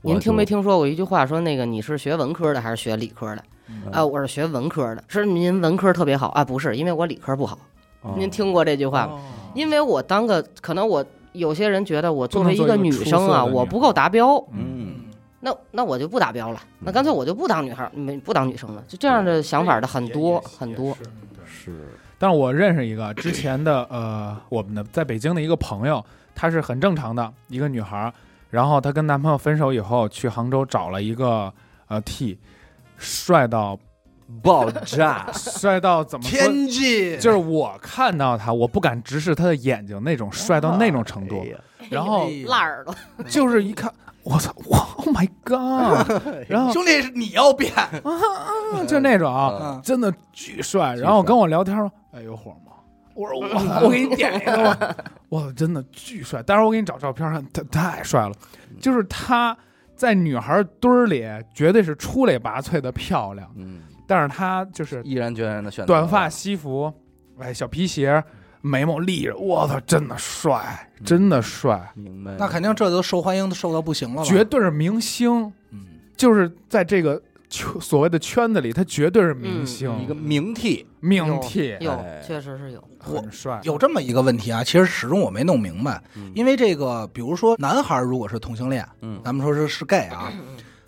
Speaker 4: 您听没
Speaker 1: 没？
Speaker 4: 听说过一句话说那个你是学文科的还是学理科的？
Speaker 1: 嗯
Speaker 4: 啊，我是学文科的。是您文科特别好啊？不是，因为我理科不好。
Speaker 1: 哦
Speaker 4: 您听过这句话吗？因为我当个可能我有些人觉得我作为一
Speaker 2: 不能做
Speaker 4: 女
Speaker 2: 一个出
Speaker 4: 生
Speaker 2: 色
Speaker 4: 啊，
Speaker 2: 的女
Speaker 4: 我
Speaker 2: 孩
Speaker 4: 不够达标。
Speaker 1: 嗯。
Speaker 4: 那那我就不达标了，那干
Speaker 2: 嗯
Speaker 4: 脆我就不当女孩儿，没不当女生了，就这样的想法的
Speaker 3: 嗯
Speaker 4: 很多很多。
Speaker 2: 嗯
Speaker 1: 是，
Speaker 2: 但是我认识一个之前的呃，我们的在北京的一个朋友，她是很正常的一个女孩儿，然后她跟男朋友分手以后，去杭州找了一个呃 T，帅到
Speaker 1: 爆炸
Speaker 2: <laughs> 帅到怎么说？
Speaker 3: 天际
Speaker 2: 就是我看到他，我不敢直视他的眼睛，
Speaker 1: 啊
Speaker 2: 那种帅到那种
Speaker 1: 哎
Speaker 2: 程度。然后
Speaker 4: 烂耳
Speaker 3: <laughs>
Speaker 4: 朵，
Speaker 2: 就是一看，我操，哇，Oh my <laughs> god！然后
Speaker 3: 兄弟，你要 <laughs> 变，
Speaker 2: 嗯就那
Speaker 1: 呃
Speaker 2: 种啊，
Speaker 3: 嗯
Speaker 2: 真的巨帅。然后跟我聊天说：“哎，有火吗？”我说：“ <laughs> 我我给你点一个吧。”哇，真的巨帅！待会儿我给你找照片看，他太帅了。就是他在女孩堆儿里绝对是出类拔萃的漂亮，
Speaker 1: 嗯，
Speaker 2: 但是他就是
Speaker 1: 毅然决然的选择
Speaker 2: 短发、西服，哎，小皮鞋，眉毛立着，我操，真的帅，真的帅，
Speaker 1: 明白？
Speaker 3: 那肯定这都受欢迎，受到不行了吧？
Speaker 2: 绝对是明星。
Speaker 3: 嗯，
Speaker 2: 就是在这个圈所谓的圈子里，他绝对是明星，
Speaker 3: 嗯
Speaker 1: 一个名替，
Speaker 2: 名替，
Speaker 4: 有
Speaker 1: 哎
Speaker 4: 确实是有，
Speaker 2: 很帅。
Speaker 3: 有这么一个问题啊，其实始终我没弄明白，因为这个，比如说男孩如果是同性恋，
Speaker 1: 嗯
Speaker 3: 咱们说是是 gay 啊，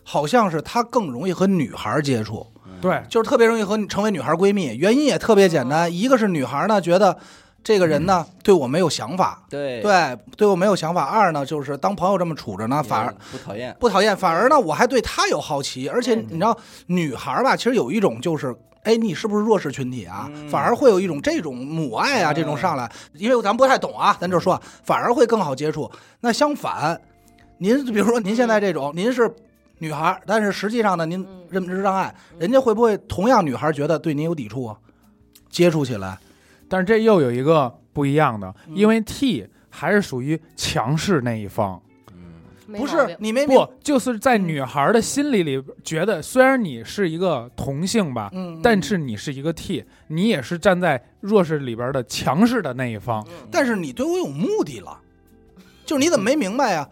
Speaker 3: 好像是他更容易和女孩接触，
Speaker 1: 嗯
Speaker 2: 对，
Speaker 3: 就是特别容易和成为女孩闺蜜。原因也特别简单，一个是女孩呢觉得这个人呢对我没有想法，
Speaker 1: 对
Speaker 3: 对对我没有想法；二呢就是当朋友这么处着呢，反而
Speaker 1: 不讨厌，
Speaker 3: 不讨厌，反而呢，我还对她有好奇。而且你知道，女孩吧，其实有一种就是，哎，你是不是弱势群体啊？
Speaker 1: 嗯
Speaker 3: 反而会有一种这种母爱啊，
Speaker 1: 嗯
Speaker 3: 这种上来，因为咱不太懂啊，咱就说，反而会更好接触。那相反，您比如说您现在这种，您是。女孩，但是实际上呢，您
Speaker 4: 嗯
Speaker 3: 认知障碍，人家会不会同样女孩觉得对您有抵触啊？接触起来，
Speaker 2: 但是这又有一个不一样的，
Speaker 3: 嗯
Speaker 2: 因为 T 还是属于强势那一方，
Speaker 1: 嗯
Speaker 4: 没
Speaker 3: 不
Speaker 4: 毛
Speaker 3: 是
Speaker 4: 病
Speaker 3: 你没明
Speaker 2: 不就是在女孩的心里里觉得，虽然你是一个同性吧，
Speaker 3: 嗯，嗯
Speaker 2: 但是你是一个 T，你也是站在弱势里边的强势的那一方。
Speaker 4: 嗯
Speaker 3: 但是你对我有目的了，就是你怎么没明白呀、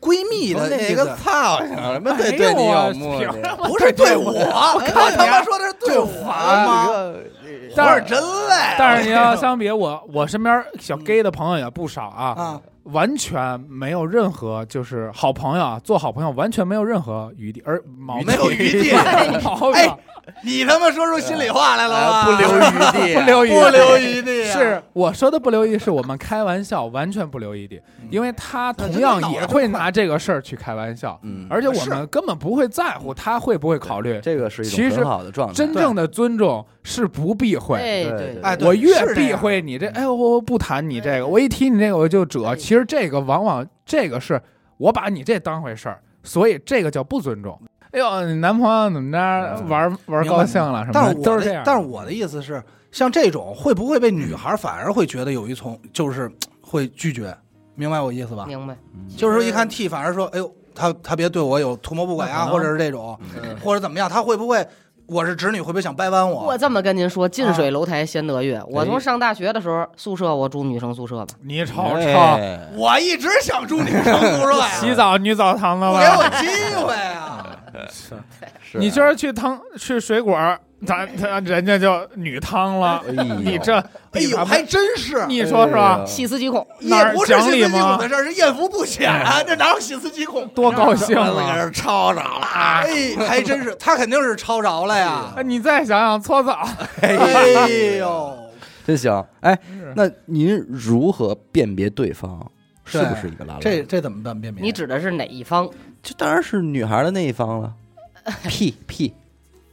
Speaker 3: 闺蜜的意
Speaker 5: 那
Speaker 3: 思
Speaker 5: 个操性，什
Speaker 1: 嗯
Speaker 5: 么对
Speaker 2: <laughs> 哎呦
Speaker 5: 对你
Speaker 2: 我
Speaker 5: 有目
Speaker 2: 天
Speaker 5: 的？
Speaker 3: 不是对我，我
Speaker 5: 看
Speaker 3: 他
Speaker 5: 你
Speaker 3: 妈
Speaker 5: 啊
Speaker 3: 说的是对我
Speaker 1: 哎
Speaker 5: 啊
Speaker 3: 吗？
Speaker 5: 你
Speaker 3: 活
Speaker 2: 但
Speaker 3: 儿
Speaker 2: 是
Speaker 3: 真累。
Speaker 2: 但是你要相比我，我身边小 gay 的朋友也不少啊，
Speaker 3: 啊，
Speaker 2: 完全没有任何就是好朋友啊，做好朋友完全没有任何余地，而毛病
Speaker 3: 没有余
Speaker 2: <laughs>
Speaker 3: 地
Speaker 2: 毛病
Speaker 3: 哎你他妈说出心里话来
Speaker 2: 哎
Speaker 3: 了吗？
Speaker 5: 啊不
Speaker 3: <laughs>
Speaker 5: 留余地，
Speaker 1: <laughs>
Speaker 2: 不留余地
Speaker 3: 不留余地啊，
Speaker 2: <laughs> 是我说的不留意，是我们开玩笑，完全不留意的，
Speaker 3: 嗯
Speaker 2: 因为他同样也会拿这个事儿去开玩笑，
Speaker 1: 嗯，
Speaker 2: 而且我们根本不会在乎他会不会考虑。
Speaker 1: 这个是一
Speaker 2: 其
Speaker 1: 种
Speaker 2: 实
Speaker 1: 很好的状态，
Speaker 2: 真正的尊重是不避讳，
Speaker 4: 哎
Speaker 1: 对
Speaker 4: 对
Speaker 1: 对，
Speaker 3: 哎，对
Speaker 2: 我越
Speaker 3: 是这
Speaker 2: 避
Speaker 3: 样
Speaker 2: 讳你这，哎，我不谈你这
Speaker 4: 对
Speaker 2: 个，我一提你这个我就折。
Speaker 3: 哎
Speaker 4: 对
Speaker 2: 其实这个往往这个是我把你这当回事儿，所以这个叫不尊重。哎呦，你男朋友怎么着
Speaker 1: 嗯
Speaker 2: 玩玩
Speaker 3: 明白
Speaker 2: 高兴了什么的？
Speaker 3: 但是
Speaker 2: 都
Speaker 3: 我
Speaker 2: 是这
Speaker 3: 的
Speaker 2: 样，。
Speaker 3: 但是我的意思是，像这种会不会被女孩反而会觉得有一从，就是会拒绝，明白我意思吧？
Speaker 4: 明白，
Speaker 3: 嗯
Speaker 4: 嗯
Speaker 3: 就是说一看 T，反而说，哎呦，他他别对我有图谋不轨啊，
Speaker 2: 嗯那可能嗯
Speaker 3: 或者是这种，或者怎么样，他会不会我是直女，会不会想掰弯
Speaker 4: 我这么跟您说，
Speaker 3: 啊
Speaker 4: 近水楼台先得月。我
Speaker 1: 哎
Speaker 4: 从上大学的时候，宿舍我住女生宿舍
Speaker 3: 嗯
Speaker 4: 吧，
Speaker 2: 你瞅瞅，
Speaker 1: 哎
Speaker 3: 我一直想住女生宿舍呀，
Speaker 2: 洗澡女澡堂子
Speaker 3: 啊不
Speaker 2: 吧？
Speaker 3: 给我机会啊！
Speaker 1: 是啊
Speaker 2: 你今儿去汤去水果儿，咱咱人家就女汤了
Speaker 1: 哎，呦
Speaker 2: <laughs> 你这
Speaker 3: 哎呦，还真是，
Speaker 2: 你说
Speaker 1: 哎
Speaker 2: 说
Speaker 1: 呀
Speaker 4: 细思极恐。
Speaker 2: 哪
Speaker 3: 也
Speaker 2: 儿
Speaker 3: 不是
Speaker 2: 讲
Speaker 3: 细
Speaker 2: 理
Speaker 3: 思极恐
Speaker 2: 吗
Speaker 3: 的
Speaker 2: 哎
Speaker 3: 事儿，是艳福不浅， <laughs> 这哪有细思极恐？
Speaker 2: 多高兴
Speaker 5: 完了搁这
Speaker 2: 啊！
Speaker 5: 儿吵着了。
Speaker 3: 哎，还真是，他肯定是抄着了
Speaker 2: <laughs>
Speaker 3: 呀！
Speaker 2: 哎你再想想搓澡，
Speaker 3: 哎呦，
Speaker 1: 真行，哎，那您如何辨别对方是不是一个拉拉？
Speaker 3: 这这怎么办？啊辨别
Speaker 4: 你指的是哪一方？
Speaker 1: 这当然是女孩的那一方 <laughs> 了。P P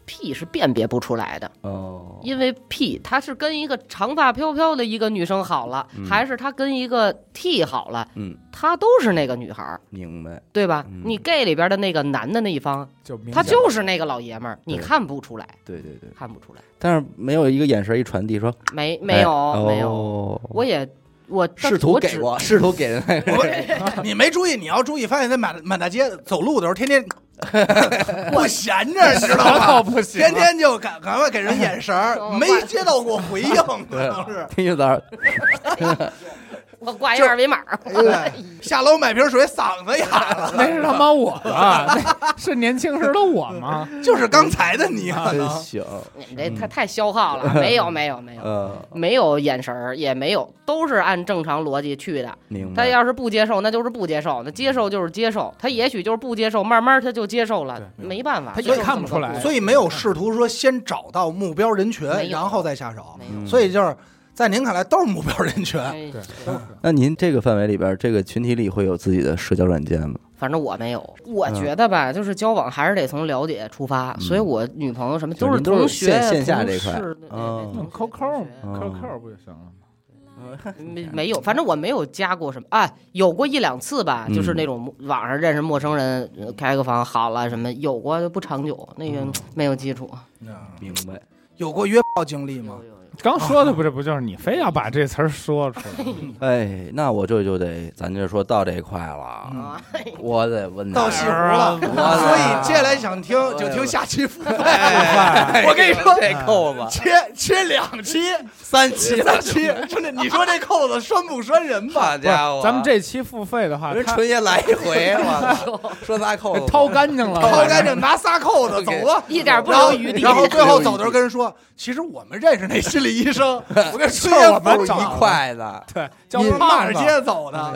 Speaker 4: 屁是辨别不出来的，
Speaker 1: 哦，
Speaker 4: 因为 P 他是跟一个长发飘飘的一个女生好了，还是他跟一个 T 好了，
Speaker 1: 嗯，
Speaker 4: 他都是那个女孩儿，
Speaker 1: 明白。
Speaker 4: 对吧？
Speaker 1: 嗯
Speaker 4: 你 gay 里边的那个男的那一方，
Speaker 2: 就明显
Speaker 4: 他就是那个老爷们儿，
Speaker 1: 对
Speaker 4: 你看不出来，
Speaker 1: 对对对，
Speaker 4: 看不出来，
Speaker 1: 但是没有一个眼神一传递说
Speaker 4: 没没有、
Speaker 1: 哎
Speaker 4: 没有，
Speaker 1: 哦
Speaker 4: 我也我
Speaker 1: 试图
Speaker 4: 我
Speaker 1: 给
Speaker 4: 只
Speaker 1: 过，试图给的那个
Speaker 3: 我 <laughs> 你没注意，你要注意，发现他满满大街走路的时候，天
Speaker 4: <laughs>
Speaker 3: 天不闲着，你知
Speaker 2: 舌
Speaker 3: 道
Speaker 2: <laughs> 头
Speaker 3: 吗？
Speaker 2: 不行，
Speaker 3: 天天就赶赶快给人眼神儿
Speaker 4: 哦，
Speaker 3: 没接到过回
Speaker 4: <laughs>
Speaker 3: 应，可能是。
Speaker 1: 天蝎 <laughs> 座，
Speaker 4: 我挂一
Speaker 3: 就
Speaker 4: 二维码，
Speaker 1: <laughs>
Speaker 3: 对，哎下楼买瓶水，嗓子哑了，
Speaker 2: <laughs> 那是他妈我啊， <laughs> 那是年轻时的我
Speaker 1: <laughs>
Speaker 2: 吗？
Speaker 3: 就是刚才的你可
Speaker 1: 真
Speaker 3: 能。
Speaker 1: 行。
Speaker 4: 你们这太太消耗了，没有没有没有
Speaker 1: 嗯 <laughs> 呃，
Speaker 4: 没有眼神儿，也没有，都是按正常逻辑去的。
Speaker 1: 明
Speaker 4: 他
Speaker 1: 白。
Speaker 4: 要是不接受，那就是不接受；那接受就是接受。他也许就是不接受，慢慢他就接受了，没办法。
Speaker 2: 他也
Speaker 4: 就是
Speaker 2: 看不出来
Speaker 4: 这么个
Speaker 3: 所以没有试图说先找到目标人群，
Speaker 4: 没有
Speaker 3: 然后再下手。
Speaker 4: 没有
Speaker 1: 嗯
Speaker 3: 所以就是在您看来都是目标人群。
Speaker 4: 哎
Speaker 2: 对嗯
Speaker 1: 那您这个范围里边，这个群体里会有自己的社交软件吗？
Speaker 4: 反正我没有，
Speaker 1: 嗯
Speaker 4: 我觉得吧，就是交往还是得从了解出发。所以我女朋友什么
Speaker 1: 就是嗯
Speaker 4: 是
Speaker 1: 您都是
Speaker 4: 同学、啊
Speaker 1: 线线下
Speaker 4: 同
Speaker 1: 这块
Speaker 4: 事对
Speaker 1: 嗯
Speaker 4: 对同学
Speaker 2: ，QQ
Speaker 1: 嗯
Speaker 2: QQ 不就行了吗？
Speaker 4: 没没有，反正我没有加过什么啊，有过一两次吧，
Speaker 1: 嗯
Speaker 4: 就是那种网上认识陌生人，呃开个房好了什么，有
Speaker 1: 嗯
Speaker 4: 过不长久，那个没有基础。
Speaker 1: 明白。
Speaker 3: 有过约炮经历吗
Speaker 4: 有？有有
Speaker 2: 刚说的不是不就是你非要把这词儿说出来？
Speaker 1: 哎，那我这就得，咱就说到这块了，
Speaker 4: 啊，
Speaker 1: 我得问
Speaker 3: 到
Speaker 1: 他
Speaker 3: 西湖了，
Speaker 1: 哇
Speaker 3: 所以接下来想听就听下期付
Speaker 4: 哎
Speaker 3: 费。我跟你说，
Speaker 1: 这扣子
Speaker 3: 切切两期、
Speaker 1: 三期
Speaker 3: 三期，真的，你说这扣子拴不拴人吧？
Speaker 2: 不是
Speaker 1: 啊
Speaker 2: 咱们这期付费的话，
Speaker 1: 人
Speaker 2: 他
Speaker 1: 纯爷来一回，我操，说仨扣子，
Speaker 2: 掏干净了，
Speaker 3: 掏干净，拿仨扣子走吧。
Speaker 4: 一点不
Speaker 3: 然后，
Speaker 4: 留余地。
Speaker 3: 然后最后走的时候跟人说，其实我们认识那心理医生，我
Speaker 2: <laughs>
Speaker 3: 跟崔爷
Speaker 1: 我
Speaker 3: 不
Speaker 1: 们
Speaker 3: 是
Speaker 1: 一块的。
Speaker 2: 对，叫啊
Speaker 3: 一块儿，骂
Speaker 2: 骂
Speaker 3: 着
Speaker 2: 着
Speaker 3: 街走的。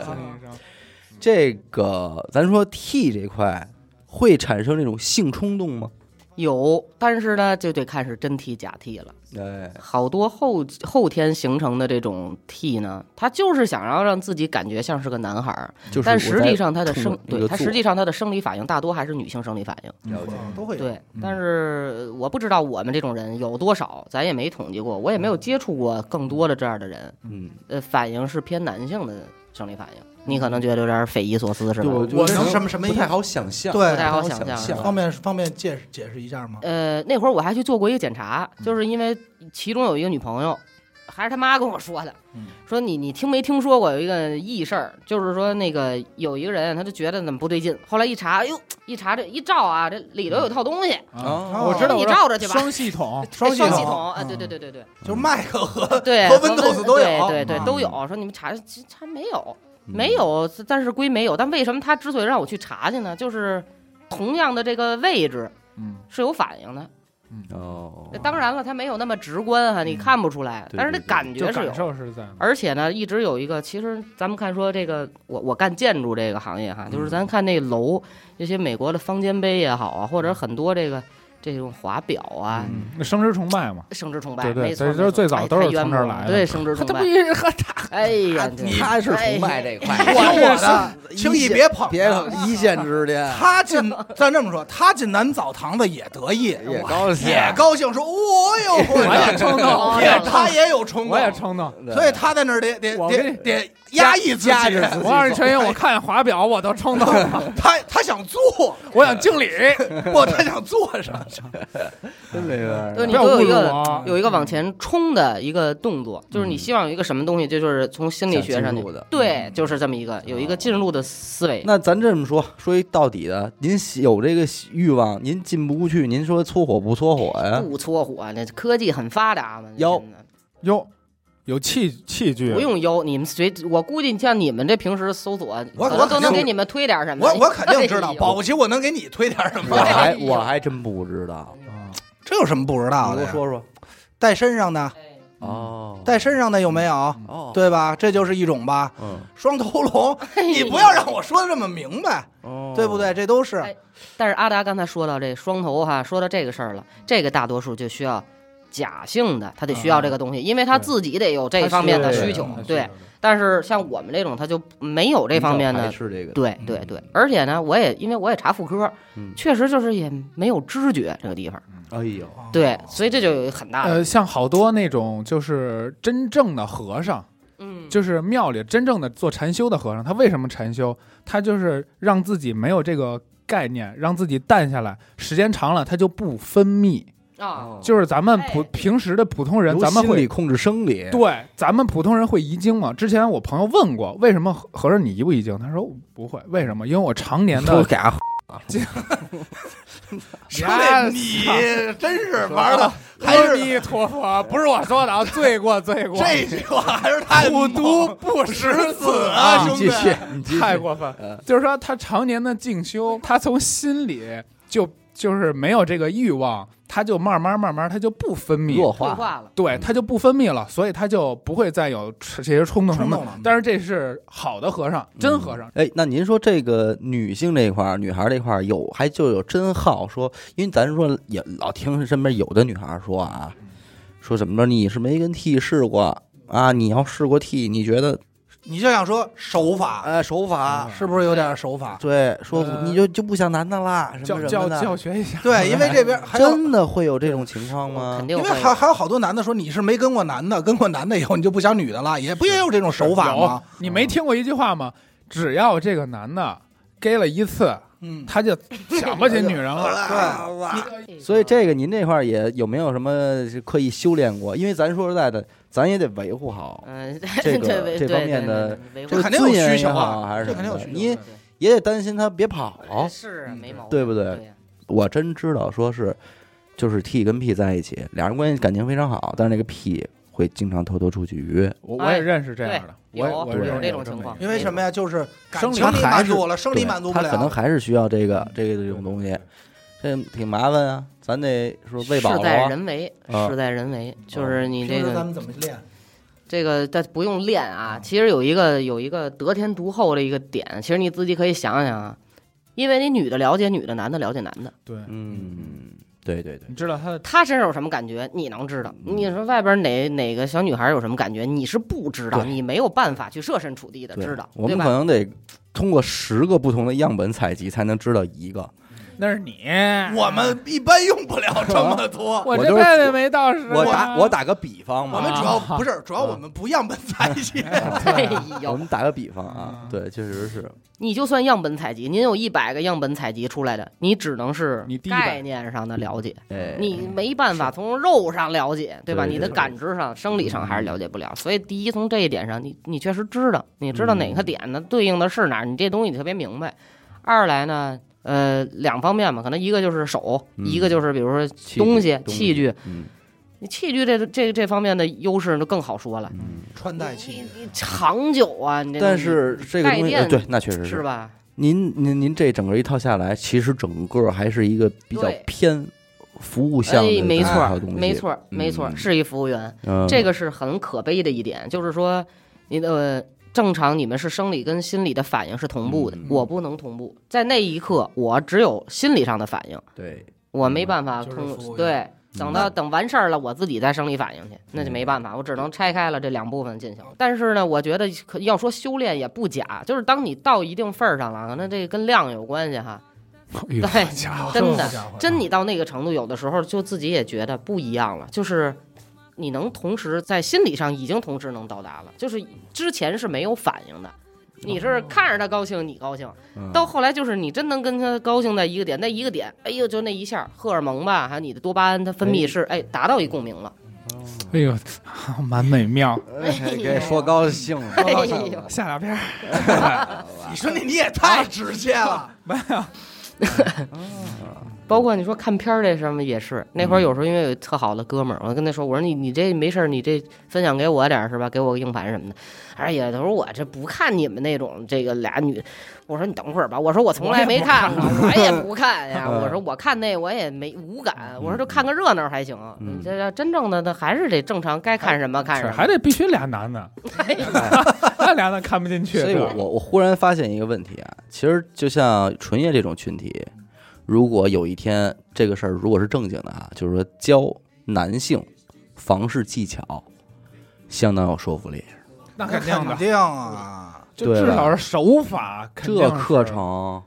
Speaker 1: 这个咱说 T 这块会产生这种性冲动吗？
Speaker 4: 有，但是呢，就得看是真 T 假 T 了。
Speaker 1: 哎，
Speaker 4: 好多后后天形成的这种 T 呢，他就是想要让自己感觉像是个男孩儿，
Speaker 1: 就是
Speaker 4: 但实际上他
Speaker 1: 他
Speaker 4: 的生对他实际上他的生理反应大多还是女性生理反应。
Speaker 1: 了解，
Speaker 3: 啊都会有
Speaker 4: 对，但是我不知道我们这种人有多少，咱也没统计过，我也没有接触过更多的这样的人。
Speaker 1: 嗯，
Speaker 4: 呃，反应是偏男性的生理反应，你可能觉得有点匪夷所思，是吧？
Speaker 1: 我
Speaker 3: 我能什么什么
Speaker 1: 不
Speaker 3: 意
Speaker 1: 太
Speaker 3: 思？
Speaker 1: 好想象，
Speaker 3: 对
Speaker 4: 不太好
Speaker 1: 想
Speaker 4: 想象
Speaker 1: 象
Speaker 3: 方便方便解释解释一下吗？
Speaker 4: 呃，那会儿我还去做过一个检查，就是因为其中有一个女朋友，还是他妈跟我说的，说你你听没听说过有一个异事儿，就是说那个有一个人，他就觉得怎么不对劲，后来一查，哎呦，一查这一照啊，这里头有套东西，
Speaker 1: 啊
Speaker 3: 哦
Speaker 2: 我知道，
Speaker 4: 你
Speaker 2: 我知道
Speaker 4: 照着去吧
Speaker 2: 双系统，
Speaker 3: 双
Speaker 4: 哎
Speaker 3: 系统
Speaker 4: 双系统，啊，对对对对对
Speaker 3: 就是麦克和
Speaker 4: 对，
Speaker 3: 和
Speaker 4: 温
Speaker 3: Windows 都有
Speaker 4: 对对对
Speaker 3: 嗯
Speaker 4: 都有。说你们查其实查没有，
Speaker 1: 嗯
Speaker 4: 没有，但是归没有，但为什么他之所以让我去查去呢？就是同样的这个位置
Speaker 2: 嗯，
Speaker 4: 是有反应的。
Speaker 1: 哦，
Speaker 4: 当然了，它没有那么直观哈，你
Speaker 2: 嗯
Speaker 4: 看不出来，
Speaker 1: 对
Speaker 4: 但是那
Speaker 1: 对对
Speaker 4: 感
Speaker 2: 就
Speaker 4: 觉是有
Speaker 2: 感。受是在哪儿，
Speaker 4: 而且呢，一直有一个，其实咱们看说这个，我我干建筑这个行业哈，
Speaker 2: 嗯
Speaker 4: 就是咱看那楼，这些美国的方尖碑也好啊，或者很多这个这种华表啊，
Speaker 2: 嗯，那生殖崇拜嘛，
Speaker 4: 生殖崇拜，
Speaker 2: 对对
Speaker 4: 没错，
Speaker 2: 这就是
Speaker 4: 没错
Speaker 2: 最早
Speaker 4: 哎
Speaker 2: 都是
Speaker 4: 太冤
Speaker 2: 从这儿
Speaker 4: 枉了
Speaker 2: 来的
Speaker 4: 对，生殖崇拜，
Speaker 1: 是和
Speaker 4: 哎呀，这
Speaker 1: 他是
Speaker 2: 哎
Speaker 1: 崇拜这块，
Speaker 3: 我的，轻易别捧。
Speaker 1: 别一线之间，
Speaker 3: 他进，咱这么说，他进男澡堂子也得意，
Speaker 1: 也高兴，
Speaker 3: 也高兴，说我有我
Speaker 2: 也冲动
Speaker 4: 我
Speaker 3: 也
Speaker 4: 也
Speaker 3: 他也有冲动，
Speaker 2: 我也冲动，
Speaker 3: 所以他在那儿得得
Speaker 2: 我
Speaker 3: 得
Speaker 2: 跟你
Speaker 3: 得压抑自己，
Speaker 1: 压制自己
Speaker 2: 我告诉你，陈云，我看华表我都冲动了，
Speaker 3: 他他想做，
Speaker 4: <laughs>
Speaker 2: 我想敬礼，
Speaker 3: 不，他想做上去。
Speaker 1: <laughs> 真没法
Speaker 4: 对，你
Speaker 2: 不要
Speaker 4: 都
Speaker 2: 侮
Speaker 4: 有一
Speaker 2: 辱
Speaker 4: 个
Speaker 2: 我啊嗯
Speaker 4: 有一个往前冲的一个动作，就是你希望有一个什么东西，这就是从心理学上
Speaker 1: 想进
Speaker 4: 去
Speaker 1: 入的，
Speaker 2: 嗯
Speaker 4: 对，就是这么一个有一
Speaker 2: 哦
Speaker 4: 个进入的思维。
Speaker 1: 那咱这么说，说一到底的，您喜有这个喜欲望，您进不去，您说搓火不搓火
Speaker 3: 啊
Speaker 1: 呀？
Speaker 4: 不搓火，那科技很发达嘛。
Speaker 1: 腰
Speaker 4: 真的
Speaker 2: 哟， <laughs> 有器器具，
Speaker 4: 不用腰，你们随我估计像你们这平时搜索，
Speaker 3: 我
Speaker 4: 可
Speaker 3: 肯
Speaker 4: 能都能
Speaker 3: 定
Speaker 4: 给你们推点什么。
Speaker 3: 我我肯定知道，
Speaker 4: 哎呦
Speaker 3: 保不齐我能给你推点什
Speaker 1: 我
Speaker 3: 么。
Speaker 1: 还我还真不知道，
Speaker 2: 啊，
Speaker 3: <laughs> 这有什么不知道
Speaker 1: 你
Speaker 3: 的
Speaker 1: 给我说
Speaker 3: 呀？
Speaker 1: 说。
Speaker 3: 带身上的，
Speaker 1: 哦，
Speaker 3: 带身上的有没有？
Speaker 1: 哦，
Speaker 3: 对吧？这就是一种吧。
Speaker 1: 嗯，
Speaker 3: 双
Speaker 1: <laughs>
Speaker 3: 头龙，
Speaker 4: 哎
Speaker 3: 你不要让我说的这么明白，
Speaker 1: 哦
Speaker 3: 对不？对？这都是
Speaker 4: 哎但是阿达刚才说到这双头哈，说到这个事儿了，这个大多数就需要假性的，他得需要这个
Speaker 3: 嗯
Speaker 4: 东西，因为他
Speaker 2: 对
Speaker 4: 自己得有这方面的
Speaker 1: 对
Speaker 4: 需求
Speaker 2: 他。需
Speaker 4: 对
Speaker 2: 要，
Speaker 4: 但是像我们这种，他就没有这方面的
Speaker 1: 是这个，
Speaker 4: 对对对，
Speaker 3: 嗯
Speaker 4: 而且呢，我也因为我也查妇科，
Speaker 1: 嗯
Speaker 4: 确实就是也没有知觉这个地方，
Speaker 1: 哎呦，
Speaker 3: 哦
Speaker 4: 对，所以这就有一个很大的，
Speaker 2: 呃，像好多那种就是真正的和尚，
Speaker 4: 嗯，
Speaker 2: 就是庙里真正的做禅修的和尚，他为什么禅修？他就是让自己没有这个概念，让自己淡下来，时间长了他就不分泌。
Speaker 4: 啊，
Speaker 2: 就是咱们普
Speaker 4: 哎
Speaker 2: 平时的普通人，
Speaker 1: 由
Speaker 2: 咱们
Speaker 1: 心理
Speaker 2: 会
Speaker 1: 控制生理，
Speaker 2: 对，咱们普通人会遗精嘛？之前我朋友问过，为什么和和尚你遗不遗精？他说不会，为什么？因为我常年
Speaker 1: 都 <laughs>
Speaker 2: 的
Speaker 1: 给他
Speaker 3: 兄弟，你真是
Speaker 1: <laughs>
Speaker 3: 玩的还是
Speaker 2: 弥陀佛，不是我说的啊，罪过罪过
Speaker 3: 这句话还是太
Speaker 2: 虎毒
Speaker 3: 不 <laughs> 食子啊，
Speaker 1: 你
Speaker 3: 兄
Speaker 1: 继
Speaker 3: 弟！
Speaker 1: 续，你继续
Speaker 2: 太过分
Speaker 1: 嗯。
Speaker 2: 就是说，他常年的进修，他从心里就就是没有这个欲望，他就慢慢慢慢，他就不分
Speaker 1: 弱
Speaker 2: 泌，
Speaker 4: 退
Speaker 1: 化，
Speaker 4: 化了，嗯
Speaker 2: 对，
Speaker 3: 嗯
Speaker 2: 他就不分泌了，所以他就不会再有这些冲动什么
Speaker 3: 冲动了嗯
Speaker 2: 的。但是这是好的和尚，真和尚。
Speaker 1: 哎，那您说这个女性这一块儿，女孩儿这块儿有还就有真好说，因为咱说也老听身边有的女孩儿说啊，说怎么着你是没跟 T 试过啊？你要试过 T，你觉得
Speaker 3: 你就想说手法啊
Speaker 1: 呃手法
Speaker 3: 是不是有点手法？
Speaker 1: 对，说
Speaker 2: 呃
Speaker 1: 你就就不想男的啦什
Speaker 2: 教
Speaker 1: 么什
Speaker 2: 教
Speaker 1: 么
Speaker 2: 教
Speaker 1: 的，
Speaker 2: 学一下，
Speaker 3: 对，因为这
Speaker 2: <laughs>
Speaker 3: 边还有，
Speaker 1: 真的会有这种情况吗
Speaker 4: 肯？
Speaker 3: 因
Speaker 4: 定
Speaker 3: 为
Speaker 4: 会
Speaker 3: 还还有好多男的说你是没跟过男的，跟过男的以后你就不想女的了，也不也有这种手法
Speaker 2: 有
Speaker 3: 吗？
Speaker 2: 你没听过一句话吗？只要这个男的给了一次，
Speaker 3: 嗯，
Speaker 2: 他就想不起女人了。
Speaker 3: <laughs> 对，
Speaker 1: 所以这个您这块儿也有没有什么是刻意修炼过？因为咱说实在的，咱也得维护好，
Speaker 4: 嗯，
Speaker 1: 这
Speaker 4: 对
Speaker 1: 个
Speaker 4: <laughs> 对
Speaker 1: 这方面的
Speaker 4: 对对对
Speaker 1: 这
Speaker 3: 这
Speaker 1: 个
Speaker 3: 肯定有
Speaker 1: 尊严
Speaker 3: 需求
Speaker 1: 也好
Speaker 3: 啊
Speaker 1: 还是
Speaker 3: 这
Speaker 1: 什
Speaker 3: 肯
Speaker 1: 么
Speaker 3: 定有
Speaker 1: 的，
Speaker 3: 需求哎
Speaker 1: 你也得担心他别跑。
Speaker 4: 是没毛病，
Speaker 1: 对不对
Speaker 4: 呀？
Speaker 1: 我真知道，说是就是 T 跟 P 在一起，俩人关系感情非常好，但是那个 P 会经常偷偷出去约。
Speaker 2: 我我也认识这样的，
Speaker 4: 哎对
Speaker 2: 我也
Speaker 4: 有
Speaker 2: 我也认识
Speaker 4: 有这
Speaker 2: 这么
Speaker 4: 种情
Speaker 2: 一个
Speaker 4: 况
Speaker 3: 因为什么呀？就是感情
Speaker 1: 他
Speaker 3: 里
Speaker 1: 还
Speaker 3: 满
Speaker 1: 是
Speaker 3: 足我了，生理满足不
Speaker 1: 对
Speaker 3: 了。嗯
Speaker 1: 他可能还是需要这个这个这种东西，这挺麻烦啊，咱得说喂饱
Speaker 4: 事
Speaker 1: 了
Speaker 4: 在
Speaker 1: 啊。
Speaker 4: 人为，
Speaker 1: 啊
Speaker 4: 事在人为，就是你
Speaker 3: 平
Speaker 4: 这
Speaker 3: 时咱
Speaker 4: 个
Speaker 3: 们怎么练？
Speaker 4: 这个，但不用练啊。其实有一个有一个得天独厚的一个点，其实你自己可以想想啊，因为你女的了解女的，男的了解男的，
Speaker 2: 对，
Speaker 1: 嗯，对对对
Speaker 2: 你，知道他的
Speaker 4: 他身上有什么感觉，你能知道。
Speaker 1: 嗯
Speaker 4: 你说外边哪哪个小女孩有什么感觉，你是不知道，
Speaker 1: 对
Speaker 4: 你没有办法去设身处地的
Speaker 1: 对
Speaker 4: 知道，
Speaker 1: 我
Speaker 4: 对
Speaker 1: 们可
Speaker 4: <laughs> 吧？
Speaker 1: 能得通过十个不同的样本采集才能知道一个。
Speaker 2: 那是你，
Speaker 3: 我们一般用不了这么多。
Speaker 2: 我
Speaker 1: 我
Speaker 2: 这
Speaker 1: 就是
Speaker 2: 辈子没到时，啊
Speaker 1: 我打
Speaker 2: <laughs>
Speaker 1: 我，打个比方
Speaker 3: 啊
Speaker 1: 嘛，
Speaker 3: 我们主要不是，主要我们不样本在一起。
Speaker 4: 哎
Speaker 1: <laughs> 我
Speaker 4: 呦，
Speaker 1: 们打个比方啊，
Speaker 3: 嗯
Speaker 1: 对，确实是，
Speaker 4: 你就算样本采集，您有一百个样本采集出来的，你只能是
Speaker 2: 你第一百
Speaker 4: 概念上的了解。
Speaker 1: 哎，
Speaker 4: 你没办法从肉上了解，对吧？
Speaker 1: 对
Speaker 4: 你的
Speaker 1: 对
Speaker 4: 感知上、生理上还是了解不了。所以，第一，从这一点上，你你确实知道，你知道哪个点呢，对应的是哪儿，你这东西你特别明白。二来呢，呃，两方面嘛，可能一个就是手，
Speaker 1: 嗯
Speaker 4: 一个就是比如说
Speaker 1: 器具
Speaker 4: 东西、
Speaker 1: 东
Speaker 4: 器具。
Speaker 1: 嗯
Speaker 4: 你器具这这这方面的优势就更好说了，
Speaker 1: 嗯，
Speaker 3: 穿戴器
Speaker 4: 你你长久啊，你这
Speaker 1: 但是这个东
Speaker 4: 带
Speaker 1: 西，
Speaker 4: 电
Speaker 1: 呃对，那确实
Speaker 4: 是吧？
Speaker 1: 您您您这整个一套下来，其实整个还是一个比较
Speaker 4: 对
Speaker 1: 偏服务向的
Speaker 4: 哎，没
Speaker 1: 这么一
Speaker 4: 错
Speaker 1: 套
Speaker 4: 儿，
Speaker 1: 东西，
Speaker 4: 没错儿，没错儿，
Speaker 1: 嗯
Speaker 4: 是一服务员。
Speaker 1: 嗯，
Speaker 4: 这个是很可悲的一点，就是说，你的、呃正常你们是生理跟心理的反应是同步的，
Speaker 1: 嗯
Speaker 4: 我不能同步，在那一刻我只有心理上的反应，
Speaker 1: 对，
Speaker 4: 我
Speaker 1: 嗯
Speaker 4: 没办法
Speaker 3: 就是
Speaker 4: 通、
Speaker 3: 服务
Speaker 4: 对。等到等完事儿了，我自己再生理反应去，
Speaker 1: 嗯
Speaker 4: 那就没办法，我只能拆开了这两部分进行。但是呢，我觉得可要说修炼也不假，就是当你到一定份儿上了，那这个跟量有关系哈。
Speaker 2: 对
Speaker 4: 对，真的
Speaker 3: 好家伙
Speaker 1: 嗯
Speaker 4: 真你到那个程度，有的时候就自己也觉得不一样了，就是你能同时在心理上已经同时能到达了，就是之前是没有反应的。你是看着他高兴，你高兴，
Speaker 1: 哦嗯
Speaker 4: 到后来就是你真能跟他高兴在一个点，那一个点，哎呦，就那一下，荷尔蒙吧，还有你的多巴胺，它分泌是哎达到一共鸣了。
Speaker 2: 哎呦，蛮美妙。
Speaker 4: 哎呦
Speaker 1: 给说高兴了，
Speaker 4: 哎
Speaker 1: 说高兴了
Speaker 4: 呦，
Speaker 2: 下俩片儿，
Speaker 3: 你说你你也太直接了，
Speaker 4: 包括你说看片儿这什么也是，那会儿有时候因为有特好的哥们儿，我跟他说，我说你你这没事儿，你这分享给我点儿是吧？给我个硬盘什么的。哎呀，他说我这不看你们那种这个俩女，我说你等会儿吧，我说我从来没看过，我也不看呀，我说我看那我也没无感，我说就看个热闹还行。
Speaker 1: 嗯
Speaker 4: 这要真正的那还是得正常该看什么看什
Speaker 2: 是
Speaker 4: 么，
Speaker 2: 还得必须俩男
Speaker 4: <laughs>
Speaker 2: 的，那俩男的看不进去。
Speaker 1: 所以我我我忽然发现一个问题啊，其实就像纯爷这种群体，如果有一天这个事儿如果是正经的啊，就是说教男性房事技巧，相当有说服力。
Speaker 2: 那
Speaker 3: 肯
Speaker 2: 肯定的，
Speaker 3: 定啊。
Speaker 2: 就至少是手法，肯定
Speaker 1: 这
Speaker 2: 是
Speaker 1: 课程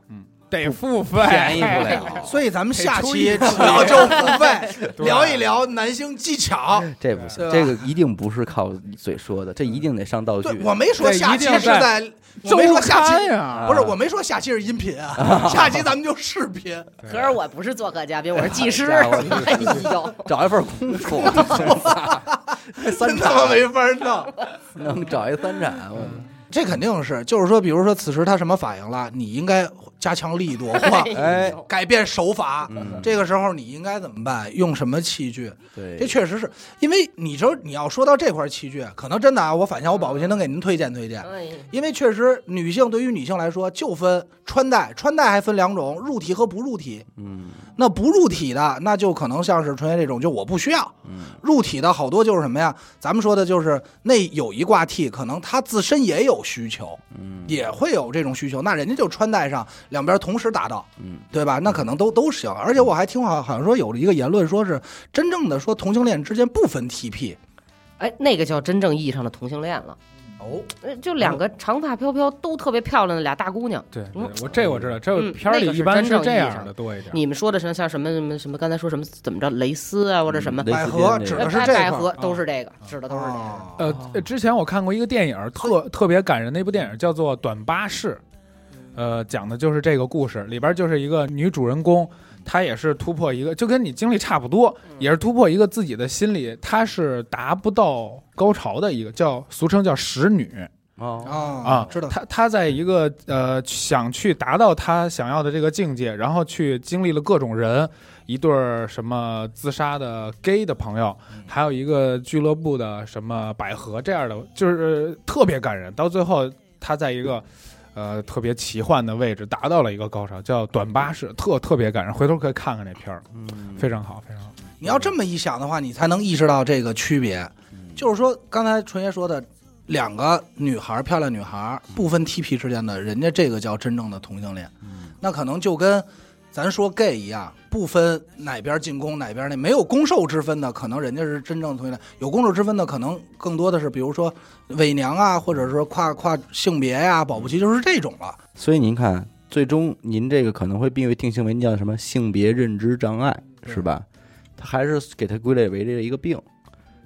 Speaker 2: 得付费，
Speaker 1: 便宜不
Speaker 2: <laughs>
Speaker 1: 了，
Speaker 3: 所以咱们下期
Speaker 2: 得出一
Speaker 3: 主要就付费聊一聊男性技巧。
Speaker 1: 这不行，
Speaker 3: 对
Speaker 1: 这个一定不是靠嘴说的，这一定得上道具
Speaker 3: 对，。我没说
Speaker 2: 对
Speaker 3: 下
Speaker 2: 一
Speaker 3: 期
Speaker 2: 定
Speaker 3: 是
Speaker 2: 在
Speaker 3: 在，我
Speaker 2: 周
Speaker 3: 没说下
Speaker 2: 刊
Speaker 3: 期，啊
Speaker 1: 啊
Speaker 2: 呀，
Speaker 3: 不是我没说下期是音频
Speaker 1: <laughs>
Speaker 3: 啊，下期咱们就视频。
Speaker 4: 可是我不是做客嘉宾，我是技师。
Speaker 1: 家
Speaker 4: 哎
Speaker 1: 伙
Speaker 4: 呦，
Speaker 1: 找一份工作，
Speaker 3: <laughs>
Speaker 1: 三
Speaker 3: 真他妈
Speaker 1: 产
Speaker 3: 没嗯法弄。
Speaker 1: 能找一三产，我
Speaker 3: 这肯定是，就是说，比如说此时他什么反应了，你应该加强力度或
Speaker 4: 哎
Speaker 1: 哎
Speaker 4: 呦，
Speaker 3: 改变手法。
Speaker 1: 嗯，
Speaker 3: 这个时候你应该怎么办？用什么器具？这
Speaker 1: 对，
Speaker 3: 确实是因为你说你要说到这块器具，可能真的啊，我反向我保不齐能给您推荐推荐。
Speaker 4: 哎
Speaker 3: 因为确实，女性对于女性来说，就分穿戴，穿戴还分两种，入体和不入体。
Speaker 1: 嗯
Speaker 3: 那不入体的，那就可能像是纯爷这种，就我不需要。
Speaker 1: 嗯
Speaker 3: 入体的好多就是什么呀？咱们说的就是那有一挂 T，可能他自身也有需求，
Speaker 1: 嗯
Speaker 3: 也会有这种需求，那人家就穿戴上两边同时达到，
Speaker 1: 嗯，
Speaker 3: 对吧？那可能都都行。而且我还听好好像说有一个言论，说是真正的说同性恋之间不分 TP
Speaker 4: 哎，那个叫真正意义上的同性恋了。
Speaker 3: 哦，
Speaker 4: 呃，就两个长发飘飘、都特别漂亮的俩大姑娘。
Speaker 2: 对，
Speaker 4: 嗯
Speaker 2: 对我这我知道，这
Speaker 4: 嗯
Speaker 2: 片儿
Speaker 4: 那
Speaker 2: 里
Speaker 4: 个是
Speaker 2: 一般是
Speaker 4: 真正
Speaker 2: 这
Speaker 4: 意义
Speaker 2: 样
Speaker 4: 上
Speaker 2: 的多一点。
Speaker 4: 你们说的什么像什么什么什么，刚才说什么怎么着蕾丝啊，或者什么
Speaker 1: 类
Speaker 3: 百
Speaker 1: 似
Speaker 3: 合
Speaker 1: 这样的
Speaker 3: 指
Speaker 4: 呃
Speaker 3: 的嗯是
Speaker 4: 百
Speaker 3: 这
Speaker 4: 百
Speaker 3: 块儿
Speaker 4: 合，都是这个，指的都是这个。
Speaker 3: 哦
Speaker 2: 呃呃，之前我看过一个电影，特特别感人，那部电影叫做《短巴士》，呃，讲的就是这个故事，里边就是一个女主人公，她也是突破一个，就跟你经历差不多，也是突破一个自己的心理，她是达不到高潮的一个，叫俗称叫使女
Speaker 1: 哦，
Speaker 3: 啊
Speaker 2: 啊，
Speaker 3: 知道
Speaker 2: 她她在一个呃想去达到她想要的这个境界，然后去经历了各种人，一对儿什么自杀的 gay 的朋友，还有一个俱乐部的什么百合这样的，就是呃特别感人。到最后，她在一个。呃，特别奇幻的位置达到了一个高潮，叫短巴士，特特别感人。回头可以看看这片儿，
Speaker 1: 嗯
Speaker 2: 非常好，非常好。
Speaker 3: 你要这么一想的话，你才能意识到这个区别。就是说，刚才纯爷说的，两个女孩儿，漂亮女孩儿，不分 T P 之间的，人家这个叫真正的同性恋。
Speaker 1: 嗯
Speaker 3: 那可能就跟咱说 gay 一样，不分哪边进攻哪边那，没有攻受之分的，可能人家是真正同性恋；有攻受之分的，可能更多的是比如说伪娘啊，或者说跨跨性别呀、保不齐就是这种了。
Speaker 1: 所以您看，最终您这个可能会被定性为叫什么性别认知障碍，
Speaker 3: 对
Speaker 1: 是吧？他还是给它归类为这一个病。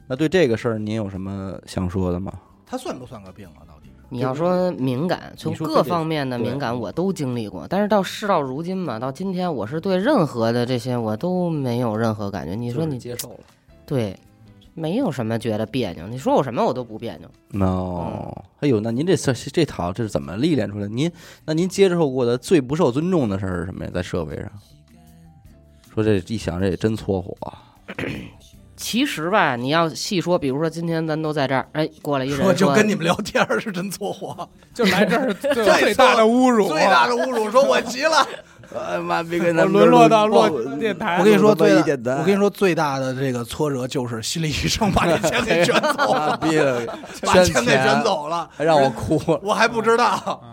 Speaker 1: 那对这个事儿，您有什么想说的吗？
Speaker 3: 它算不算个病啊？到底？
Speaker 4: 你要说敏感，从
Speaker 1: 你说
Speaker 4: 各
Speaker 1: 这得
Speaker 4: 方面的
Speaker 1: 对
Speaker 4: 敏感我都经历过，但是到事到如今嘛，到今天我是对任何的这些我都没有任何感觉。你说你
Speaker 1: 接受了？
Speaker 4: 对，没有什么觉得别扭，你说我什么我都不别扭。
Speaker 1: 哦，哎呦，那您这这这套这是怎么历练出来的？您那您接受过的最不受尊重的事儿是什么呀？在社会上，说这一想这也真搓火，啊
Speaker 4: 其实吧，你要细说，比如说今天咱都在这儿，哎，过来一人
Speaker 3: 说
Speaker 4: 说，
Speaker 3: 就跟你们聊天儿是真搓火，
Speaker 2: 就来 <laughs> 这儿最
Speaker 3: 再
Speaker 2: 最大的侮辱，啊
Speaker 3: 最大的侮辱，说 <laughs> 我急了。
Speaker 1: 哎妈，别 <laughs> 跟
Speaker 2: 我沦落到落电台。
Speaker 3: 我跟你说
Speaker 1: 都
Speaker 3: 最
Speaker 1: 一
Speaker 3: 大
Speaker 1: 点的
Speaker 3: 我跟你说最大的这个挫折就是心理医生把这钱给卷走了，
Speaker 1: 逼了，
Speaker 3: <laughs> 把钱
Speaker 1: 哎圈
Speaker 3: 给卷
Speaker 1: 钱，
Speaker 3: 走了，
Speaker 1: 还让我哭。
Speaker 3: 我还不知道。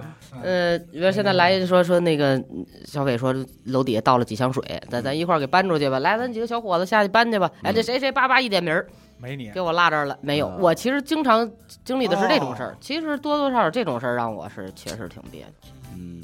Speaker 4: 呃，比如现在来一个说说那个嗯小伟说楼底下倒了几箱水，咱咱一块儿给搬出去吧，来，咱几个小伙子下去搬去吧。哎，这谁谁叭叭一点名儿，
Speaker 2: 没你
Speaker 4: 给我落这儿了没有
Speaker 1: 啊？
Speaker 4: 我其实经常经历的是这种事儿，其实多多少少这种事儿让我是确实挺别扭。
Speaker 1: <laughs> 嗯，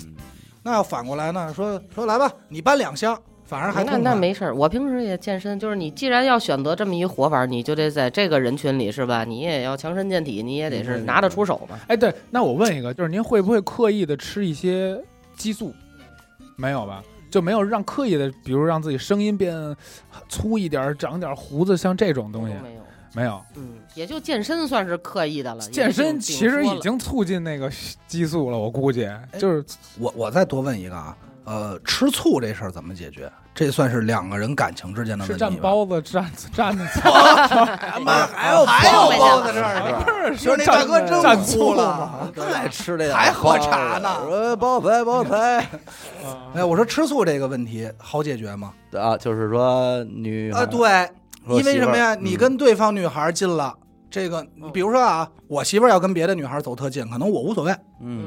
Speaker 3: 那要反过来呢？说说来吧，你搬两箱，反而还
Speaker 4: 那
Speaker 3: 痛
Speaker 4: 那
Speaker 3: 快
Speaker 4: 没事儿，我平时也健身，就是你既然要选择这么一活法儿，你就得在这个人群里是吧？你也要强身健体，你也得是
Speaker 1: 嗯
Speaker 4: 拿得出手嘛。
Speaker 2: 哎，对，那我问一个，就是您会不会刻意的吃一些激素？没有吧？就没有让刻意的，比如让自己声音变粗一点儿，长点儿胡子，像这种东西
Speaker 4: 都没有，
Speaker 2: 没有。
Speaker 4: 嗯，也就健身算是刻意的了。也
Speaker 2: 健
Speaker 4: 顶
Speaker 2: 身
Speaker 4: 顶
Speaker 2: 其实
Speaker 4: 多
Speaker 2: 已
Speaker 4: 了
Speaker 2: 经促进那个激素了，我估计
Speaker 3: 哎
Speaker 2: 就是
Speaker 3: 我我再多问一个啊，呃，吃醋这事儿怎么解决？这算是两个人感情之间的
Speaker 2: 是
Speaker 3: 问
Speaker 2: 蘸
Speaker 3: 题吧？
Speaker 2: 包子蘸蘸
Speaker 3: <laughs>
Speaker 2: 的醋，
Speaker 3: 哎妈，还有
Speaker 4: 还有
Speaker 3: 包
Speaker 4: 包
Speaker 3: 子
Speaker 4: 子
Speaker 3: 这儿呢。
Speaker 2: <laughs> 不是
Speaker 3: 说那大哥真
Speaker 2: 蘸
Speaker 3: 哭
Speaker 2: 醋
Speaker 3: 了
Speaker 2: 吗？，
Speaker 1: 真爱吃这
Speaker 3: 还喝茶呢
Speaker 1: 呃，包牌包牌
Speaker 3: <laughs> 哎，我说吃醋这个问题好解决吗？
Speaker 1: 啊，就是说女
Speaker 3: 啊，对，
Speaker 1: 说
Speaker 3: 因为
Speaker 1: 媳妇
Speaker 3: 什
Speaker 1: 儿
Speaker 3: 么呀？
Speaker 1: 嗯
Speaker 3: 你跟对方女孩近了，这个你比如说啊，我媳妇儿要跟别的女孩走特近，可能我无所谓，
Speaker 1: 嗯，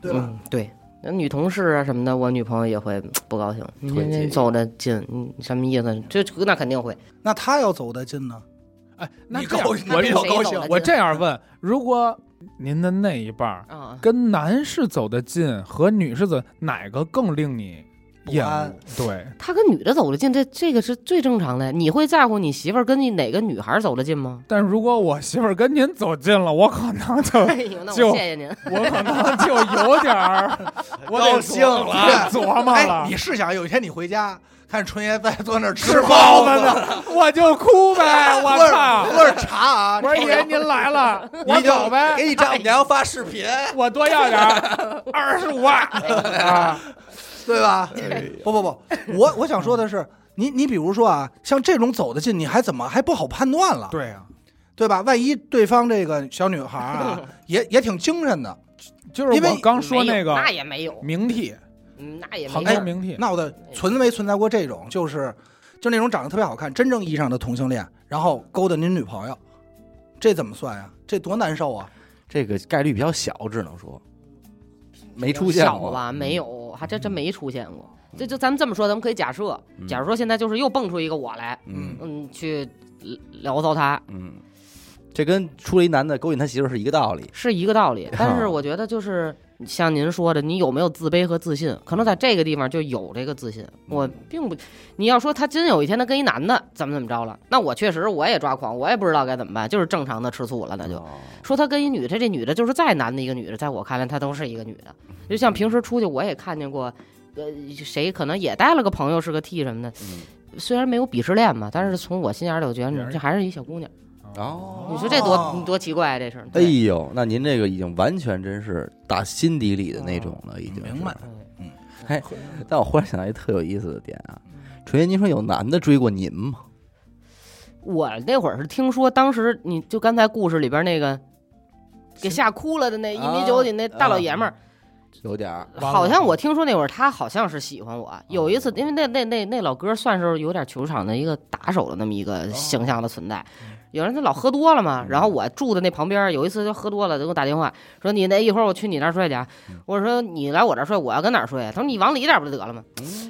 Speaker 3: 对吧？
Speaker 4: 嗯，对。那女同事啊什么的，我女朋友也会不高兴。
Speaker 2: 嗯
Speaker 4: 你
Speaker 1: 推
Speaker 4: 你
Speaker 1: 挤
Speaker 4: 走的近，你什么意思？这那肯定会。
Speaker 3: 那她要走得近呢？
Speaker 2: 哎，那
Speaker 3: 你
Speaker 2: 这
Speaker 3: 高
Speaker 2: 样
Speaker 3: 兴
Speaker 2: 我
Speaker 3: 你比较高兴
Speaker 4: 谁走得近
Speaker 2: 我这样问，如果您的那一半儿
Speaker 4: 啊，
Speaker 2: 跟男士走得近和女士走哪个更令你厌
Speaker 3: 不
Speaker 2: 恶
Speaker 3: 安？
Speaker 2: 对，
Speaker 4: 他跟女的走得近，这这个是最正常的。你会在乎你媳妇儿跟你哪个女孩走得
Speaker 2: <laughs>
Speaker 4: 近吗？
Speaker 2: 但如果我媳妇儿跟您走近了，我可能就 <laughs>
Speaker 4: 哎呦，那
Speaker 2: 就
Speaker 4: 我谢谢您。
Speaker 2: 我可能就有点儿，我
Speaker 1: <laughs>
Speaker 2: 得
Speaker 1: 高兴了
Speaker 2: 琢得琢磨
Speaker 3: 哎
Speaker 2: 了，， <laughs>
Speaker 3: 你试想有一天你回家看春爷在坐那儿
Speaker 2: 吃
Speaker 3: 包
Speaker 2: 包子，呢，我就哭
Speaker 1: <laughs>
Speaker 2: 呗，
Speaker 3: 喝
Speaker 2: <laughs> 我
Speaker 3: 着
Speaker 2: 操！
Speaker 3: 喝着茶啊，
Speaker 2: 我说爷您来了，我
Speaker 1: 你就
Speaker 2: 走呗，
Speaker 1: 给你丈母娘发视频，
Speaker 2: 我多要
Speaker 1: <laughs>
Speaker 2: 点儿，二十五万啊，
Speaker 3: 对
Speaker 2: <laughs>
Speaker 3: 吧？
Speaker 2: 哎
Speaker 3: 不不不，我我想说的是，你你比如说啊，像这种走得近，你还怎么还不好判断了？
Speaker 2: 对啊，
Speaker 3: 对吧？万一对方这个小女孩 <laughs> 啊，也也挺精神的，
Speaker 2: 就是
Speaker 3: 因为
Speaker 2: 我刚说
Speaker 4: 没有
Speaker 2: 那个
Speaker 4: 那也没有，
Speaker 2: 名替，
Speaker 4: 嗯那也
Speaker 2: 杭
Speaker 4: 没
Speaker 2: 州
Speaker 4: 有。
Speaker 2: 名
Speaker 1: 哎
Speaker 2: 替，
Speaker 3: 那我的存没存在过这种，就是就那种长得特别好看，真正意义上的同性恋，然后勾搭您女朋友，这怎么算呀、这多难受啊！
Speaker 1: 这个概率比较小，只能说没出现
Speaker 4: 小
Speaker 1: 过嗯
Speaker 4: 吧，没，有，还真真没出现过。这就咱们这么说，咱们可以假设，
Speaker 1: 嗯
Speaker 4: 假如说现在就是又蹦出一个我来，
Speaker 1: 嗯
Speaker 4: 嗯，去聊骚他，
Speaker 1: 嗯，这跟出了一男的勾引他媳妇儿是一个道理，
Speaker 4: 是一个道理。但是我觉得就是像您说的，你有没有自卑和自信？可能在这个地方就有这个自信。我并不，你要说他真有一天他跟一男的怎么怎么着了，那我确实我也抓狂，我也不知道该怎么办，就是正常的吃醋了，那
Speaker 1: 嗯
Speaker 4: 就说他跟一女的，这女的就是再难的一个女的，在我看来她都是一个女的。就像平时出去我也看见过，呃，谁可能也带了个朋友是个 T 什么的，虽然没有鄙视链嘛，但是从我心眼里我觉
Speaker 2: 也
Speaker 4: 得
Speaker 2: 是
Speaker 4: 这还是一小姑娘。
Speaker 1: 哦，
Speaker 4: 你说这多、
Speaker 3: 哦
Speaker 4: 你多奇怪、啊、这事儿？
Speaker 1: 哎
Speaker 4: 对
Speaker 1: 呦，那您这个已经完全真是打心底里的那种了，已经是
Speaker 3: 明白。
Speaker 1: 但我忽然想到一特有意思的点啊，纯爷，您说有男的追过您吗？
Speaker 4: 我那会儿是听说，当时你就刚才故事里边那个给吓哭了的那一米九几那大老爷们儿，
Speaker 1: 有点儿，
Speaker 2: 完了哦
Speaker 4: 好像我听说那会儿他好像是喜欢我。有一次，因为那那那那老哥算是有点球场的一个打手的那么一
Speaker 2: 哦
Speaker 4: 个形象的存在。
Speaker 2: 嗯
Speaker 4: 有人他老喝多了嘛，然后我住的那旁边，有一次就喝多了，就给我打电话说你那一会儿我去你那儿睡去啊。
Speaker 2: 嗯
Speaker 4: 我说你来我这儿睡，我要跟哪儿睡啊？他说你往里点不就得了吗？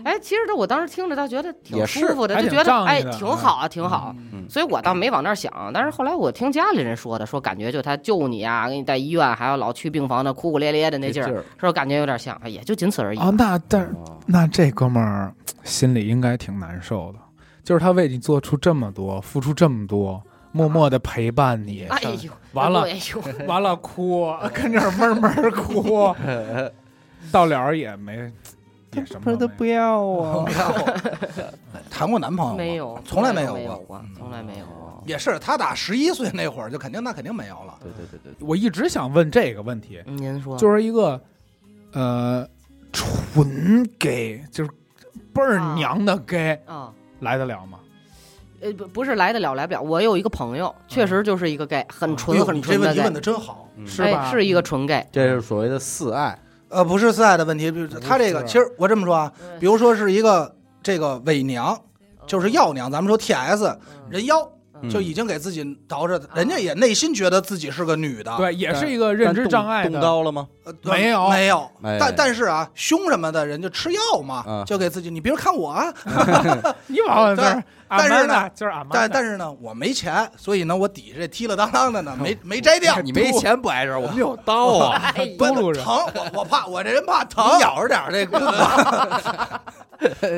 Speaker 4: 哎，其实他我当时听着他觉得挺
Speaker 1: 也是
Speaker 4: 舒服的，
Speaker 2: 嗯还
Speaker 4: 就
Speaker 2: 挺
Speaker 4: 觉得
Speaker 2: 仗义
Speaker 4: 哎
Speaker 2: 的嗯
Speaker 4: 挺好啊，挺好。所以我倒没往那儿想，但是后来我听家里人说的，说感觉就他救你啊，给你带医院，还有老去病房那哭哭咧咧的那劲
Speaker 1: 这劲
Speaker 4: 儿
Speaker 1: 儿，
Speaker 4: 说感觉有点像，哎也就仅此而已。
Speaker 3: 哦
Speaker 2: 啊，那但是
Speaker 1: 哦
Speaker 2: 那这哥们儿心里应该挺难受的，就是他为你做出这么多，付出这么多，默默的陪伴你，
Speaker 4: 哎呦，
Speaker 2: 完了
Speaker 4: 哎呦，
Speaker 2: 完了哭， <laughs> 跟这儿闷闷
Speaker 3: <laughs>
Speaker 2: 哭，到了儿也没也什么都没有
Speaker 1: 要啊，
Speaker 3: 我谈过男朋友吗
Speaker 4: 没有，
Speaker 3: <laughs> 从来没有
Speaker 4: 有
Speaker 3: 过嗯
Speaker 4: 过，从来没有过。
Speaker 3: 也是他打十一岁那会儿就肯定那肯定没有了。
Speaker 1: <laughs> 对对对对，
Speaker 2: 我一直想问这个问题，
Speaker 3: 嗯
Speaker 4: 您说，
Speaker 2: 就是一个呃纯 gay，就是倍儿娘的 gay，
Speaker 4: 啊，
Speaker 2: 来得了吗？
Speaker 4: 呃，不不是来得了来不了。我有一个朋友，确实就是一个 gay，很
Speaker 3: 哎呦
Speaker 4: 纯
Speaker 3: 嗯
Speaker 4: 很
Speaker 3: 你这
Speaker 4: 纯
Speaker 3: 问
Speaker 4: 的
Speaker 3: 题
Speaker 4: gay，
Speaker 3: 问的真好。
Speaker 1: 嗯
Speaker 2: 是吧
Speaker 4: 哎，是一个纯 gay。
Speaker 1: 这是所谓的四爱，
Speaker 3: 呃，不是四爱的问题，就是他这个
Speaker 2: 不是
Speaker 3: 其实我这么说啊，比如说是一个这个伪娘，就是药娘，咱们说 T S 人妖
Speaker 1: 嗯
Speaker 3: 就已经给自己捯饬，人家也内心觉得自己是个女的，
Speaker 2: 对，也是一个认知障碍
Speaker 1: 动
Speaker 2: 的。
Speaker 1: 刀了吗？
Speaker 3: 呃，对
Speaker 2: 没有
Speaker 3: 没有，
Speaker 1: 哎
Speaker 3: 但但是啊，凶什么的人就吃药嘛
Speaker 1: 啊，
Speaker 3: 就给自己，你比如看我啊，
Speaker 2: 你往我这儿，
Speaker 3: 但是
Speaker 2: 俺们
Speaker 3: 呢
Speaker 2: 呢，就是俺们，
Speaker 3: 但但是呢，我没钱，所以呢，我底下这踢了当
Speaker 1: <laughs>
Speaker 3: 当的呢，没哎没摘掉，
Speaker 1: 你没钱不碍事儿，我们有刀啊，
Speaker 2: <laughs>
Speaker 4: 哎呦
Speaker 3: 不
Speaker 2: 嘟噜着
Speaker 3: 疼，我我怕我这人怕疼， <laughs> 你咬着点这个。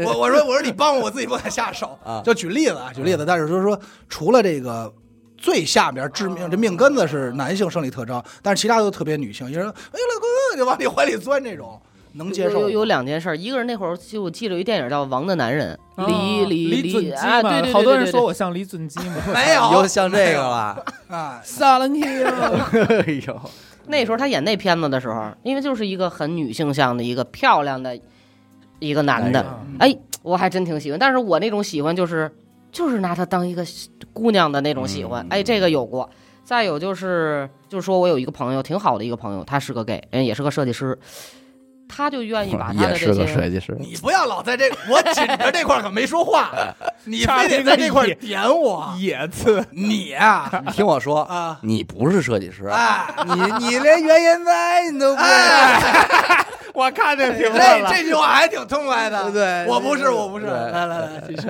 Speaker 3: 我我说我说你帮我，我自己不敢下手
Speaker 1: <laughs> 啊
Speaker 3: 就举例子啊，举例子，但是就是说，除了这个最下边致命这命根子是男性生理特征，但是其他都特别女性，有人哎老公就往你怀里钻这种，能接
Speaker 4: 有
Speaker 3: 受
Speaker 4: 有有
Speaker 3: 吗。
Speaker 4: 两件事儿，一个是那会儿就我记得有一电影叫《王的男人》，
Speaker 3: 啊
Speaker 2: 哦
Speaker 4: 李李
Speaker 2: 李准基
Speaker 4: 啊，对对
Speaker 2: 嘛，
Speaker 4: 对，
Speaker 2: 好多人
Speaker 4: 对
Speaker 2: 说我像李准基嘛。
Speaker 4: <laughs>
Speaker 3: 没有，
Speaker 1: <laughs> 又像这个了，
Speaker 3: 哎，
Speaker 2: 撒冷天
Speaker 4: <laughs>
Speaker 2: 啊！
Speaker 1: <laughs> 哎呦，
Speaker 4: 那时候他演那片子的时候，因为就是一个很女性向的一个漂亮的一个男的，哎，我还真挺喜欢。但是我那种喜欢就是就是拿他当一个姑娘的那种喜欢，
Speaker 1: 嗯
Speaker 4: 哎，这个有过。再有就是就是说我有一个朋友，挺好的一个朋友，他是个 gay，人也是个设计师，他就
Speaker 1: <laughs>
Speaker 4: 愿意把他
Speaker 1: 也
Speaker 4: 的
Speaker 1: 是
Speaker 4: 这
Speaker 1: 个
Speaker 4: 些
Speaker 1: 设计师，
Speaker 3: 你不要老在这，我紧着这块儿可没
Speaker 1: <laughs>
Speaker 3: 说话，
Speaker 1: 哎
Speaker 3: 你非得在这块儿点我，
Speaker 2: 野次，
Speaker 3: 你呀
Speaker 1: 你听我说， <laughs>
Speaker 3: 啊，
Speaker 1: 你不是设计师，啊
Speaker 3: 哎。
Speaker 1: 你你连原研哉你都不
Speaker 3: 哎，
Speaker 2: 我看这评
Speaker 3: 这这句话还挺痛快的。
Speaker 1: 对
Speaker 3: 我不是，我不是。
Speaker 1: 对哎
Speaker 3: 来来来，继续。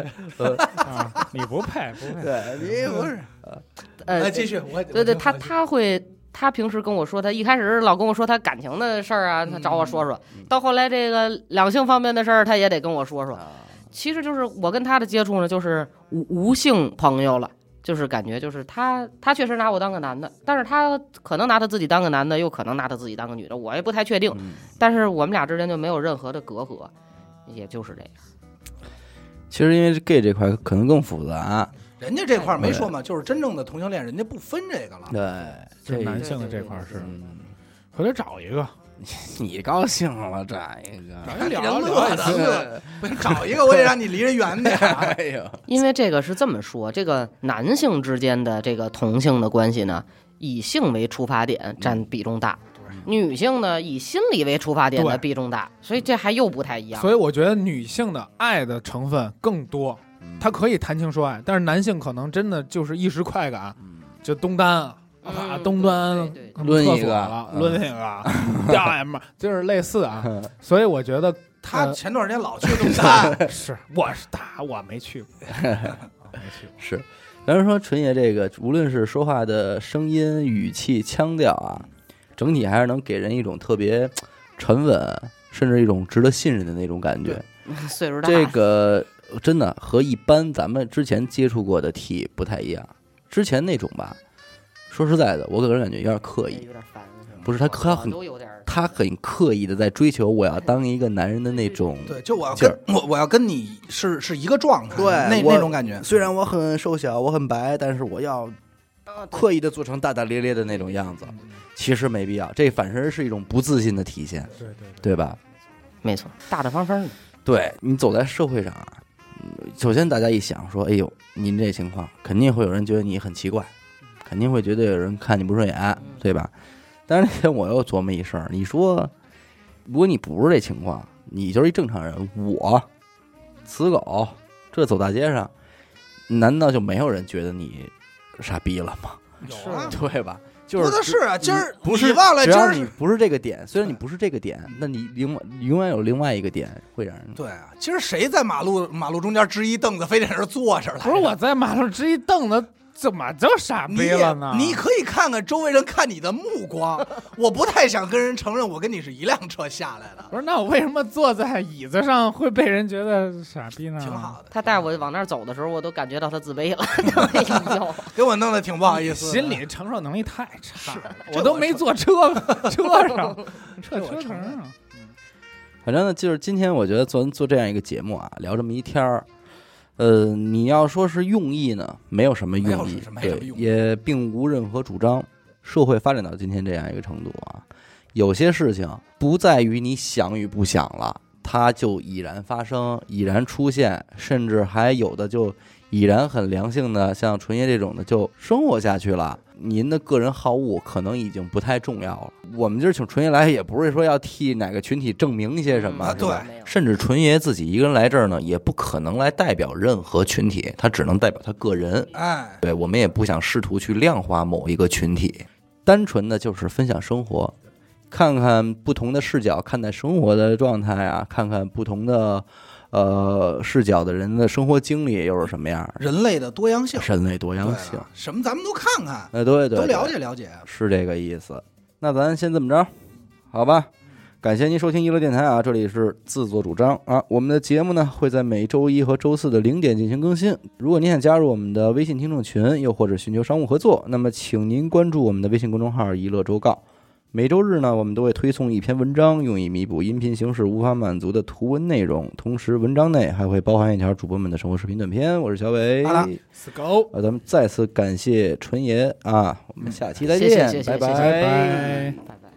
Speaker 2: 啊，你不配，不配。
Speaker 1: 对，
Speaker 3: 你不是，
Speaker 4: 呃
Speaker 1: 哎
Speaker 3: 来继续。我
Speaker 4: 对对，他
Speaker 3: 我
Speaker 4: 他会，他平时跟我说，他一开始老跟我说他感情的事儿啊，他找我说说，到后来这个两性方面的事儿，他也得跟我说说。其实就是我跟他的接触呢，就是无无性朋友了。就是感觉，就是他，他确实拿我当个男的，但是他可能拿他自己当个男的，又可能拿他自己当个女的，我也不太确定。
Speaker 1: 嗯
Speaker 4: 但是我们俩之间就没有任何的隔阂，也就是这样。
Speaker 1: 其实因为 gay 这块可能更复杂，
Speaker 3: 人家这块儿没说嘛，就是真正的同性恋，人家不分这个了。
Speaker 1: 对，这
Speaker 2: 这男性的这块儿是，
Speaker 1: 嗯
Speaker 2: 回头找一个，
Speaker 1: 你高兴了这一个，
Speaker 2: 找一聊
Speaker 3: 人
Speaker 2: 啊聊
Speaker 3: 乐的
Speaker 2: 一次，
Speaker 3: 乐，不是找一个我得让你离人远点。
Speaker 1: <laughs> 哎呦，
Speaker 4: 因为这个是这么说，这个男性之间的这个同性的关系呢，以性为出发
Speaker 1: 嗯
Speaker 4: 点占比重大，女性呢以心理为出发点
Speaker 2: 对
Speaker 4: 的比重大，所以这还又不太一样。
Speaker 2: 所以我觉得女性的爱的成分更多，她可以谈情说爱，但是男性可能真的就是一时快感，就东单
Speaker 4: 嗯
Speaker 2: 啊，东单
Speaker 4: 对对
Speaker 1: 抡
Speaker 2: 厕
Speaker 1: 一
Speaker 2: 所
Speaker 1: 个
Speaker 2: 了，
Speaker 1: 嗯
Speaker 2: 抡一个，啊掉眼嘛，就是类似
Speaker 4: <laughs>
Speaker 2: 啊。所以我觉
Speaker 3: <laughs>
Speaker 2: 得
Speaker 1: 嗯
Speaker 3: 他前段时间
Speaker 1: <laughs>
Speaker 3: 老去东单，
Speaker 2: 是，我是他，我没去
Speaker 4: <laughs>
Speaker 2: 过，我没去过。
Speaker 1: 是。咱们说纯爷这个，无论是说话的声音、语气、腔调啊，整体还是能给人一种特别沉稳，甚至一种值得信任的那种感觉
Speaker 3: 对。
Speaker 4: <laughs> 岁数大，
Speaker 1: 这个真的和一般咱们之前接触过的 T 不太一样。之前那种吧，说实在的，我个人感觉有点刻
Speaker 4: 有
Speaker 1: 意，
Speaker 4: 点烦，
Speaker 1: 不是他他
Speaker 4: 我
Speaker 1: 很
Speaker 4: 都有点儿
Speaker 1: 他很刻意的在追求我要当一个男人的那种。
Speaker 3: 对，就我要
Speaker 1: 劲儿
Speaker 3: 跟我我要跟你是是一个状态，
Speaker 1: 对
Speaker 3: 那
Speaker 1: 我
Speaker 3: 那种感觉，
Speaker 1: 虽然我很瘦小，我很白，但是我要
Speaker 4: 啊对
Speaker 1: 刻意的做成大大咧咧的那种样子，其实没必要。这反而是一种不自信的体现，
Speaker 2: 对对
Speaker 1: 对吧？
Speaker 4: 没错，大大方方的，
Speaker 1: 嗯对你走在社会上啊，嗯首先大家一想说，哎呦，您这情况，肯定会有人觉得你很奇怪，肯定会觉得有人看你不顺眼，对吧？但是那天我又琢磨一事儿，你说，如果你不是这情况，你就是一正常人，我，死狗，这走大街上，难道就没有人觉得你傻逼了吗？
Speaker 3: 有啊，
Speaker 1: 对吧？就
Speaker 3: 说
Speaker 1: 是
Speaker 3: 的是啊，今儿
Speaker 1: 不是
Speaker 3: 你忘了
Speaker 1: 只
Speaker 3: 今
Speaker 1: 要
Speaker 3: 儿
Speaker 1: 你不是这个点，虽然你不是这个点，那你另外永远有另外一个点会让人
Speaker 3: 对啊，今儿谁在马路马路中间支一凳子，非得在这儿坐着来着？
Speaker 2: 不是我在马路支一凳子，怎么就傻
Speaker 3: 你
Speaker 2: 逼
Speaker 3: 也
Speaker 2: 了呢？
Speaker 3: 你可以看看周围人看你的目光，我不太想跟人承认我跟你是一辆车下来的，
Speaker 2: 不是那我为什么坐在椅子上会被人觉得傻逼呢？
Speaker 3: 挺好的。
Speaker 4: 他带我往那儿走的时候，我都感觉到他自卑了。 <laughs> 哎呦，
Speaker 3: 给我弄得挺不好意思的，
Speaker 2: 心理承受能力太差了，
Speaker 3: 这
Speaker 2: 我都
Speaker 3: 我
Speaker 2: 没
Speaker 3: 承
Speaker 2: 坐车 <laughs> 车上，这
Speaker 3: 这我
Speaker 2: 车
Speaker 3: 承
Speaker 2: 程
Speaker 3: 认
Speaker 2: 啊，
Speaker 1: 反正呢，就是今天我觉得做做这样一个节目啊，聊这么一天儿，呃，你要说是用意呢，没有什么
Speaker 3: 没有
Speaker 1: 用
Speaker 3: 什
Speaker 1: 意，
Speaker 3: 么没有
Speaker 1: 对，
Speaker 3: 用意
Speaker 1: 也并无任何主张。社会发展到今天这样一个程度啊，有些事情不在于你想与不想了，它就已然发生，已然出现，甚至还有的就已然很良性的，像纯爷这种的就生活下去了。您的个人好恶可能已经不太重要了。我们今儿请纯爷来，也不是说要替哪个群体证明一些什么，
Speaker 3: 啊
Speaker 1: 是吧
Speaker 3: 对
Speaker 4: 嗯没有
Speaker 1: 甚至纯爷自己一个人来这儿呢，也不可能来代表任何群体，他只能代表他个人。
Speaker 3: 哎，
Speaker 1: 对我们也不想试图去量化某一个群体，单纯的就是分享生活，看看不同的视角看待生活的状态啊，看看不同的呃视角的人的生活经历又是什么样儿，
Speaker 3: 人类的多样性，
Speaker 1: 人类多
Speaker 3: 哎对
Speaker 1: 样
Speaker 3: 啊
Speaker 1: 性。
Speaker 3: 什么咱们都看看，
Speaker 1: 哎，对对，对
Speaker 3: 都了解了解。啊
Speaker 1: 是这个意思。那咱先这么着，好吧？感谢您收听娱乐电台啊，这里是自作主张啊。我们的节目呢会在每周一和周四的零点进行更新。如果您想加入我们的微信听众群，又或者寻求商务合作，那么请您关注我们的微信公众号“娱乐周告”。每周日呢，我们都会推送一篇文章，用以弥补音频形式无法满足的图文内容。同时，文章内还会包含一条主播们的生活视频短片。我是小伟，
Speaker 3: 好的
Speaker 2: 死狗。
Speaker 1: 啊，咱们再次感谢纯爷啊，我们下期再
Speaker 4: 谢
Speaker 1: 见，
Speaker 4: 谢谢谢谢谢
Speaker 1: 拜
Speaker 4: 谢谢
Speaker 2: 拜
Speaker 4: 拜拜。